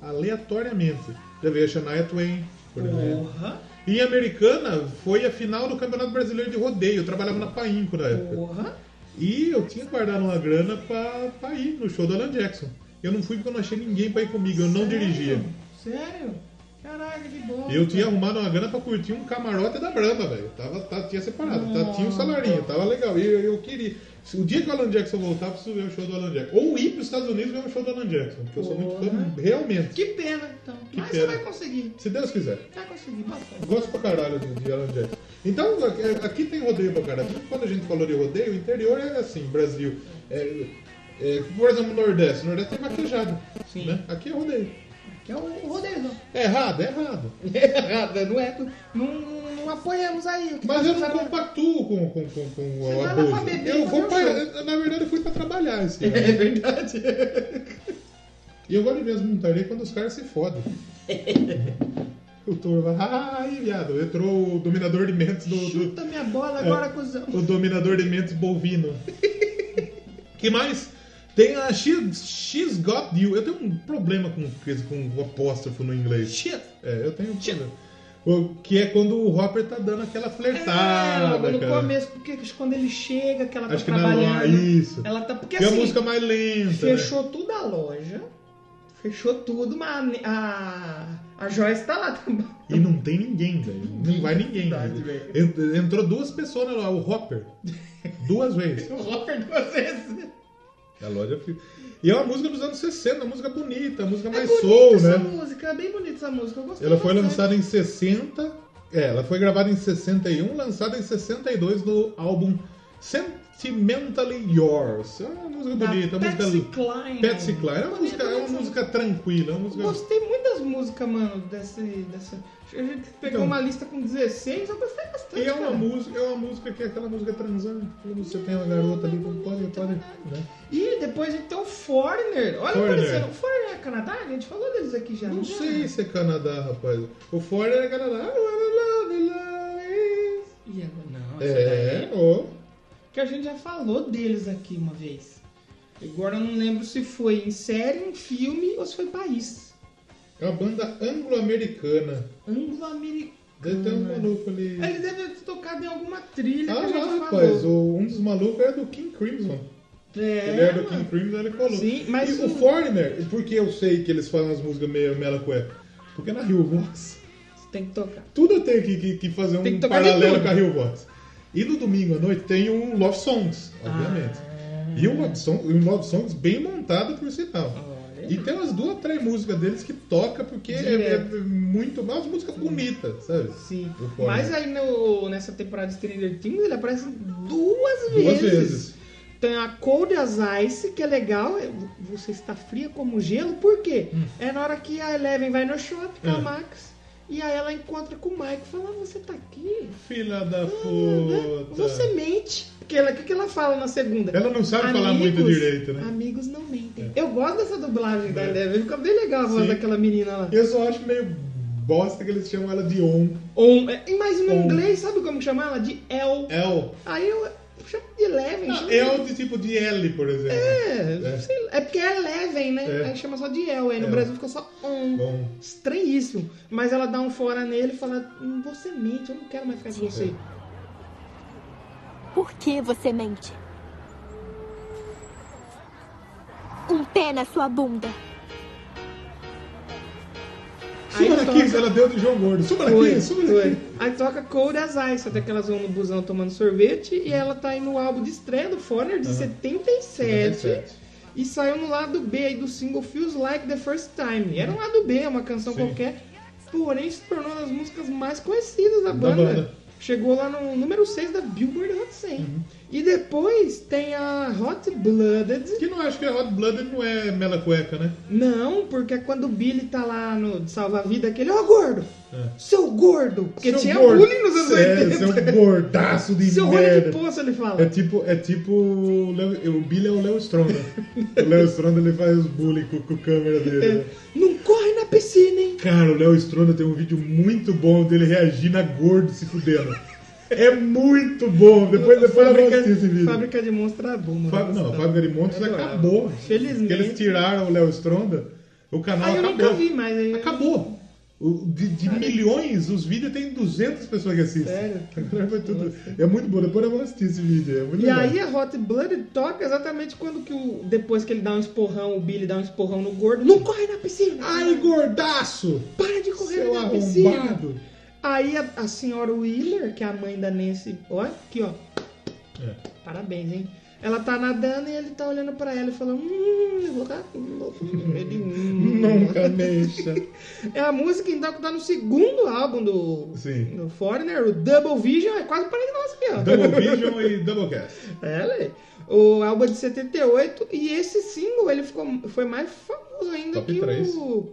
Aleatoriamente. Já veio a Shania Twain, por exemplo. Porra. E em Americana foi a final do Campeonato Brasileiro de Rodeio. Eu trabalhava na Painco na época. Porra. E eu tinha guardado uma grana pra, pra ir no show do Alan Jackson. Eu não fui porque eu não achei ninguém pra ir comigo. Eu não dirigia. Sério? Caraca, que bom. Eu tinha um. arrumado uma grana pra curtir um camarote da Brahma, velho. Tava, tá- tinha separado, tá- tinha um salarinho, tava legal. E eu, eu queria. Se o dia que o Alan Jackson voltar, eu preciso ver o show do Alan Jackson. Ou ir pros Estados Unidos ver o show do Alan Jackson, porque eu sou muito fã, realmente. Que pena, então. Que Mas pena. você vai conseguir. Se Deus quiser. Vai conseguir, bastante. Gosto pra caralho de, de Alan Jackson. Então, aqui- aqui tem rodeio pra caralho. Quando a gente falou de rodeio, o interior é assim, Brasil. É, é, por exemplo, Nordeste. Nordeste tem vaquejado. Sim. Né? Aqui é rodeio. Que é o rodeio, não. É errado, é errado. né? É errado, não é. Não, não apoiamos aí. Mas eu não compactuo com, com, com, com o vai lá abuso. pra beber eu e vou fazer pra- o Na verdade, eu fui pra trabalhar esse É ano. verdade. E eu gosto de ver as montarias quando os caras se fodem. o touro vai, ai, viado, entrou o dominador de mentes do. do Chuta minha bola É. agora, cuzão. o dominador de mentes bovino. que mais? Tem a X, X Got You. Eu tenho um problema com, com o apóstrofo no inglês. Shit. É, eu tenho um problema. O, que é quando o Hopper tá dando aquela É, flertada, logo no cara. começo, porque quando ele chega, que ela tá Acho que na loja, trabalhando. isso. Ela tá. Porque Que é a assim, música mais lenta, né? Fechou tudo a loja. Fechou tudo, mas a, a, a Joyce tá lá também. E não tem ninguém, velho. Não vai ninguém. velho. Ent- Entrou duas pessoas lá, o Hopper. Duas vezes. O Robert duas vezes. A loja fica- E é uma música dos anos 60, uma música bonita, uma música mais É bonita soul, né? essa música, é bem bonita essa música. Eu gostei Ela foi bastante. lançada em 60. É, ela foi gravada em 61, lançada em 62 no álbum Sentimentally Yours. É uma música Da bonita, uma Patsy música. Cline. Patsy Cline. É uma Bonita música, é uma mesmo. música tranquila, é uma música. Gostei muito das músicas, mano, desse, dessa. A gente pegou Então. uma lista com 16, eu gostei bastante. E é uma cara. música, é uma música que é aquela música transante, quando você tem uma garota ali, pode, pode, né? E depois então Foreigner. Olha Foreigner. aparecendo. O Foreigner é Canadá? A gente falou deles aqui já. Não já? sei se é Canadá, rapaz. O é Ford era Canadá. Love, love is- E agora? Não, essa É, daí- ó. Que a gente já falou deles aqui uma vez. Agora eu não lembro se foi em série, em filme ou se foi país. É uma banda anglo-americana. Anglo-americano. Deve ter um maluco ali. Ele deve ter tocado em alguma trilha que Ah, a gente já, falou. rapaz. O, um dos malucos era do King Crimson. É, ele era do King mano. Crimson, ele colou. Sim, mas e o... o- Foreigner, por que eu sei que eles fazem umas músicas meio mela cueca? Porque é na Rio Vox, Tem que tocar. tudo tem que, que- que fazer um Tem que tocar de paralelo tudo. com a Rio Vox. E no domingo à noite tem o Love Songs, Ah. obviamente. E um Love, Song, um Love Songs bem montado, por sinal. E tem umas duas, três músicas deles que toca, porque é, é Direto. muito mais música bonita, sabe? Sim. O Foreigner. Mas aí no- nessa temporada de Stranger Things ele aparece duas Duas vezes. vezes. Tem a Cold as Ice, que é legal. é, Você está fria como gelo. Por quê? É na hora que a Eleven vai no shopping com a Hum. Max. E aí ela encontra com o Mike e fala, "Ah, você tá aqui? Filha da né? puta. Você mente. Porque ela- o que, que ela fala na segunda? Ela não sabe falar muito direito, né? É. Amigos não mentem. Eu gosto dessa dublagem da Eleven, fica bem legal a voz Sim. daquela menina lá. Eu só acho meio bosta que eles chamam ela de On. On. é, Mas no On. inglês, sabe como chamar ela? De El. El. Aí eu chamo de Eleven. Ah, chamo de- El de tipo de L, por exemplo. É, sei lá. é porque é Eleven, né? É. Aí chama só de El, aí no El. Brasil ficou só On. Bom. Estranhíssimo. Mas ela dá um fora nele e fala: "Hum, Você mente, eu não quero mais ficar com você. Por que você mente? Um pé na sua bunda. Suba daqui, ela deu do João Gordo. Suba assim, Foi, daqui, suba foi. daqui. Aí toca Cold as Ice, até que elas vão no busão tomando sorvete e ela tá aí no álbum de estreia do Foreigner de Aham. 77, 77. e saiu no lado B aí do single Feels Like the First Time. Era um lado B, é uma canção qualquer, porém se tornou uma das músicas mais conhecidas Da da banda. banda. Chegou lá no número 6 da Billboard Hot 100. E depois tem a Hot Blooded. Que não acho que a Hot Blooded não é mela cueca, né? Não, porque é quando o Billy tá lá no salva-vida, aquele, ó, gordo! É. Seu gordo! Porque Seu tinha gordo. bullying nos anos É, 80. Seu gordaço de Seu gordo merda. de poço, ele fala. É tipo, é tipo o, Leo- o Billy é o Léo Stronda. o Léo Stronda ele faz os bullying com, com a câmera dele. né? É. Não corre na piscina, hein? Cara, o Léo Stronda tem um vídeo muito bom dele reagindo a gordo se fudendo. É muito bom. Depois, depois eu vou fábrica, assistir esse vídeo. Fábrica de monstros acabou, mano. Fá- Não, a Fábrica de Monstros Adorava. acabou. Felizmente. Porque eles tiraram o Léo Stronda, o canal Aí eu acabou. nunca vi mais. aí eu- Acabou. O- De, de milhões, os vídeos tem 200 pessoas que assistem. Sério? Agora foi tudo- É muito bom, depois eu vou assistir esse vídeo. É muito E legal. aí a Hot Blooded toca exatamente quando que o. Depois que ele dá um esporrão, o Billy dá um esporrão no gordo. Não corre na piscina! Ai, gordaço! Para de correr Seu na piscina! arrombado! Aí a, a senhora Wheeler, que é a mãe da Nancy, ó, aqui ó, É. parabéns, hein? Ela tá nadando e ele tá olhando pra ela e falando, hum, eu vou cá. hum, Ele, hum. Nunca mexa. É a música então que tá no segundo álbum do, Sim. do Foreigner, o Double Vision, é quase parecido nosso aqui, ó. Double Vision e Doublecast. É, lei. O álbum é de 78 e esse single ele ficou, foi mais famoso ainda Top que três. o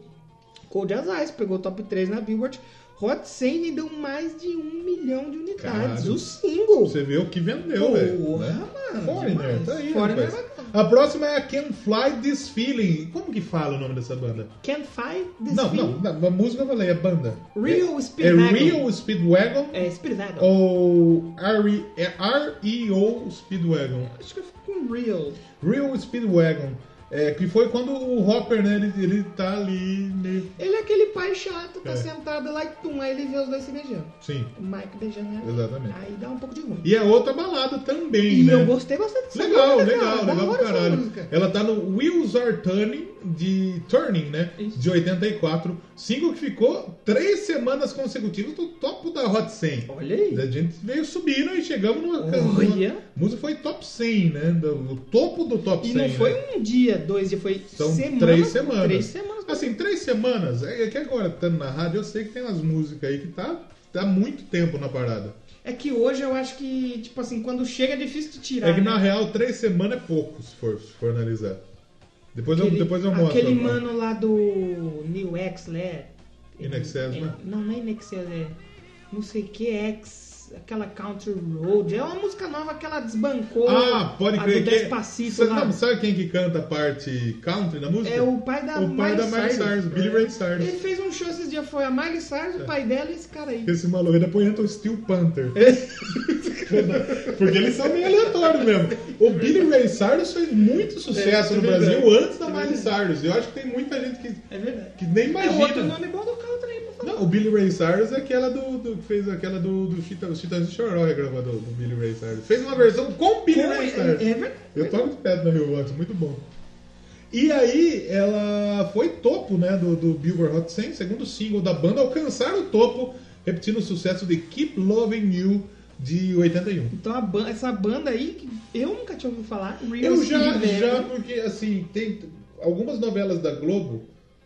Cold As Ice, pegou o top 3 na Billboard. Hot 100 vendeu mais de um milhão de unidades. Caralho. O single. Você vê o que vendeu, velho. Porra, né? mano, Foreigner, é demais. tá aí, Foreigner rapaz. é A próxima é a Can Fly This Feeling. Como que fala o nome dessa banda? Can't Fight This não, Feeling. não, não, a música eu falei, é banda. Real é, Speedwagon. É Real Speedwagon É, Spiridado. ou R- é R.E.O. Speedwagon? Acho que eu fico com Real. Real Speedwagon. É, que foi quando o Hopper, né, ele, ele tá ali, meio... Ele é aquele pai chato, tá É. sentado lá e pum, aí ele vê os dois se beijando. Sim, O Mike beijando ela. exatamente. Aí dá um pouco de ruim. E é outra balada também, E né? eu gostei bastante dessa Legal, música, legal, cara. Da legal hora pra essa caralho. música. Ela tá no Wheels Are Turning, de Turning, né? De 84. Single que ficou três semanas consecutivas do topo da Hot 100. Olha aí. A gente veio subindo e chegamos numa... Olha. numa- A música foi top 100, né? Do, do topo do top E 100, não foi né? um dia, dois dias, foi São semana, três semanas. Três semanas. Assim, três semanas. É que agora, estando na rádio, eu sei que tem umas músicas aí que tá, tá muito tempo na parada. É que hoje eu acho que, tipo assim, quando chega é difícil de tirar. É que né? na real, três semanas é pouco, se for, se for analisar. Depois, Aquele- eu, depois eu mostro. Aquele ó, mano lá do New X, né? In Excess, É- né? Não, não é Inexcess, é. Não sei que X, aquela Country Road. É uma música nova que ela desbancou. Ah, pode a crer do que. tá Despacito sabe, lá. não, sabe quem que canta a parte country na música? É o pai da O pai Miley da Miley Cyrus, Cyrus. Billy Ray Ele Cyrus. É. fez um show esses dias, foi a Miley Cyrus, o pai dela e esse cara aí. Esse maluco, e depois entra o Steel Panther. É. Porque eles são meio aleatórios mesmo. O Billy Ray Cyrus fez muito sucesso É, no é verdade. Brasil antes da É Miley Cyrus. Eu acho que tem muita gente que, É verdade. que nem É outro imagina. nome igual do Country aí, pra falar. Não, o Billy Ray Cyrus é aquela do, do- que fez aquela do, do Chita- os Titãs de Choró regravador é do Billy Ray Cyrus. Fez uma versão com o Billy Com- Ray é- Cyrus. é verdade. Eu toco de pedra na Rio Watts, muito bom. E aí ela foi topo, né, do, do Billboard Hot 100, segundo single da banda, alcançar o topo, repetindo o sucesso de Keep Loving You de 81. Então a ban- essa banda aí, que eu nunca tinha ouvido falar, Real Eu já, Speedwagon. já, porque assim, tem algumas novelas da Globo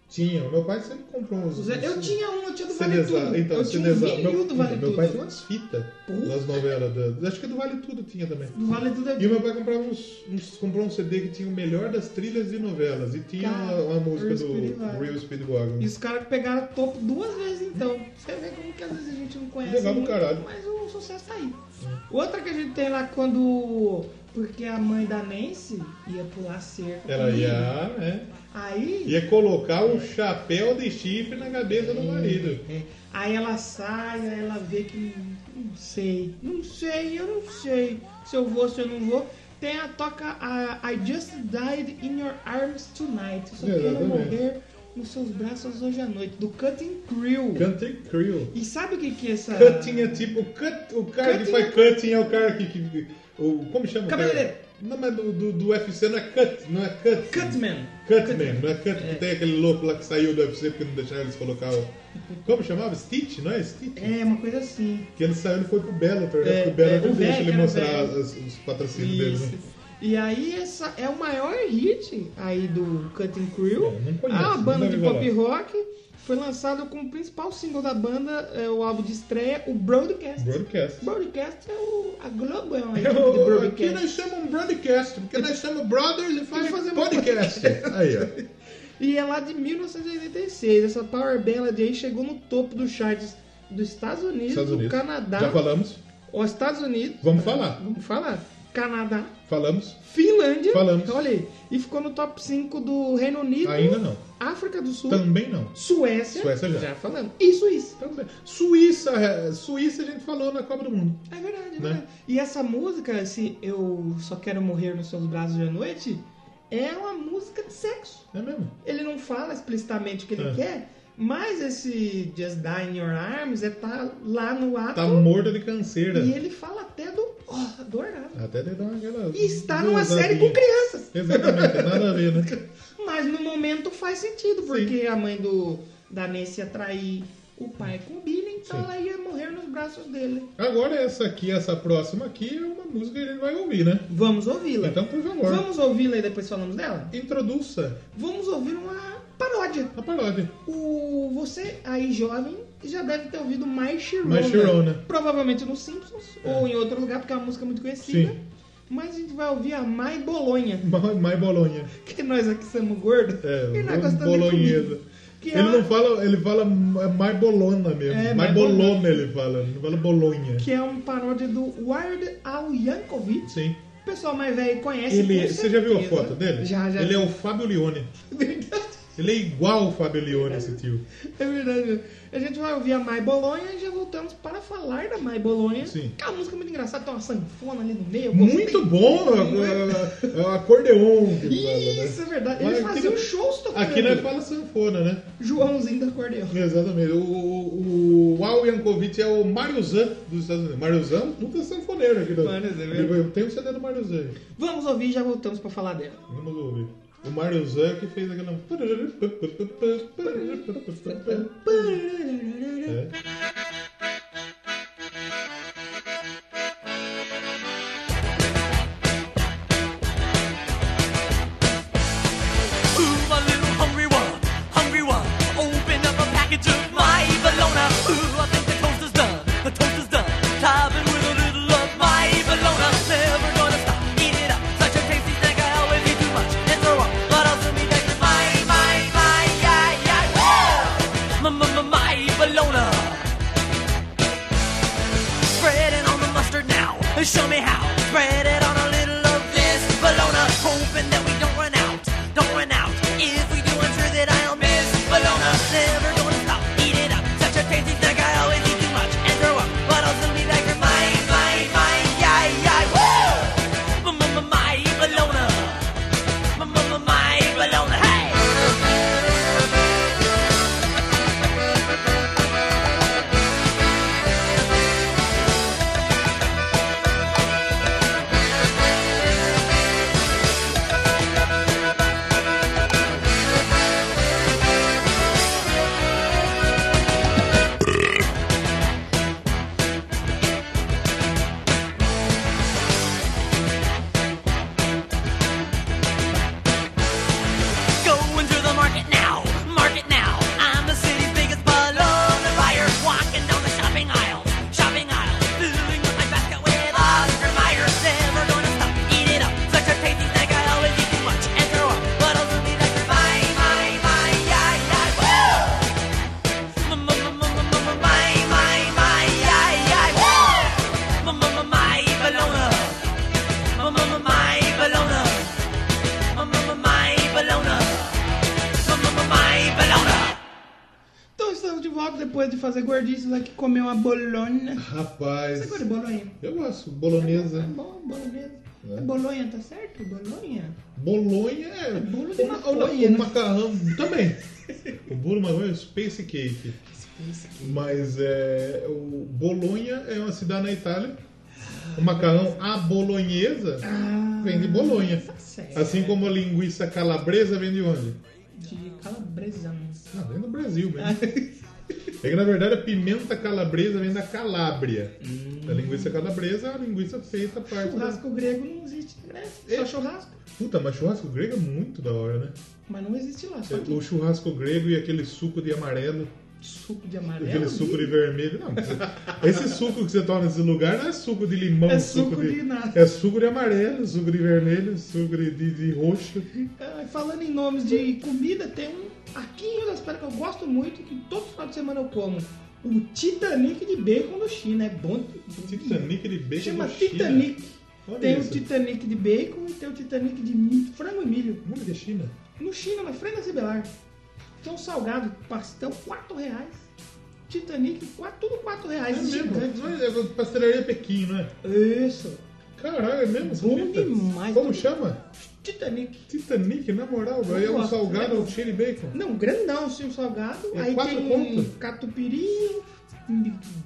Tinha, meu pai sempre comprou uns. Eu tinha um, eu tinha do Vale CDs lá. Tudo. Então, eu tinha um CDs lá. vinil Meu, do Vale meu Tudo. pai tinha umas fitas das novelas. Da, acho que do Vale Tudo tinha também. Do Vale Tudo é E meu pai comprava uns, uns- comprou um CD que tinha o melhor das trilhas de novelas. E tinha Cara, uma, uma música Real do Speedwagon. Real Speedwagon. E os caras pegaram topo duas vezes então. Você vê como que às vezes a gente não conhece. Legal do muito, caralho. Mas o sucesso tá aí. Outra que a gente tem lá quando. Porque a mãe da Nancy ia pular cerca. Ela comigo. ia, né? Aí. Ia colocar o chapéu de chifre na cabeça do marido. Aí ela sai, aí ela vê que não sei, não sei, eu não sei se eu vou, se eu não vou. Tem a toca a I Just Died in Your Arms Tonight. Eu só quero Exatamente. morrer nos seus braços hoje à noite. Do Cutting Crew. Country Crew. E sabe o que que é essa. Cutting é tipo. Cut, o cara que Cutting faz cutting é o cara que. que- o, como chama? o cara? Cabeleireiro. Não, mas do, do, do UFC não é cut, não é cut. Cutman. Cutman, não é cut. Tem aquele louco lá que saiu do UFC porque não deixaram eles colocar o. Como chamava? Stitch, não é? Stitch? É, uma coisa assim. Que ele saiu e foi pro Bellator, né? É, Porque o Bellator é, o deixa velho, ele era o mostrar velho. as- os patrocínios deles. né? E aí essa é o maior hit aí do Cutting Crew. É, conheço, a banda nunca de ouvi pop falar. rock foi lançado como principal single da banda, é, o álbum de estreia, o Broadcast. Broadcast. Broadcast é o a Globo é uma É equipe o- de aqui Broadcast. nós chamamos broadcast, porque nós chamamos brothers e faz fazemos podcast. Aí, ó. E é lá de 1986. Essa Power Ballad aí chegou no topo dos charts dos Estados Unidos, Estados do Unidos. Canadá, Já falamos? os Estados Unidos, Vamos falar. vamos falar, Canadá, Falamos? Finlândia. Então, Falamos. Olha aí. E ficou no top 5 do Reino Unido. Ainda não. África do Sul. Também não. Suécia. Suécia já. falando. E Suíça. Também. Suíça, é, Suíça a gente falou na Copa do Mundo. É verdade, é Né? verdade. E essa música, se Eu Só Quero Morrer nos Seus Braços de Noite, é uma música de sexo. É mesmo? Ele não fala explicitamente o que ele É. quer, mas esse Just Die in Your Arms é tá lá no ato. Tá morto de canseira. E ele fala até do. Oh, adorável. Até ele dá aquela. E está numa Gozadinha. série com crianças. Exatamente, nada a ver, né? Mas no momento faz sentido, porque a mãe do da Nancy ia trair o pai com o Billy, então Sim. ela ia morrer nos braços dele. Agora essa aqui, essa próxima aqui é uma música que a gente vai ouvir, né? Vamos ouvi-la. Então, por favor. Vamos ouvi-la e depois falamos dela? Introduça. Vamos ouvir uma paródia. Uma paródia. O você aí jovem já deve ter ouvido My Chirona. My Chirona. Provavelmente nos Simpsons ou em outro lugar, porque é uma música muito conhecida. Sim. Mas a gente vai ouvir a My Bolonha, Ma- Mais Bolonha. que nós aqui somos gordos e nós Bo- gostamos tá de Bolonhesa. comida. Que É. é Ele ela- não fala, ele fala ma- mais bolona mesmo. É, mais mais bolona. bolona ele fala, não fala bolonha. que é uma paródia do Wired Al Yankovic. Sim. O pessoal mais velho conhece. Ele, com você já viu a certeza. foto dele? Já, já. Ele é um- o Fábio Leone. Ele é igual o Fábio Leone, esse tio. É verdade. A gente vai ouvir a Mai Bolonha e já voltamos para falar da Mai Bolonha. Sim. Que é uma música muito engraçada, tem uma sanfona ali no meio. eu gostei. Muito bom, é o acordeon. que fala, né? né? Isso é verdade. Olha, Ele aqui fazia não- é um show tocando. Aqui nós fala sanfona, né? Joãozinho da Cordeão. Exatamente. O, o, o Al Yankovic é o Mariozan dos Estados Unidos. Mariozan é um puta sanfoneiro aqui. Do... Mariozan, é eu, eu tenho o um CD do Mariozan. aí. Vamos ouvir e já voltamos para falar dela. Vamos ouvir. O Mariozan que fez aquela... É. Ooh, a little hungry one, hungry one. Open up a package of my bologna. Ooh, I think the toast is done, the toast is done. Top it with a little of my bologna. Never gonna stop, eat it up. Such a tasty snack, I always eat too much and throw up. But I'll soon be back to my, my, my, yeah, yeah, yeah. My, my, my, my bologna. depois Então, de fazer gordice lá que comeu uma bolonha. Rapaz. Você gosta de bolonha? Eu gosto, né? bolonesa. É bom, bolonhesa. É bolonha, tá certo? Bolonha? Bolonha é. bolo de o- o- maconha, o né? macarrão também. o bolo de macarrão é space cake. Mas é. O Bolonha é uma cidade na Itália. O macarrão à bolonhesa Ah. vem de Bolonha. certo. Assim como a linguiça calabresa vem de onde? De calabresa. Ah, vem do Brasil mesmo. É que na verdade a pimenta calabresa vem da Calábria. A linguiça calabresa é a linguiça feita parte da. Hum. Churrasco grego não existe na Grécia. É. Só churrasco. Puta, mas churrasco grego é muito da hora, né? Mas não existe lá. Só O aqui. É, um churrasco grego e aquele suco de amarelo, suco de amarelo. aquele É, suco de vermelho. Não, esse suco que você toma nesse lugar não é suco de limão, É suco de nada. É suco de amarelo, suco de vermelho, suco de, de, de roxo. Ah, falando em nomes de comida, tem um aqui em Rio das Pedras que eu gosto muito, que todo final de semana eu como. O Titanic de bacon do China. É bom. Titanic de bacon Chama do China. Titanic. Olha tem um isso. o Titanic de bacon e tem o Titanic de mi- frango e milho. Onde é China? No China, na frente da Cibelar. Tem um salgado, pastel, 4 reais. Titanic, quatro- tudo 4 reais. É mesmo? gigante. É pastelaria Pequim, não é? Isso. Caralho, é mesmo? Bom Comida? demais. Como chama? Titanic. Titanic, na moral, Eu é um gosto, salgado né? ao cheiro e bacon. Não, grandão, sim, o salgado. É aí quatro tem conto? catupiry, um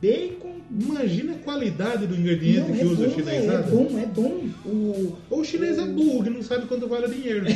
bacon. Imagina a qualidade do ingrediente Não, que é usa o bom, chinês, velho, é nada. bom, é bom. O, Ou o chinês é burro, que não sabe quanto vale o dinheiro. né?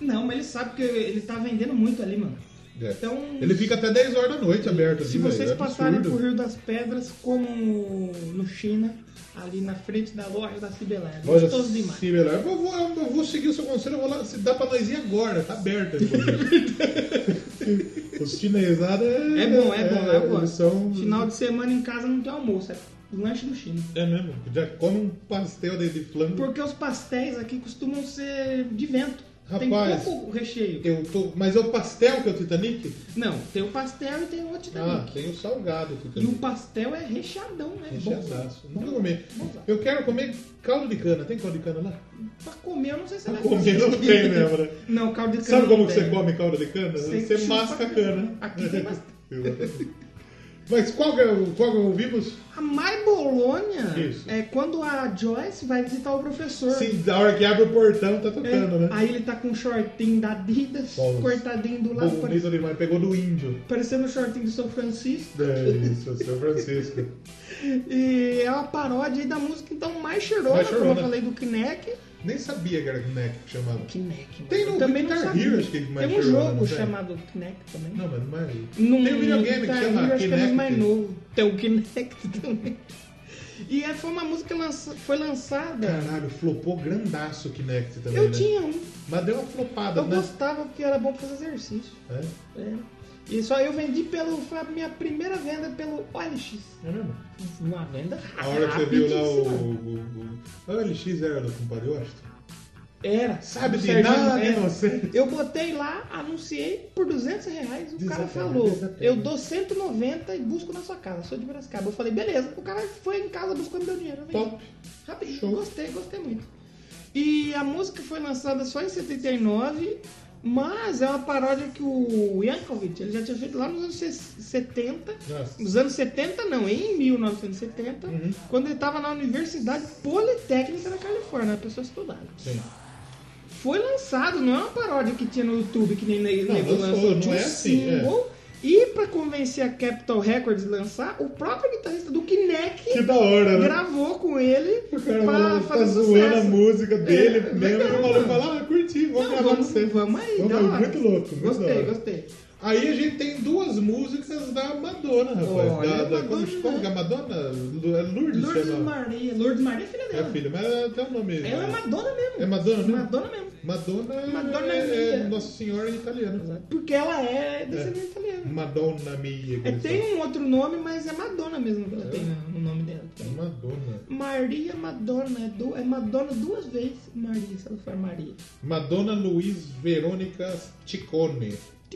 Não, mas ele sabe que ele tá vendendo muito ali, mano. É. Então, Ele fica até 10 horas da noite aberto. se assim, vocês velho, é passarem absurdo. por Rio das Pedras, como no China, ali na frente da loja da Cibelar. Loja Gostoso demais. Cibelar. Eu vou, eu vou- eu vou seguir o seu conselho, eu vou lá, se dá pra nós ir agora, tá aberta. inclusive. Os chinesados é, É bom, é bom, é, eu Eles gosto. são. Final de semana em casa não tem almoço, é lanche do China. É mesmo, já come um pastel de, de flango. Porque os pastéis aqui costumam ser de vento. Rapaz, tem pouco recheio. Eu tô... Mas é o pastel que é o Titanic? Não, tem o pastel e tem o outro Ah, Titanic. tem o salgado e Titanic. o pastel é recheadão, né? Recheadaço. Nunca comi. Eu quero comer caldo de cana. Tem caldo de cana lá? Pra comer, eu não sei se Pra ela comer não tem mesmo, né? Não, caldo de cana. Sabe como não que tem. você come caldo de cana? Você, Você chupa masca a a cana. cana. Aqui tem bastante. Exatamente. Mas qual que é o qual que ouvimos? A Mai Bolonha Isso. é quando a Joyce vai visitar o professor. Sim, da hora que abre o portão tá É, tocando, né? Aí ele tá com um shortinho da Adidas, Nossa. cortadinho do lado, pare- Bonito demais. Pegou do índio. parecendo o shortinho do São Francisco. É isso, São Francisco. E é uma paródia aí da música, então, mais chorona, Mais como chorona. eu falei do Kinect. Nem sabia que era Kinect que chamava. Kinect. Tem no Eu também não Guitar sabia. Hero, acho que é mais Tem um chorona, não jogo tem? chamado Kinect também. Não, mas não é. Num Tem um videogame que Guitar chama Hero, acho que é Kinect. dos mais novo. Tem o Kinect também. E é, foi uma música que lança- foi lançada. Caralho, flopou grandaço o Kinect também, eu né? tinha um. Mas deu uma flopada, Eu né? gostava porque era bom pra fazer exercício. É? É. E só eu vendi pelo. Foi a minha primeira venda pelo OLX. É mesmo? Uma venda A hora que você viu lá o. rapidíssima. o, o, o a LX era do compadre Washington? Era. Sabe do É. de Serginho, nada, era. inocente. Eu botei lá, anunciei por 200 reais. O cara Desapega, falou: desapega. Eu dou 190 e busco na sua casa. Sou de Brascaba. Eu falei: Beleza. O cara foi em casa, buscou e me deu dinheiro. Eu vendi. Top. Rapidinho. Gostei, gostei muito. E a música foi lançada só em 79. Mas é uma paródia que o Yankovic ele já tinha feito lá nos anos 70. Nossa. Uhum. Nos anos 70 não, em 1970, quando ele estava na Universidade Politécnica da Califórnia, a pessoa estudava. Sim. Foi lançado, não é uma paródia que tinha no YouTube, que nem ne- Não, nego lançou, lançou, não tinha um é assim, é. single. E pra convencer a Capitol Records a lançar, o próprio guitarrista do Kinect Que da hora, né? gravou com ele O cara pra maluco tá fazer zoando sucesso. a música dele É, mesmo. E o bacana. maluco fala, ah, curti, vamos Não, gravar vamos- com você. vamos aí, Vamos da aí, hora. muito louco. Muito da Gostei, hora. gostei. Aí a gente tem duas músicas da Madonna, rapaz. Olha, da, da, Madonna, como, como que é a Madonna? Lu- É Lourdes, Lourdes sei lá. Maria, Lourdes Maria é filha É dela. a filha, mas ela tem o nome. Ela é Madonna mesmo. É Madonna mesmo? Madonna mesmo. Madonna, é- Madonna é, minha. Nossa Senhora em italiano. Porque ela é descendente italiana. Madonna mia. que É, eles tem um outro nome, mas é Madonna mesmo que ela tem né, o nome dela. falam. Madonna. Maria Madonna, é, du- é Madonna duas vezes Maria, se ela for Maria. Madonna Luiz Verônica Ticone.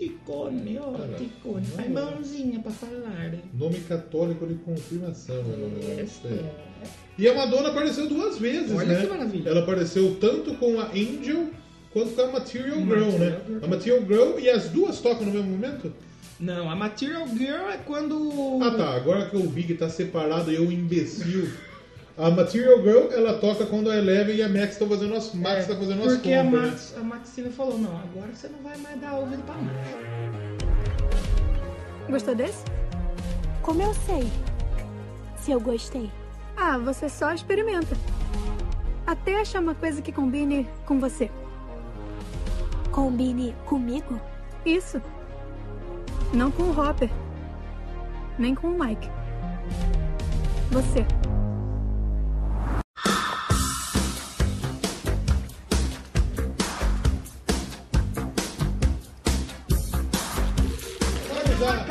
Ticone, ó, Caralho. Ticone. Faz Não. é? mãozinha pra falar. hein? Nome católico de confirmação. Hum, meu nome é isso aí. É. E a Madonna apareceu duas vezes, Olha né? que maravilha. Ela apareceu tanto com a Angel quanto com a Material Girl, né? Hum, Material Girl. A Material Girl e as duas tocam no mesmo momento? Não, a Material Girl é quando. Ah tá, agora que o Big tá separado e eu imbecil. A Material Girl, ela toca quando a Eleven e a Max estão fazendo as Max tá fazendo as É, Porque a, compras. Max, a Maxine falou: não, agora você não vai mais dar ouvido pra É. Max. Gostou desse? Como eu sei? Se eu gostei. Ah, você só experimenta. Até achar uma coisa que combine com você. Combine comigo? Isso. Não com o Hopper. Nem com o Mike. Você. Pode usar.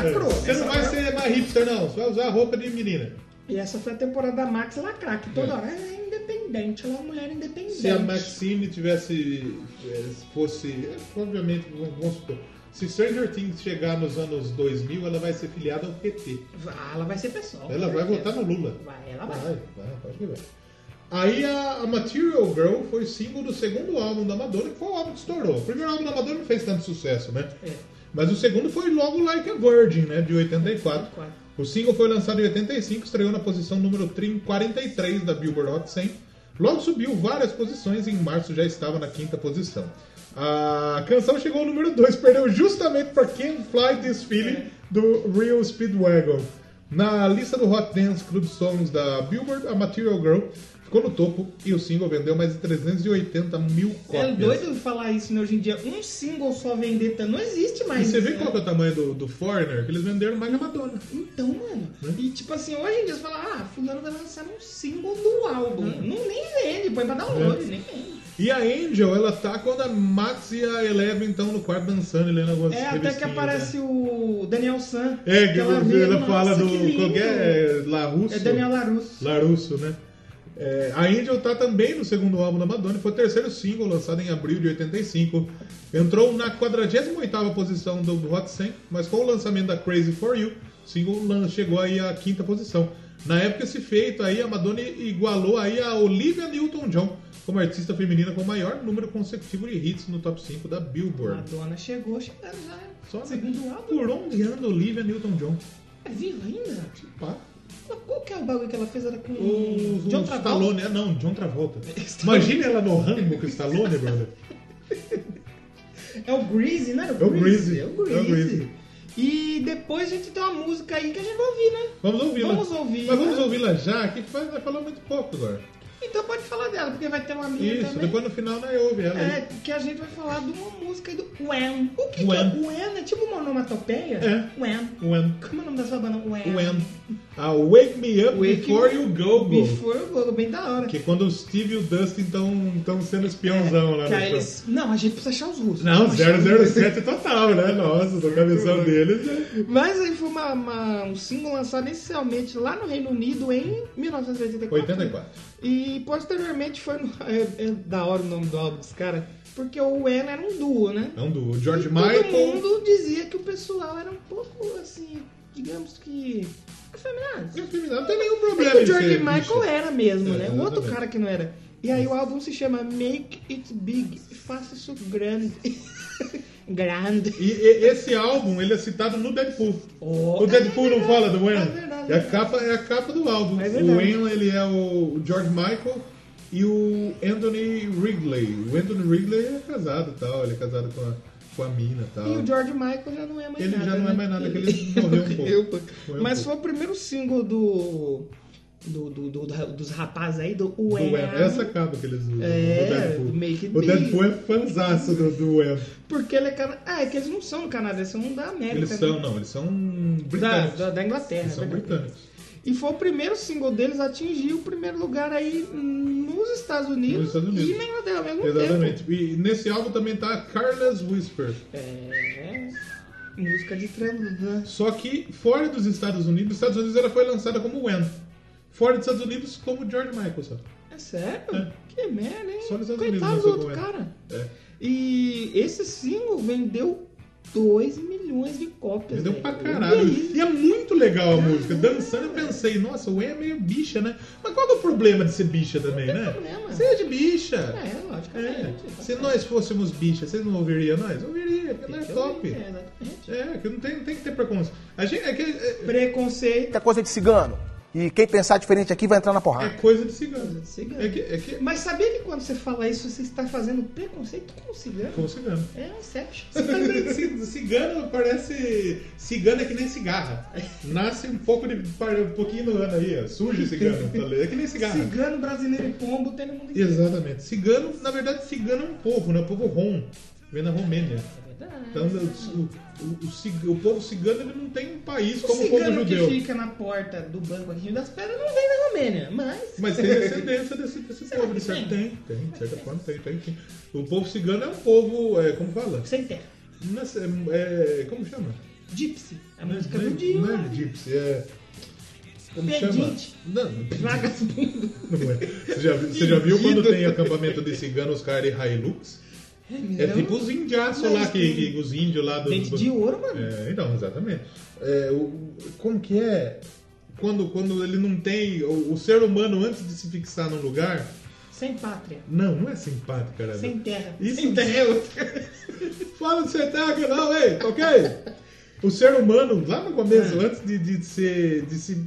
É, Lacrou. Você Essa não vai foi- ser mais hipster, não. Você vai usar a roupa de menina. E essa foi a temporada da Max lacrar, que toda É. hora ela é independente, ela é uma mulher independente. Se a Maxine tivesse. eh, fosse. eh, Obviamente, vamos supor. Se Stranger Things chegar nos anos 2000, ela vai ser filiada ao PT. Ah, ela vai ser pessoal. Ela com vai certeza. votar no Lula. Vai, ela vai. Vai, vai, acho que vai. Aí a, a Material Girl foi single do segundo álbum da Madonna, que foi o álbum que estourou. O primeiro álbum da Madonna não fez tanto sucesso, né? É. Mas o segundo foi logo Like a Virgin, né? De 84. Quatro. O single foi lançado em 85, estreou na posição número 30 43 da Billboard Hot 100. Logo subiu várias posições e em março já estava na quinta posição. A canção chegou ao número 2, perdeu justamente para Can't Fly This Feeling do Real Speedwagon. Na lista do Hot Dance Club Songs da Billboard, a Material Girl ficou no topo e o single vendeu mais de 380 mil cópias. É doido falar isso, né? Hoje em dia, um single só vender tá- não existe E mais. você isso, vê né? qual que é o tamanho do, do Foreigner? Que eles venderam mais que a Madonna. Então, mano. Né? E tipo assim, hoje em dia você fala, ah, fulano vai lançar um single do álbum. Não nem vende, põe pra download, Hum. É. nem vende. E a Angel, ela tá quando a Max e a Eleven estão no quarto dançando e lendo algumas É, até que revistinhas, aparece o Daniel San. né? assim, É, que, ela ela, vê, nossa, fala do. que lindo. Qual que é? Larusso? É Daniel Larusso. Larusso, né? É, a Angel tá também no segundo álbum da Madonna, foi o terceiro single lançado em abril de 85. Entrou na 48ª posição do Hot 100, mas com o lançamento da Crazy For You, o single lan- chegou aí à quinta posição. Na época esse feito aí, a Madonna igualou aí a Olivia Newton-John como artista feminina com o maior número consecutivo de hits no top 5 da Billboard. Madonna chegou chegando já. né? Só Ah, né? segundo álbum. Por onde anda Olivia Newton-John? É viva ainda? Pá. Mas qual que é o bagulho que ela fez? Era com O, John o Travolta? Stallone, ah, não, John Travolta. Imagina ela no Rambo com o Stallone, brother. É o Greasy, não era É o Greasy, É o Greasy. é o Greasy. E depois a gente tem uma música aí que a gente vai ouvir, né? Vamos ouvi-la. Vamos ouvir. Mas vamos ouvi-la já, que vai, vai falar muito pouco agora. Então pode falar dela, porque vai ter uma amiga Isso, também. depois no final nós ouve ela. É, aí. que a gente vai falar de uma música aí do Wham. O que, que é? Wham. Wham é tipo uma onomatopeia? É. Wham. When, Como é o nome da sua banda? Wham. when, a Wake Me Up Wake Before Me- You Go Go. Before You Go Go, bem da hora. Que é quando o Steve e o Dustin estão sendo espiãozão lá É, Que no aí show. eles- Não, a gente precisa achar os russos. Não, Vamos achar os russos. 007 total, né? Nossa, do cabeção deles. né? Mas aí foi uma, uma- um single lançado inicialmente lá no Reino Unido em 1984. 84. E posteriormente foi. no- é, é da hora o nome do álbum dos caras, porque o Wen era um duo, né? É um do George Todo Michael. mundo dizia que o pessoal era um pouco assim, digamos que. afeminado. Não tem nenhum E problema. que o em George ser Michael bicho. era mesmo, É, né? O outro exatamente. cara que não era. E aí o álbum se chama Make It Big, faça isso grande. grande. E, e- esse álbum, ele é citado no Deadpool. o Deadpool não fala do Wham? é verdade. É a capa, é a capa do álbum. verdade. o Wham, ele é o George Michael e o Anthony Wrigley. O Anthony Wrigley é casado e tal, ele é casado com a, com a mina e tal. E o George Michael já não é mais Ah. Ele nada. já não é né? mais nada, que ele morreu um pouco. Morreu um pouco. Morreu um Mas pouco. foi o primeiro single do. do, do, do- do- dos rapazes aí, do Do Wham. Wham. Essa capa que eles usam né, É, do Deadpool. Make It o Big. Deadpool é fanzaço do, do Wham. Porque ele é cana... Ah, é que eles não são do Canadá, eles são da América. Eles né? são, não, eles são Da, britânicos. da, da Inglaterra. eles são verdade. britânicos. E foi o primeiro single deles a atingir o primeiro lugar aí nos Estados Unidos, Nos Estados Unidos. e na Inglaterra ao mesmo Exatamente. E nesse álbum também tá Careless Whisper. tempo. É. Música de né? trânsito. Só que fora dos Estados Unidos, nos Estados Unidos ela foi lançada como When. Fora dos Estados Unidos, como George Michael só. É sério? Que merda, hein? Só nos Estados Unidos Coitado do lançou outro como é. cara. É. E esse single vendeu 2 milhões de cópias. Entendeu? velho. Pra E caralho. aí? E é muito legal a música. Dançando eu pensei, nossa, o When é meio bicha, né? Mas qual que é o problema de ser bicha também, né? problema. Seja bicha. É, lógico. É. Se nós fôssemos bichas, vocês não ouviriam nós? Ouviria. Ela é top. É, que não tem, não tem que ter preconceito. A gente, é que, é, Preconceito é coisa de cigano. E quem pensar diferente aqui vai entrar na porrada. é coisa de cigano. cigano. É que, é que Mas sabia que quando você fala isso, você está fazendo preconceito com o cigano? com cigano. É um inception. Você tá fazendo isso. Ci- Cigano parece. Cigano é que nem cigarra. Nasce um pouco de. um pouquinho no ano aí, ó. Surge cigano. tá ligado? É que nem cigarra. Cigano, brasileiro e pombo, tem no mundo inteiro. Exatamente. Cigano, na verdade, cigano é um povo, né? O povo rom. Vem da Romênia. né? Então, o, o, o cig- o povo cigano ele não tem um país O como o povo cigano que judeu. fica na porta do banco aqui das pedras não vem da Romênia, mas. Mas tem descendência desse, desse povo, de certo? Tem, tem, de certa forma tem, tem, tem. O povo cigano é um povo, é, como fala? Sem terra. Não é- é- como chama? Gypsy. A Não é- música do Dio. Não é gypsy, é... Como chama? Pedinte. Não, não Vagabundo. não é. Você já, você já viu quando tem acampamento de cigano, os caras de Hilux? É não. tipo os indiaços Mas lá, que, tem- que os índios lá do. Dente do- de ouro, mano. É, então, exatamente. É, o- como que é? Quando, quando ele não tem. O, o ser humano, antes de se fixar num lugar. Sem pátria. Não, não é simpático, cara. Sem terra. Isso. Sem terra. Fala de sotaque, não, ei, tá ok? O ser humano, lá no É. começo, antes de, de, ser, de se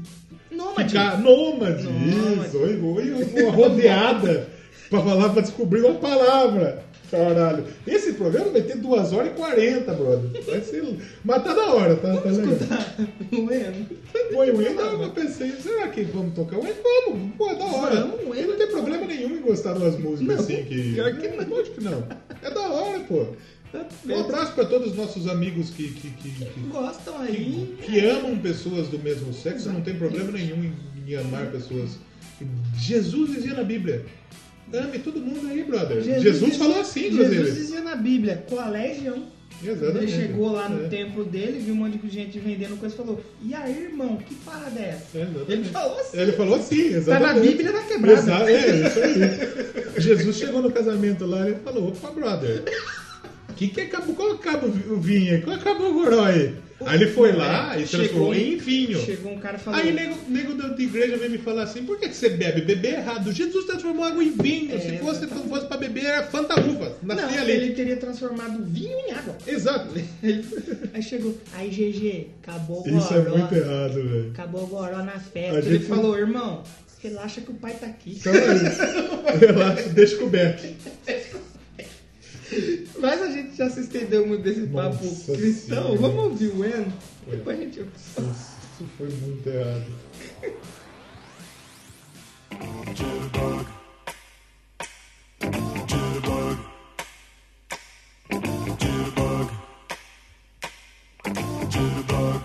Nômade. ficar nômade, isso, oi, oi, uma rodeada pra falar, pra descobrir uma palavra. Caralho. Esse programa vai ter 2 horas e 40, brother. Vai ser. Mas tá da hora, tá, tá legal. Não é? Oi, oi, não, eu pensei, será que vamos tocar? Mas vamos, pô, é da hora. Vamos, Eu não tem problema nenhum em gostar de umas músicas Não, assim que. pior que não. Lógico que não. É da hora, pô. Um abraço pra todos os nossos amigos que, que, que, que, Gostam aí. que amam pessoas do mesmo sexo. Não tem problema nenhum em, em amar pessoas. Jesus dizia na Bíblia: ame todo mundo aí, brother. Jesus, diz- falou assim, Jesus inclusive. dizia na Bíblia, colegião. Ele Exatamente. chegou lá no É. templo dele, viu um monte de gente vendendo coisa e falou: E aí, irmão, que parada é essa? Exatamente. Ele falou assim. Ele falou assim, Tá exatamente. na Bíblia da quebrada. Exa- é, isso aí. Jesus chegou no casamento lá e falou, opa, brother, que que acabou, qual acaba o vi- o vinho aí? Qual acabou o goró aí? Aí ele foi lá e transformou em vinho. é. Chegou um cara falando. Aí nego, nego da outra igreja veio me falar assim, por que, que você bebe? Beber é errado. Jesus transformou água em vinho. É, Se fosse, não fosse pra beber, era Fanta Uva. Nascia Não, ali. ele teria transformado vinho em água. Exato. Aí chegou, aí GG, acabou o goró. Isso é muito errado, velho. Acabou o goró na A festa. Ele gente- falou, irmão, relaxa que o pai tá aqui. Então é isso. Relaxa, deixa coberto. Mas a gente já se estendeu muito desse papo Nossa cristão. Senhora. Vamos ouvir o Eno? Depois a gente. Isso foi muito errado. Jitterbug. Jitterbug. Jitterbug. Jitterbug.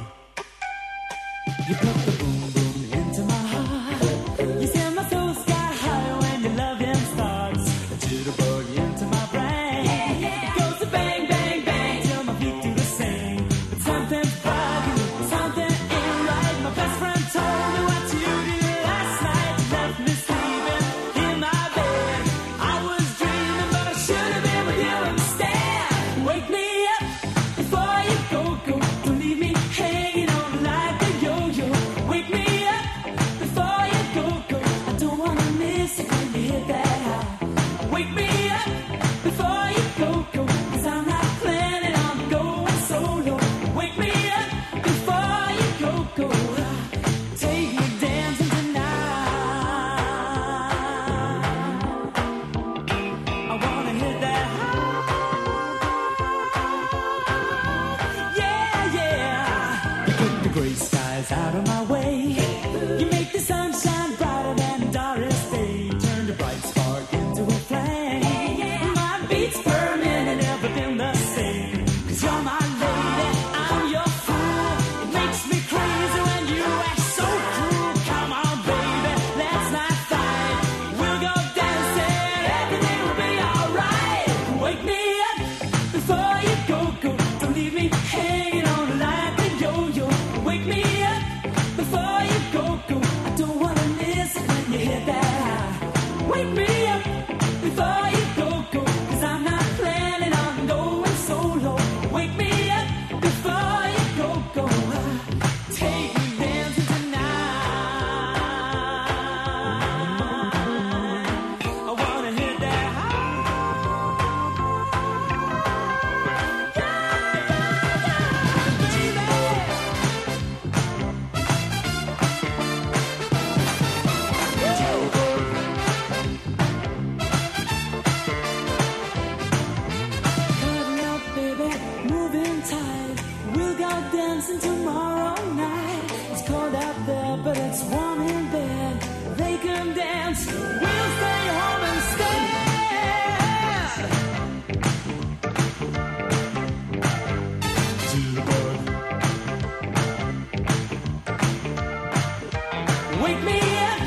You put the boom boom into my heart. You send my soul sky high when your loving starts. A jitterbug into my brain. It goes to bang bang bang till my feet do the same. But something's bugging, something ain't right. My best friend told me what you did last night. You left me sleeping in my bed. I was dreaming, but I should have been with you instead. Wake me up before you go go. Don't leave me hanging on like a yo-yo. Wake me up before you go go. I don't wanna miss it when you hit that high. Wake me up before you go go. Cause I'm not planning on going solo. Wake me up before you go go. Take me dancing tonight. I wanna hit that high. Yeah, yeah. You put the gray skies out of my way. You make the sunshine brighter than a Doris day. Turn the bright spark into a flame. My beats per minute never been the same. Cause you're my lady, I'm your fool. It makes me crazy when you act so cruel. Come on, baby, let's not fight. We'll go dancing, everything will be alright. Wake me up before you go, go. Don't leave me hanging on like a yo-yo. Wake me up before you go, go. I don't wanna miss it when you hit that high. Wake me up before you go, go. Cause I'm not planning on going solo. Wake me on tomorrow night. It's cold out there, but it's warm in bed. They can dance. We'll stay home and stare. to the bug, Wake me up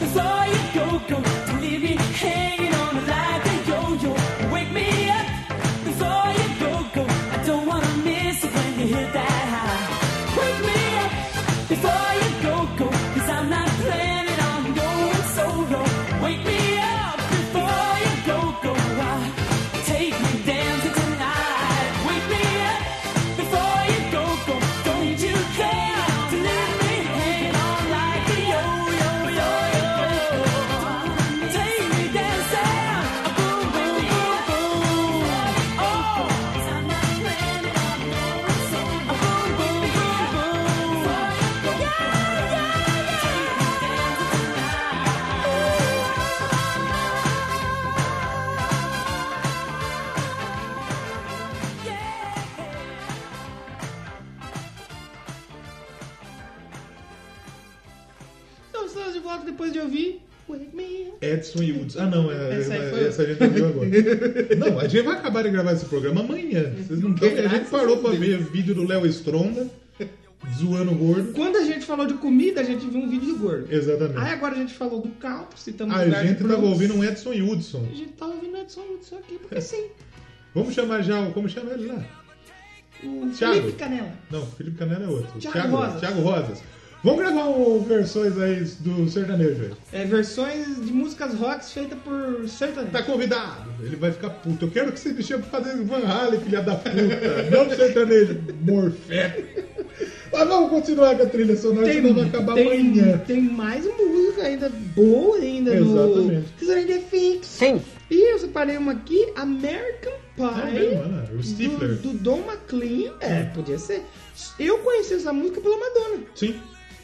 before you go, go. Don't leave me hanging on like a yo-yo. Wake me up before you go, go. I don't wanna miss it when you hit that high. Wake me up before you go, go. Cause I'm not planning on going solo. Wake me up before you go, go. I take me dancing tonight. Wake me up before you go, go. Don't you care to let me hang on like a yo, yo, yo, yo, yo. Take me dancing, Oh, a boom, boom, boom, boom. Oh, a boom, boom, boom, boom. oh, Yeah, yeah, Então estamos de volta depois de ouvir Wake Me Up. Edson e Woods. Ah, não, é, Essa essa, aí foi- a gente ouviu agora. não, a gente vai acabar de gravar esse programa amanhã. Vocês não tão- a gente parou pra ver vídeo do Léo Stronda zoando o gordo. Quando a gente falou de comida, a gente viu um vídeo do gordo. Exatamente. Aí agora a gente falou do caldo, citamos A o lugar gente de tava produção. ouvindo um Edson e Hudson. A gente tá ouvindo Edson Hudson aqui, porque sim. Vamos chamar já o. Como chama ele lá? O Thiago. Felipe Canela. Não, Felipe Canela é outro. Thiago Rosas. Thiago Rosas. Vamos gravar um, versões aí do sertanejo velho. É, versões de músicas rocks feitas por sertanejo. Tá convidado. Ele vai ficar puto. Eu quero que você me chame pra fazer um Van Halen, filha da puta. não sertanejo morfético. Mas vamos continuar com a trilha sonora, senão vai acabar tem, amanhã. tem mais música ainda boa ainda Exatamente. no Cesar the Fix. Sim. E eu separei uma aqui, American É Pie. mesmo, né? O Stifler. Do, do Don McLean. É, podia ser. Eu conheci essa música pela Madonna. Sim.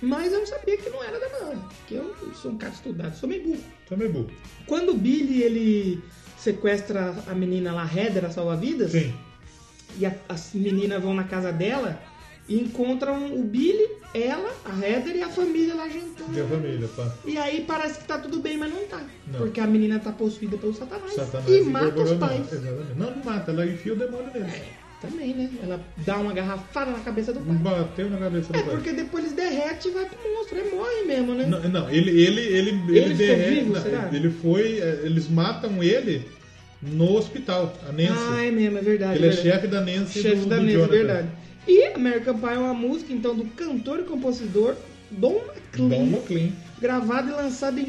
Mas eu não sabia que não era da Madonna. Porque eu sou um cara estudado, sou meio burro. Também é burro. Quando o Billy, ele sequestra a menina lá, Heather, a salva-vidas. Sim. E a- as meninas vão na casa dela e encontram o Billy, ela, a Heather e a família lá jantando. Tem a família, pá. E aí parece que tá tudo bem, mas não tá. Não. Porque a menina tá possuída pelo Satanás, Satanás e e mata os Borborema. pais. Exatamente. Não, não mata, ela enfia o demônio nele. Também, né? Ela dá uma garrafada na cabeça do pai. Bateu na cabeça do É pai. porque depois eles derretem e vai pro monstro. Ele morre mesmo, né? Não, não, ele, ele, ele, ele, Ele ficou derrete- vivo, não, será? ele foi. é, Eles matam ele no hospital, a Nancy. Ah, é mesmo, é verdade. Ele é verdade. chefe da Nancy Chefe do- da do Nancy, Jonathan. verdade. E American Pie é uma música, então, do cantor e compositor Don McLean. Don McLean. Gravada e lançada em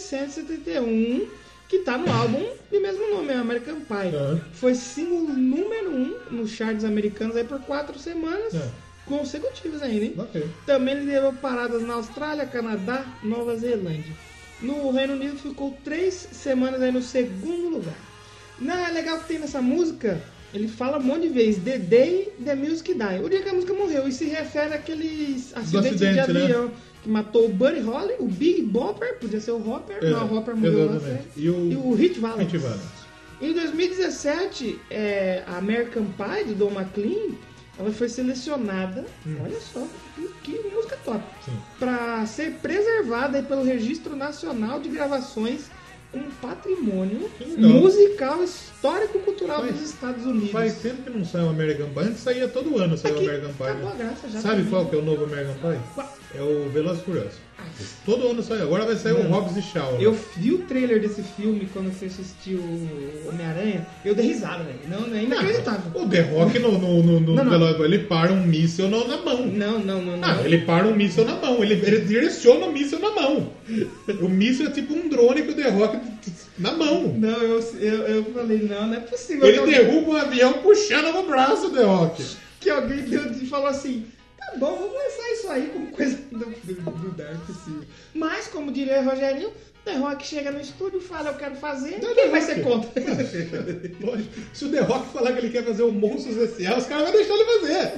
1971, que tá no álbum de mesmo nome, é American Pie. Foi single número 1 um nos charts americanos aí por quatro semanas É. consecutivas ainda, hein? Ok. Também liderou paradas na Austrália, Canadá, Nova Zelândia. No Reino Unido ficou três semanas aí no segundo lugar. Na é legal que tem nessa música, ele fala um monte de vezes The Day the Music Die. O dia que a música morreu. E se refere àquele acidente, de acidente, né? avião que matou o Buddy Holly, o Big Bopper, podia ser o Hopper, não, o Hopper morreu lá É, Exatamente. certo. E o, E o Hit Valens. Hit Valens. Em 2017, é, a American Pie do Don McLean, ela foi selecionada, Hum. olha só, que, que música top, para ser preservada aí pelo Registro Nacional de Gravações um patrimônio legal. musical histórico-cultural Faz- dos Estados Unidos. Faz tempo que não sai o American Pie. Antes saía todo ano saiu o American Pie. né? acabou a graça já. Sabe pra qual mim. que é o novo American Pie? É o Velozes e Furiosos. Todo ano sai. Agora vai sair o Mano, Hobbs e Shaw. né? Eu vi o trailer desse filme quando eu fui assistir o Homem-Aranha, eu dei risada, velho. Não, não é inacreditável. O The Rock no, no, no, no Não, não. Velozes- ele para um míssil na, na mão. Não, não, não. Ah, ele para um míssil na mão. Ele, ele direciona o míssil na mão. o míssil é tipo um drone que o The Rock na mão. Não, eu, eu, eu falei, não, não é possível. Ele que alguém- derruba o avião puxando no braço o The Rock. Que alguém deu e falou assim, tá bom, vamos lançar isso aí como coisa do, do, do Dark City. Mas, como diria o Rogerinho, The Rock chega no estúdio, fala, eu quero fazer, Não, quem não, vai não, ser não. contra? Lógico. Se o The Rock falar que ele quer fazer o Monstros S.A., os caras vão deixar ele fazer.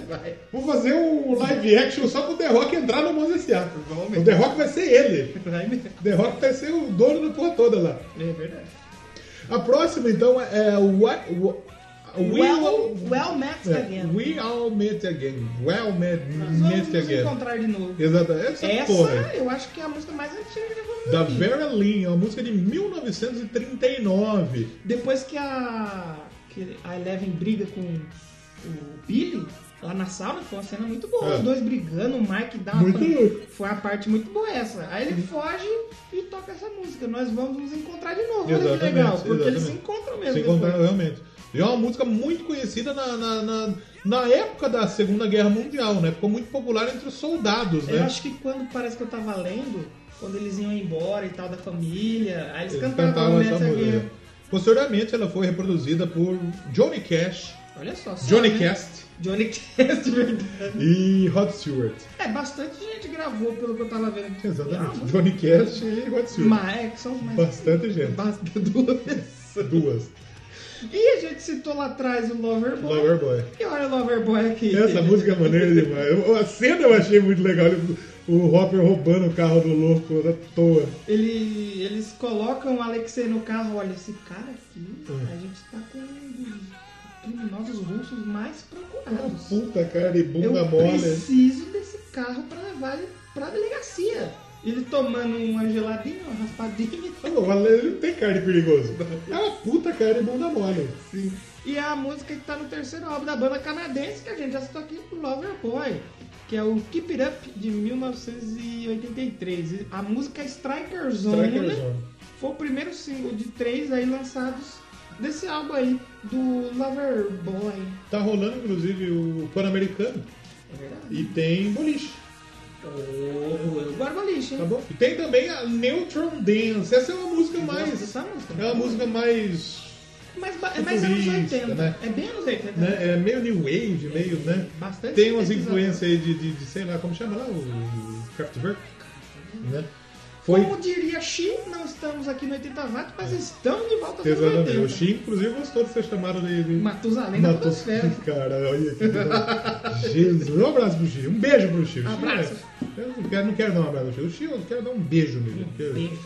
Vou fazer um live action só pro The Rock entrar no Monstros S.A. O The Rock vai ser ele. O The Rock vai ser o dono da porra toda lá. É verdade. A próxima, então, é o What... What- Well, well met É, again. We all met again. Well met, Tá Vamos met nos again. encontrar de novo. Exatamente. Essa, Essa porra. eu acho que é a música mais antiga que já vamos Da ouvir. Vera Lynn, é uma música de 1939. Depois que a, que a Eleven briga com o Billy, lá na sauna, foi uma cena muito boa. É. Os dois brigando, o Mike dá uma. Muito. Foi uma parte muito boa essa. Aí ele foge e toca essa música. Nós vamos nos encontrar de novo. Olha que legal, porque eles se exatamente. encontram mesmo. Se encontraram realmente. E é uma música muito conhecida na, na, na, na época da Segunda Guerra Mundial, né? Ficou muito popular entre os soldados, né? Eu É, acho que quando parece que eu tava lendo, quando eles iam embora e tal da família, aí eles, Eles cantavam né, cantavam essa Let's Again. música. Posteriormente, ela foi reproduzida por Johnny Cash. Olha só. só, Johnny né? Cast. Johnny Cast, verdade. E Rod Stewart. É, bastante gente gravou, pelo que eu tava vendo. Exatamente. Johnny Cash e Rod Stewart. Ah, Mas é que são os mais. Bastante gente. Basta duas. Duas. E a gente citou lá atrás o Loverboy. Loverboy. E olha o Loverboy aqui. Essa música é maneira demais. Eu- A cena eu achei muito legal. ele- O Hopper roubando o carro do louco à toa. Ele, eles colocam o Alexei no carro, olha, esse cara aqui, É. a gente tá com um dos criminosos russos mais procurados. Puta cara de bunda Eu mole. preciso desse carro pra levar ele pra delegacia. Ele tomando uma geladinha, uma raspadinha. Não, mas ele não tem cara de perigoso. É uma puta cara de bunda mole. Sim. E a música que tá no terceiro álbum da banda canadense, que a gente já citou aqui, o Loverboy, que é o Keep It Up de 1983. E A música Striker Zone, Striker né, Zone. foi o primeiro single de três aí lançados desse álbum aí, do Loverboy. Tá rolando, inclusive, o Pan-Americano. É verdade? E tem boliche. Eu guardo a lixa, hein? Tá bom? E tem também a Neutron Dance. Essa é uma música Eu gosto mais. dessa música. né? É uma música mais. Mas ba- é mais anos futurista, 80. né? É bem anos 80. né? É meio new wave, meio, né? Bastante Tem umas sintetizador. influências aí de, de, de, sei lá, como chama lá? O Kraftwerk? Né? Foi. Como diria Xi, não estamos aqui no 80 watts, mas estamos de volta aos anos Exatamente. 80. né? O Shin, inclusive, gostou de ser chamado de. de... Matusalém da Matos... Podosfera. Cara, olha que Jesus. Um abraço pro Chico. Um beijo pro Chico. Abraço. Eu não quero, não quero dar um abraço pro Chico. O Chico, eu quero dar um beijo nele. Porque beijo.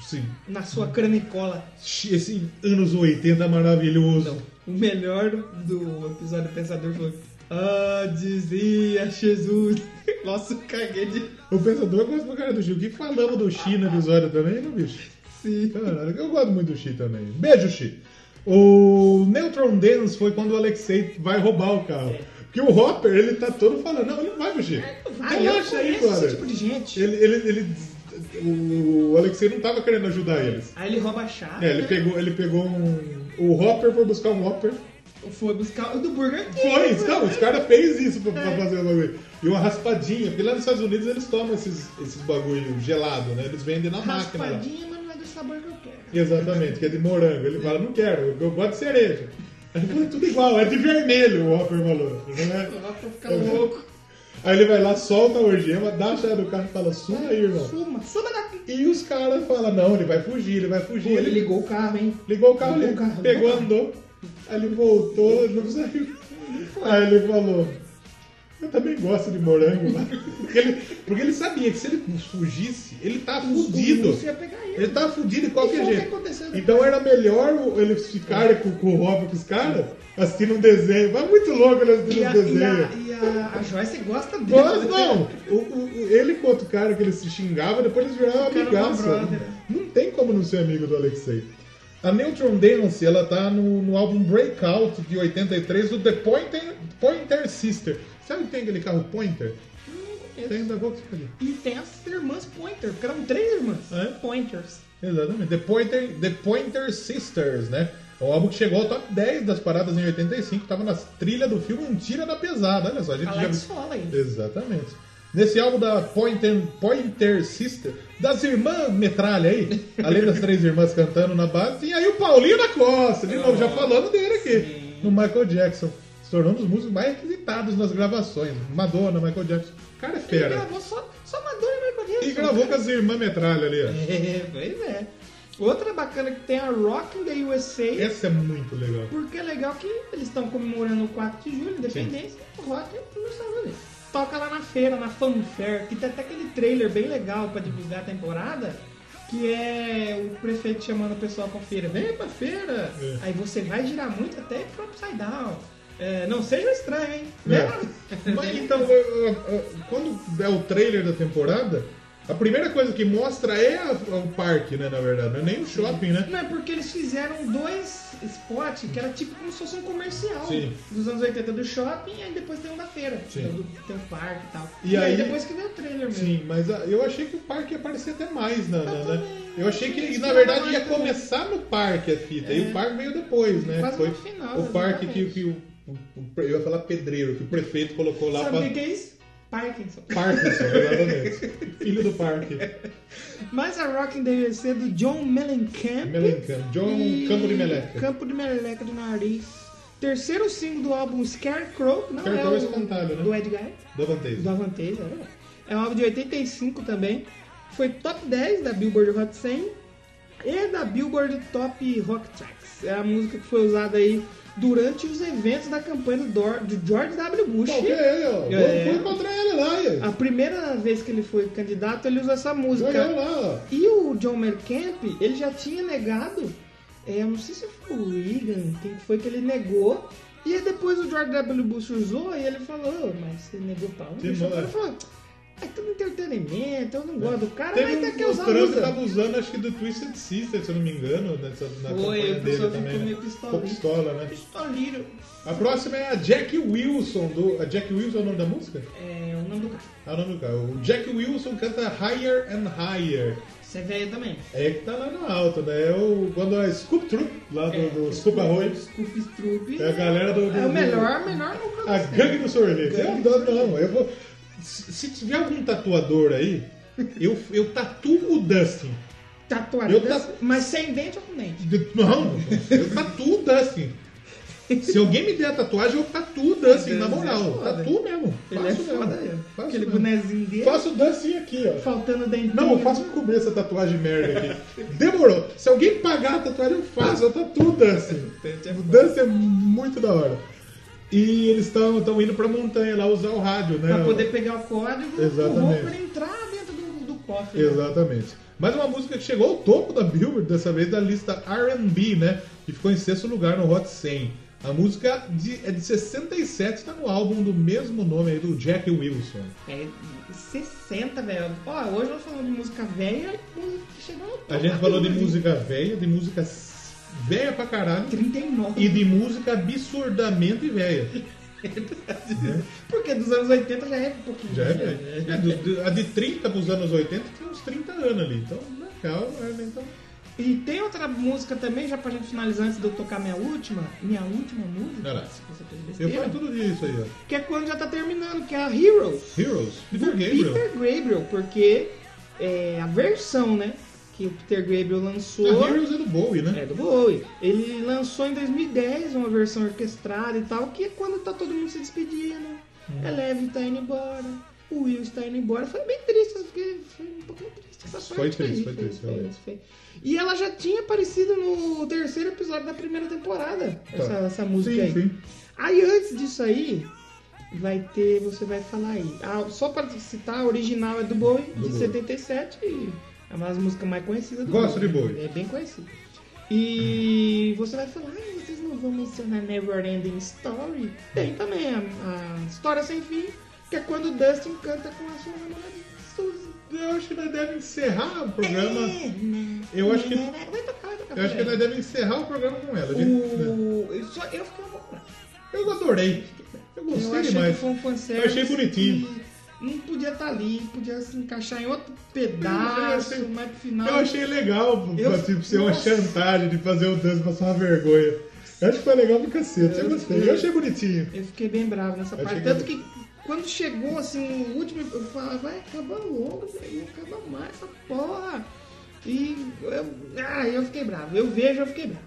Esse, Na sua cranicola. esse anos 80 maravilhoso. O melhor do episódio Pensador foi. Ah, dizia Jesus. Nossa, eu caguei de. O pensador gosta do cara do Chico. E falamos do Chi no episódio também, não, bicho? Sim. Caralho, eu gosto muito do Chi também. Beijo, Chi. O Neutron Dance foi quando o Alexei vai roubar o carro. Porque o Hopper, ele tá todo falando, não, ele não vai, meu Chico. Ah, É. eu Relaxa aí, conheço brother. esse tipo de gente. Ele, ele, ele- o Alexei não tava querendo ajudar eles. Aí ele rouba a chave. É, ele né? pegou, ele pegou um. O Hopper foi buscar um Hopper. Foi buscar o do Burger King. Foi, então, os caras fez isso pra, É. pra fazer o bagulho. E uma raspadinha, porque lá nos Estados Unidos eles tomam esses, esses bagulho gelado, né? Eles vendem na máquina lá. Raspadinha, mas não é do sabor que eu quero. Exatamente, que é de morango. Ele fala, não quero, eu gosto de cereja. Ele fala, tudo igual, é de vermelho, o Hopper falou. né? Eu vou ficar louco. Aí ele vai lá, solta a algema, dá a chave do carro e fala, suma aí, irmão. Suma, suma daqui. E os caras falam, não, ele vai fugir, ele vai fugir. Pô, ele ligou o carro, hein? Ligou o carro, Ligou ele o carro, pegou, ligou o andou. Aí ele voltou, não saiu. Aí ele falou, eu também gosto de morango lá. Porque ele, porque ele sabia que se ele fugisse, ele tá fudido. Você ia pegar ele. Ele tava fudido de E qualquer foi é o que jeito. aconteceu né? depois. Então era melhor o- eles ficarem com, com o Robin com os caras assistindo um desenho. Mas é muito louco ele assistindo E um a, e desenho. a, e a, a Joyce gosta dele. Mas né? não, um- o, o- o- ele com outro cara que ele se xingava, depois eles viraram Ficaram amigaço. brother. Não tem como não ser amigo do Alexei. A Neutron Dance, ela tá no, no álbum Breakout de 83 do The Pointer, Pointer Sister. Sabe que tem aquele carro Pointer? Não conheço. Tem da Volkswagen. E tem as irmãs Pointer, porque eram três irmãs. É? Pointers. Exatamente. The Pointer, The Pointer Sisters, né? É um álbum que chegou ao top 10 das paradas em 85, tava na trilha do filme Um Tira da Pesada, olha só. A gente Alex já... Foley. Exatamente. Nesse álbum da Pointer, Pointer Sister, das irmãs metralha aí, além das três irmãs cantando na base, tem aí o Paulinho da Costa, de novo, já falando dele aqui, no Michael Jackson. Se tornou um dos músicos mais requisitados nas gravações. Madonna, Michael Jackson. O cara é Ele fera. gravou só, só Madonna e Michael Jackson. E gravou com as irmãs metralha ali, ó. É, pois é. Outra bacana que tem é a Rock in the USA. Essa é muito legal. Porque é legal que eles estão comemorando o 4 de julho, independência, o rock é nos Estados Unidos. Toca lá na feira, na fanfare, que tem até aquele trailer bem legal pra divulgar a temporada, que que é o prefeito chamando o pessoal pra feira. Vem pra feira! É. Aí você vai girar muito até pro upside down. É, não seja estranho, hein? É. Mas então, eu- eu- eu- quando é o trailer da temporada, a primeira coisa que mostra é a- o parque, né? Na verdade, não é nem o shopping, né? Não, é porque eles fizeram dois spots que era tipo como se fosse um comercial Sim. dos anos 80 do shopping, aí depois tem um da feira, Sim. tem o do- tem o parque e tal. E aí- depois que veio o trailer mesmo. Sim, mas a- eu achei que o parque ia aparecer até mais, na, na- né? Eu achei que, e, na Não, verdade, não, ia não. começar no parque a fita, É. e o parque veio depois, né? Quase Foi no final, o parque que, que o, o- Eu ia falar pedreiro, que o prefeito colocou lá Sabe o pra. que que é isso? Parkinson. Parkinson, exatamente. Filho do parque. Mas a Rockin' DVC do John Mellencamp. Mellencamp. John E- Campo de Meleca. Campo de Meleca do Nariz. Terceiro single do álbum Scarecrow, que não Scarecrow é é o espantalho, né? do Edgar. Da Vantage. Do Avanteja, é verdade. É um álbum de 85 também. Foi top 10 da Billboard Hot 100 e da Billboard Top Rock Tracks. É a música que foi usada aí durante os eventos da campanha do, Dor- do George W. Bush. Qual que é ele, ó? Vou- vou encontrar ele lá, ele. A primeira vez que ele foi candidato, ele usa essa música. Vou eu lá, E o John Mellencamp, ele já tinha negado, é, eu não sei se foi o Reagan, quem foi que ele negou, e aí depois o George W. Bush usou e ele falou, "Ô, mas você negou pra onde? Que Ele moleque. falou, é tudo entretenimento, É. eu não gosto do cara, Teve mas tá um, aqui que usar o Trump usa." tava usando, acho que do Twisted Sister, se eu não me engano, nessa, na Foi, campanha o pessoal dele ficou também. meio né? pistolinho. Ficou pistola, né? Pistoleiro. A próxima é a Jack Wilson. Do... A Jack Wilson é o nome da música? É, o nome do cara. É o nome do cara. O Jack Wilson canta Higher and Higher. Você é velho também. É que tá lá no alto, né? É o... Quando é Scoop Troop, lá do, do Scoop Arroy. Scoop Troop. É a galera do... do É o melhor, do- melhor nunca A gostei. gangue do sorvete. Eu Gangue adoro, não. Eu vou... Se se tiver algum tatuador aí, eu, eu tatuo o Dustin. Tatuar, Eu ta- mas sem dente ou com dente? Não, eu tatuo o Dustin. assim. Se alguém me der a tatuagem, eu tatuo o Dustin, assim, na moral. Tatuo mesmo. é Ele é Faço mesmo. foda, ele. Faço Aquele mesmo. bonezinho dele. Faço o Dustin aqui, ó. Faltando dentinho. Não, eu faço pra cobrir essa tatuagem merda aqui. Demorou. Se alguém pagar a tatuagem, eu faço. Eu tatuo o Dustin. O Dustin é muito da hora. E eles estão indo pra montanha lá usar o rádio, né? Pra poder pegar o código Exatamente. o Roper entrar dentro do, do cofre. né? Exatamente. Mais uma música que chegou ao topo da Billboard, dessa vez da lista R&B, né? Que ficou em sexto lugar no Hot 100. A música de- é de 67, tá no álbum do mesmo nome aí, do Jack Wilson. É 60, velho. Ó, hoje nós falamos de música velha e música que chegou no A gente falou de música velha, de música s- velha pra caralho. 39. E de música absurdamente velha. Né? Porque dos anos 80 já é um pouquinho. Já é, velho. velha. É, do- do- a de 30 pros anos 80 tem uns 30 anos ali. Então, legal, né? Então, E tem outra música também, já pra gente finalizar antes de eu tocar minha última. Minha última música? Olha lá. se você fez eu besteira, falo tudo disso aí, ó. Que é quando já tá terminando, que é a Heroes. Heroes, Peter do Gabriel. Peter Gabriel, porque é, a versão, né? Que o Peter Gabriel lançou. A Heroes é do Bowie, né? É do Bowie. Ele lançou em 2010 uma versão orquestrada e tal, que é quando tá todo mundo se despedindo. Hum. A Leve tá indo embora. O Will está indo embora. Foi bem triste, eu fiquei foi um pouquinho triste. Essa Foi sorte triste, aí, foi triste, realmente. foi. E ela já tinha aparecido no terceiro episódio da primeira temporada, Tá. essa, essa É, música Sim, aí. sim. Aí antes disso aí, vai ter, você vai falar aí. Ah, só para citar, a original é do Bowie, Do de Bowie. 77, e é uma das músicas mais conhecidas do Gosto Bowie. de Bowie. É bem conhecido. E você vai falar, ah, vocês não vão mencionar Never Ending Story? Tem também a, a História Sem Fim, que é quando o Dustin canta com a sua namorada Suzy. Eu acho que nós devemos encerrar o programa. É, né? Eu acho que- Vai tocar, vai tocar. Eu acho que é nós devemos encerrar o programa com ela. gente. O... né? Eu, só, eu fiquei um pouco Eu adorei. Eu gostei eu achei é demais. que foi um fanservice. Eu achei bonitinho. que Não podia estar ali, podia se encaixar em outro pedaço, Eu achei- mas no final. Eu achei legal pô, Eu- tipo, ser uma Nossa. chantagem de fazer o Dance passar uma vergonha. Eu acho que foi legal pra cacete. Eu gostei. Eu achei bonitinho. Eu fiquei bem bravo nessa Eu parte. achei Tanto que quando chegou assim, o último, eu falava, vai acabar logo, velho, acaba mais essa porra. E eu, ah, eu fiquei bravo. Eu vejo, eu fiquei bravo.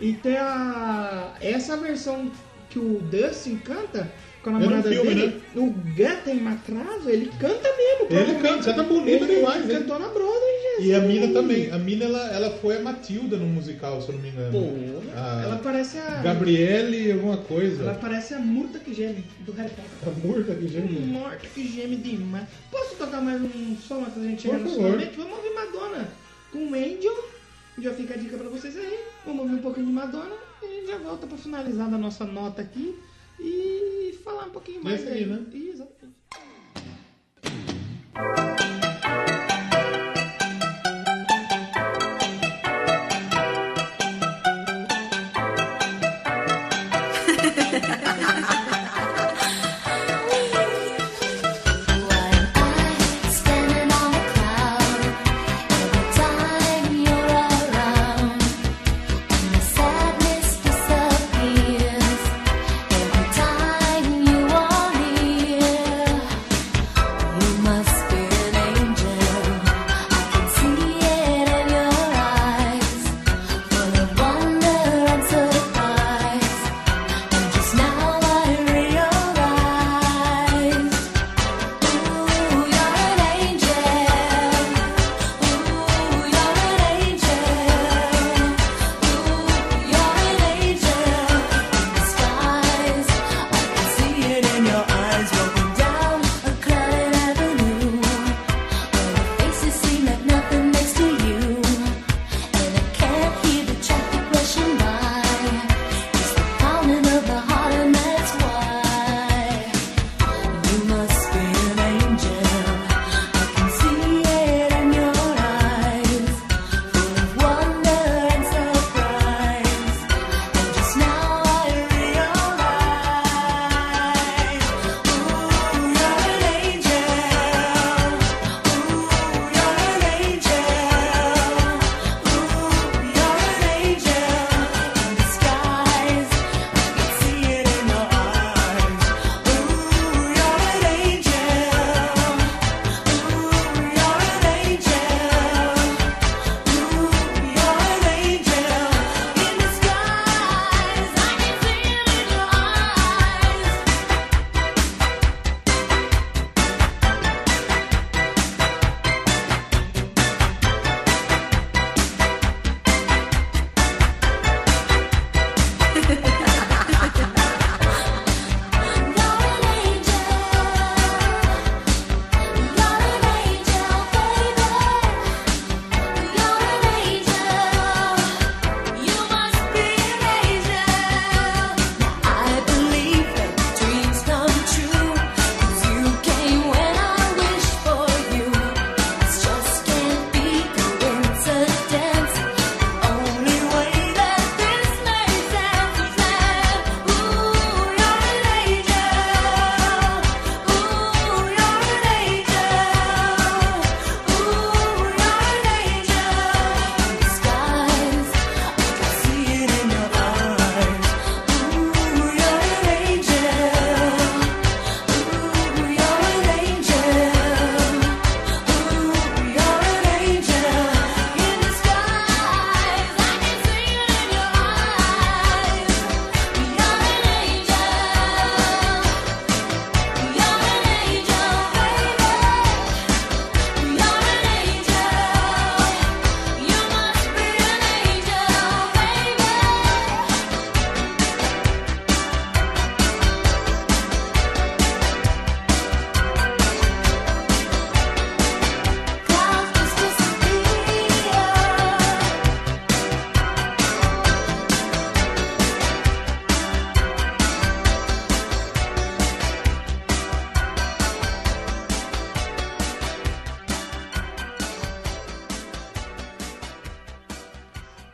E tem a. Essa versão que o Dustin canta com a É no namorada filme, dele, o Gaten Matrazo, ele canta mesmo. Ele canta, canta bonito Ele demais, né? Cantou na Broadway, Jesus. E a mina também. A mina, ela, ela foi a Matilda no musical, se eu não me engano. Pô, A Ela parece a. Gabriele alguma coisa. Ela é parece a Murta que geme do Harry Potter. A murta que gêmeo. Morta que geme demais. Posso tocar mais um som antes da gente Por chegar no favor. finalmente? Vamos ouvir Madonna. com Angel. Já fica a dica pra vocês aí. Vamos ouvir um pouquinho de Madonna e a gente já volta pra finalizar da nossa nota aqui e falar um pouquinho mais Esse aí, né? Ih, Exatamente. Standing on the cloud, every time you're around, and the sadness disappears. Every time you are near, you must be an angel. I can see it in your eyes, full of wonder and surprise. And just now I realize. Ooh, you're an angel. Ooh, you're an angel. Ooh, you're an angel. In disguise, I can see it in your eyes. Walking down a crowded avenue, where the faces seem like nothing next to you, and I can't hear the traffic rushing by. It's the pounding of the heart, and that's why. You must be an angel. I can see it in your eyes, full of wonder and surprise. And just now I realize, ooh, you're an angel. Ooh, you're an angel. Ooh, you're an angel in disguise. I can see it in your eyes. You're an angel. Ooh, you're an angel. Ooh, you're an angel in disguise. I can feel it in your eyes.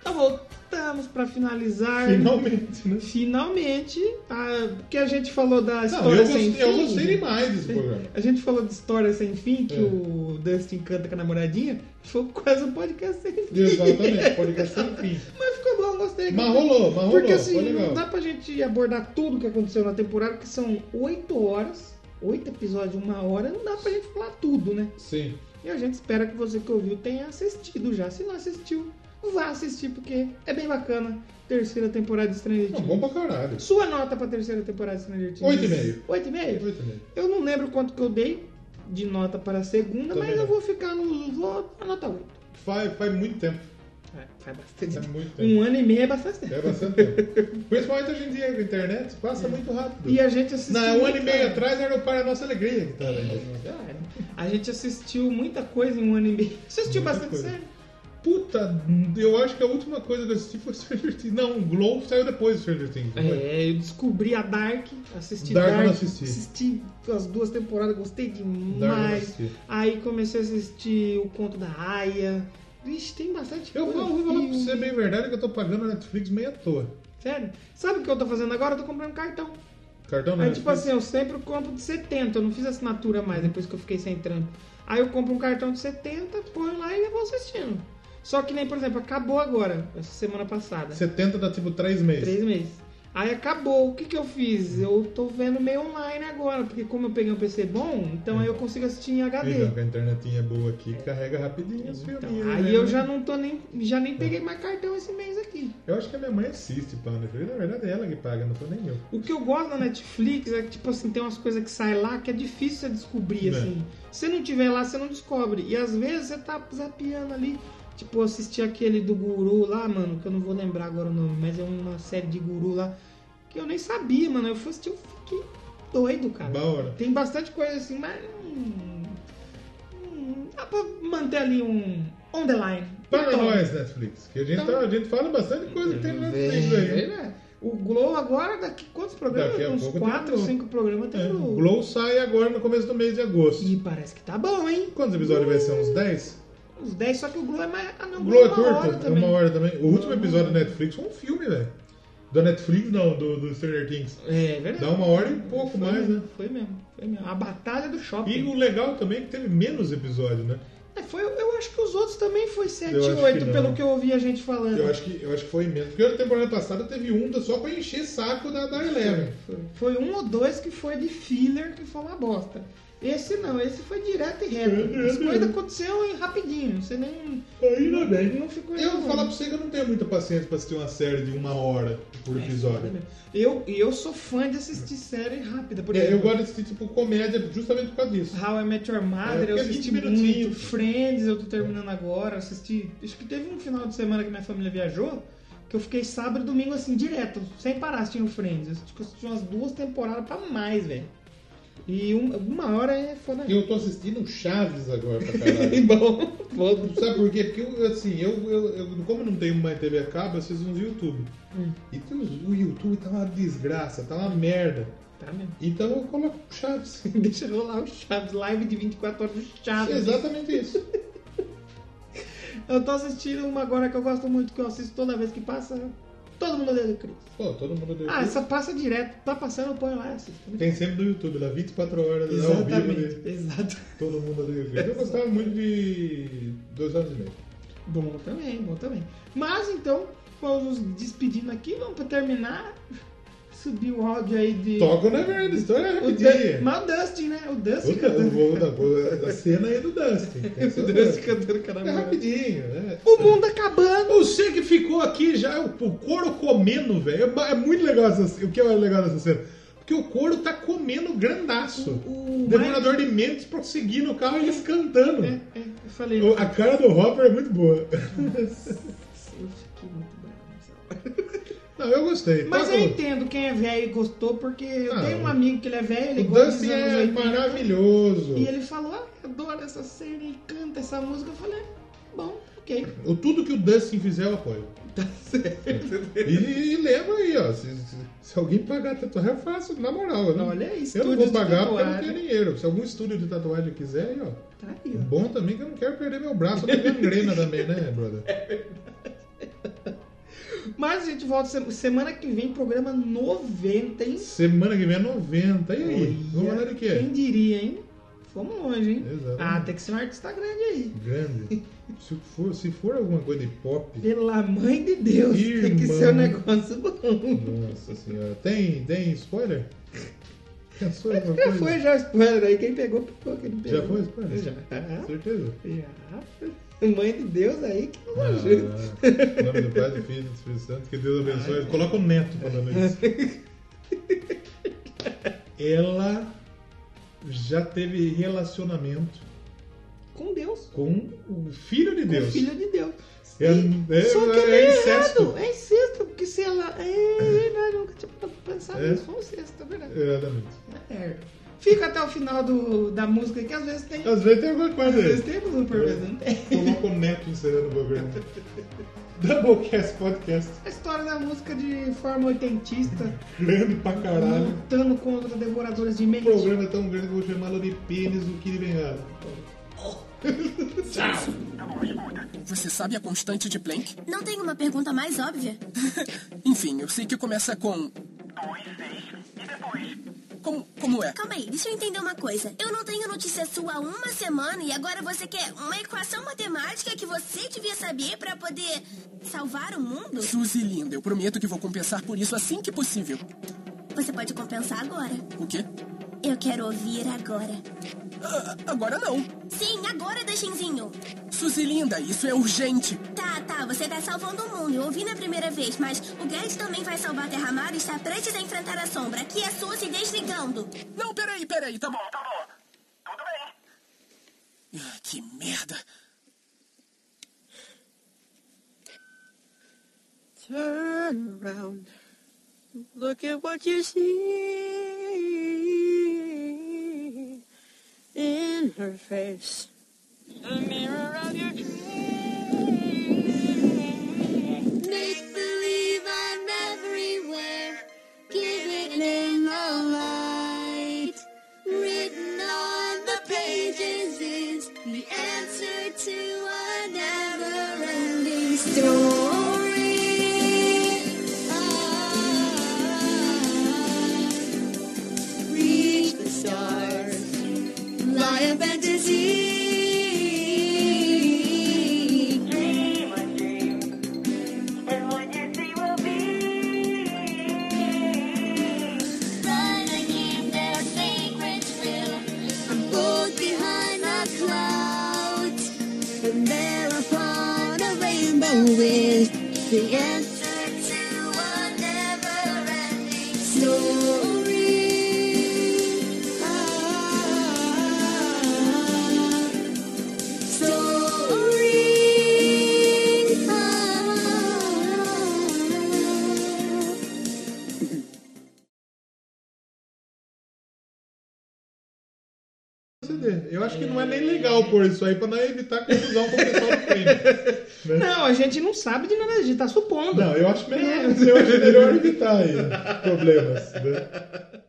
Então voltamos pra finalizar. Finalmente, né? Finalmente. ah, porque a gente falou da história é eu sem gostei- eu fim. gostei demais desse programa. A gente falou de história sem fim, que É. o Dustin canta com a namoradinha. Foi quase um podcast sem fim. Exatamente, podcast sem fim. Mas ficou bom, gostei. Mas rolou, mas rolou, Porque assim, foi legal. não dá pra gente abordar tudo que aconteceu na temporada, que são oito horas, oito episódios, uma hora, não dá pra gente falar tudo, né? Sim. E a gente espera que você que ouviu tenha assistido já. Se não assistiu, vá assistir, porque é bem bacana. Terceira temporada de Stranger Things. bom pra caralho. Sua nota pra terceira temporada de Stranger Things? Oito e meio. Oito e meio? Oito e meio. Eu não lembro quanto que eu dei de nota para a segunda, Também mas eu não. vou ficar no... Vou a nota 8. Faz, faz muito tempo. É, faz bastante tempo. muito tempo. Um ano e meio é bastante tempo. É bastante tempo. Principalmente hoje em dia com a internet, passa muito rápido. É. E a gente assistiu... Não, um ano muita- É, e meio atrás era o Pai da Nossa Alegria que tava aí. Cara, a gente assistiu muita coisa em um ano e meio. Assistiu bastante série. Puta, eu acho que a última coisa que eu assisti foi Stranger Things. Não, o Glow saiu depois do Stranger Things. não foi? É, eu descobri a Dark, assisti Dark Dark, eu não assisti. as duas temporadas, gostei Dark eu não demais. assisti. Aí comecei a assistir O Conto da Aya. Vixe, tem bastante Eu coisa. vou, vou falar pra filme. você bem verdade que eu tô pagando a Netflix meio à toa. Sério? Sabe o que eu tô fazendo agora? Eu tô comprando cartão. Cartão na Aí, tipo Netflix. assim, eu sempre compro de 70, eu não fiz assinatura mais depois que eu fiquei sem trampo. Aí eu compro um cartão de 70, ponho lá e eu vou assistindo. Só que nem, por exemplo, acabou agora, essa semana passada. 70 dá tipo 3 meses. assim, Três meses. Aí acabou, o que que eu fiz? Eu tô vendo meio online agora, porque como eu peguei um PC bom, então aí eu consigo assistir em HD. Então, que a internetinha boa aqui carrega rapidinho os filminhos. né? Então, É. Aí eu já não tô nem. Já nem peguei mais cartão esse mês aqui. Eu acho que a minha mãe assiste pá, né? Porque, Na verdade é ela que paga, não foi nem eu. O que eu gosto da Netflix é que, tipo assim, tem umas coisas que saem lá que é difícil você descobrir, É. assim. Se não tiver lá, você não descobre. E às vezes você tá zapeando ali. Tipo, eu assisti aquele do guru lá, mano, que eu não vou lembrar agora o nome, mas é uma série de guru lá que eu nem sabia, mano. Eu fui assistir, eu fiquei doido, cara. Da hora. Tem bastante coisa assim, mas. hum, hum, dá pra manter ali um. On the line. Paga Então, nós, Netflix. Que a gente, Então- tá- a gente fala bastante coisa que tem no Netflix é, aí. né? O Glow agora, daqui quantos programas? Daqui a Uns pouco tem quatro, Glow. cinco programas tem É, O no Glow sai agora no começo do mês de agosto. E parece que tá bom, hein? Quantos episódios vai ser? Uns 10? Uns 10, só que o Glow é mais. Ah, não, O o Glow Glow é uma hora curto, é também. uma hora também. O último episódio da Netflix foi um filme, velho. Da Netflix não, do, do Stranger Things. É, é verdade. Dá uma hora e pouco Foi mais, mesmo, né? Foi mesmo, foi mesmo. A batalha do shopping. E o legal também é que teve menos episódio, né? É, foi, eu acho que os outros também foi 7, Eu acho que 8, não. pelo que eu ouvi a gente falando. Eu acho que, eu acho que foi menos. Porque na temporada passada teve um da- só pra encher saco da, da Eleven. Foi um ou dois que foi de filler, que foi uma bosta. Esse não, esse foi direto e reto. As coisas aconteceram rapidinho, você nem. né, Ainda bem. Não ficou Eu vou enrolando. falar pra você que eu não tenho muita paciência pra assistir uma série de uma hora por É, episódio. Eu, eu sou fã de assistir série rápida. Por É, eu exemplo, gosto de assistir, tipo, comédia justamente por causa disso. How I Met Your É, Mother, porque eu é assisti 20 minutinhos. muito. Friends, eu tô terminando agora. Assisti. Acho que teve um final de semana que minha família viajou. Que eu fiquei sábado e domingo assim, direto, sem parar assistindo Friends. Eu acho que eu assisti umas duas temporadas pra mais, velho. E um- uma hora é foda. Eu tô assistindo Chaves agora pra caralho. bom, Sabe por quê? Porque, eu, assim, eu, eu, eu- como não tenho mais TV a cabo, eu assisto uns YouTube. Hum. E tem os- o YouTube tá uma desgraça, tá uma merda. Tá mesmo. Então eu coloco Chaves. Deixa eu rolar o Chaves, live de 24 horas do Chaves. Exatamente isso. Eu tô assistindo uma agora que eu gosto muito, que eu assisto toda vez que passa. Todo mundo odeia o Chris. Pô, todo mundo deu. Ah, essa passa direto. Tá passando, eu ponho lá e assisto. Tem sempre do YouTube, lá 24 horas lá ao vivo. Exatamente, né? exato. Todo mundo odeia o Chris. Eu gostava muito de dois anos e meio. Bom também, bom também. Mas então, vamos nos despedindo aqui, vamos pra terminar. Subir o áudio aí de. Toca o Neverending Story O rapidinho. Dan- Mas o Dustin, né? O Dustin. O Dan- o voo da- o- a cena aí do Dustin. Tem essa- O Dustin cantando É caramelo. rapidinho, né? O mundo acabando. Você que ficou aqui já, o, o couro comendo, velho. É ba- É, muito legal essa, o que é legal nessa cena. Porque o couro tá comendo grandaço. O O, devorador de mentes prosseguindo o carro e eles cantando. É, é, eu falei. O- A cara do Hopper é muito boa. Eu fiquei é muito bravo nessa hora. Não, eu gostei. Mas Tá eu bom. entendo quem é velho e gostou, porque eu Ah, tenho um o- amigo que ele é velho, ele O gosta Dustin dos anos é 80. maravilhoso. E ele falou, ah, eu adoro essa cena, ele canta essa música. Eu falei, "Ah, bom, ok. O, tudo que o Dustin fizer, eu apoio. Tá certo. E, e lembra aí, ó. Se, se- se alguém pagar tatuagem, eu faço, na moral. Eu não, Olha aí, eu não estúdios vou de pagar porque eu não tatuagem. tenho dinheiro. Se algum estúdio de tatuagem quiser, aí, ó. Tá aí, ó. Bom também é que eu não quero perder meu braço, eu tô gangrena também, né, brother? Mas a gente volta sem- semana que vem, programa 90, hein? Semana que vem é 90. E aí? Vamos falar de quê? Quem diria, hein? Fomos longe, hein? Exato. Ah, tem que ser um artista grande aí. Grande. Se for, se for alguma coisa de pop. Pela mãe de Deus, tem que Irmão. ser um negócio bom. Nossa senhora. Tem, tem spoiler? Pensou em alguma Já coisa? foi já o spoiler aí, quem pegou, pegou, quem não pegou. Já foi spoiler? Já. Certeza. Já. Mãe de Deus aí que nos Ah, ajuda. em nome do Pai, do Filho e do Espírito Santo, que Deus abençoe. Coloca o neto falando isso. Ela já teve relacionamento Com Deus. com o Filho de Com Deus. o Filho de Deus. É, é- Só que é é, incesto. errado. É incesto, porque se ela. É verdade, eu nunca tinha pensado É. nisso. Foi um incesto, é verdade. Exatamente. É. Fica até o final do, da música que às vezes tem. Às vezes É. tem alguma coisa Às aí. vezes tem blooper, às vezes não tem. Colocou o Neto encerrando o programa. Doublecast Podcast. A história da música de forma oitentista. Grande pra caralho. Lutando contra devoradores de mente. O programa é tão grande que eu vou chamá-lo de pênis do Kiri Bengala. Você sabe a constante de Planck? Não tem uma pergunta mais óbvia? Enfim, eu sei que começa com. Como, como é? Calma aí, deixa eu entender uma coisa. Eu não tenho notícia sua há uma semana e agora você quer uma equação matemática que você devia saber pra poder salvar o mundo? Suzy linda, eu prometo que vou compensar por isso assim que possível. Você pode compensar agora. O quê? Ah, Eu quero ouvir agora. agora não. Sim, agora, Dexinzinho. Suzy linda, isso é urgente. Tá, tá, você tá salvando o mundo. Eu ouvi na primeira vez, mas o Guedes também vai salvar a Terra-Mar e está prestes a enfrentar a sombra. Aqui é a Suzy desligando. Não, peraí, peraí, tá bom, tá bom. Ah, que merda. Turn around. Look at what you see in her face. A mirror of your dreams. Make believe I'm everywhere. Give it in the light. Written on the pages is the answer to a never ending story. Reach the stars. Lie in fantasy. Dream a dream. And what you see will be. Gonna keep their secrets real. I'm bold behind the clouds. And there upon a rainbow is the answer to a never ending story. Ah, story. Ah. CD. Eu acho que não é nem legal pôr isso aí pra não evitar confusão com o pessoal do prêmio. Não, a gente não sabe de nada, a gente tá supondo. é Não, eu acho melhor, eu acho melhor evitar aí problemas. né?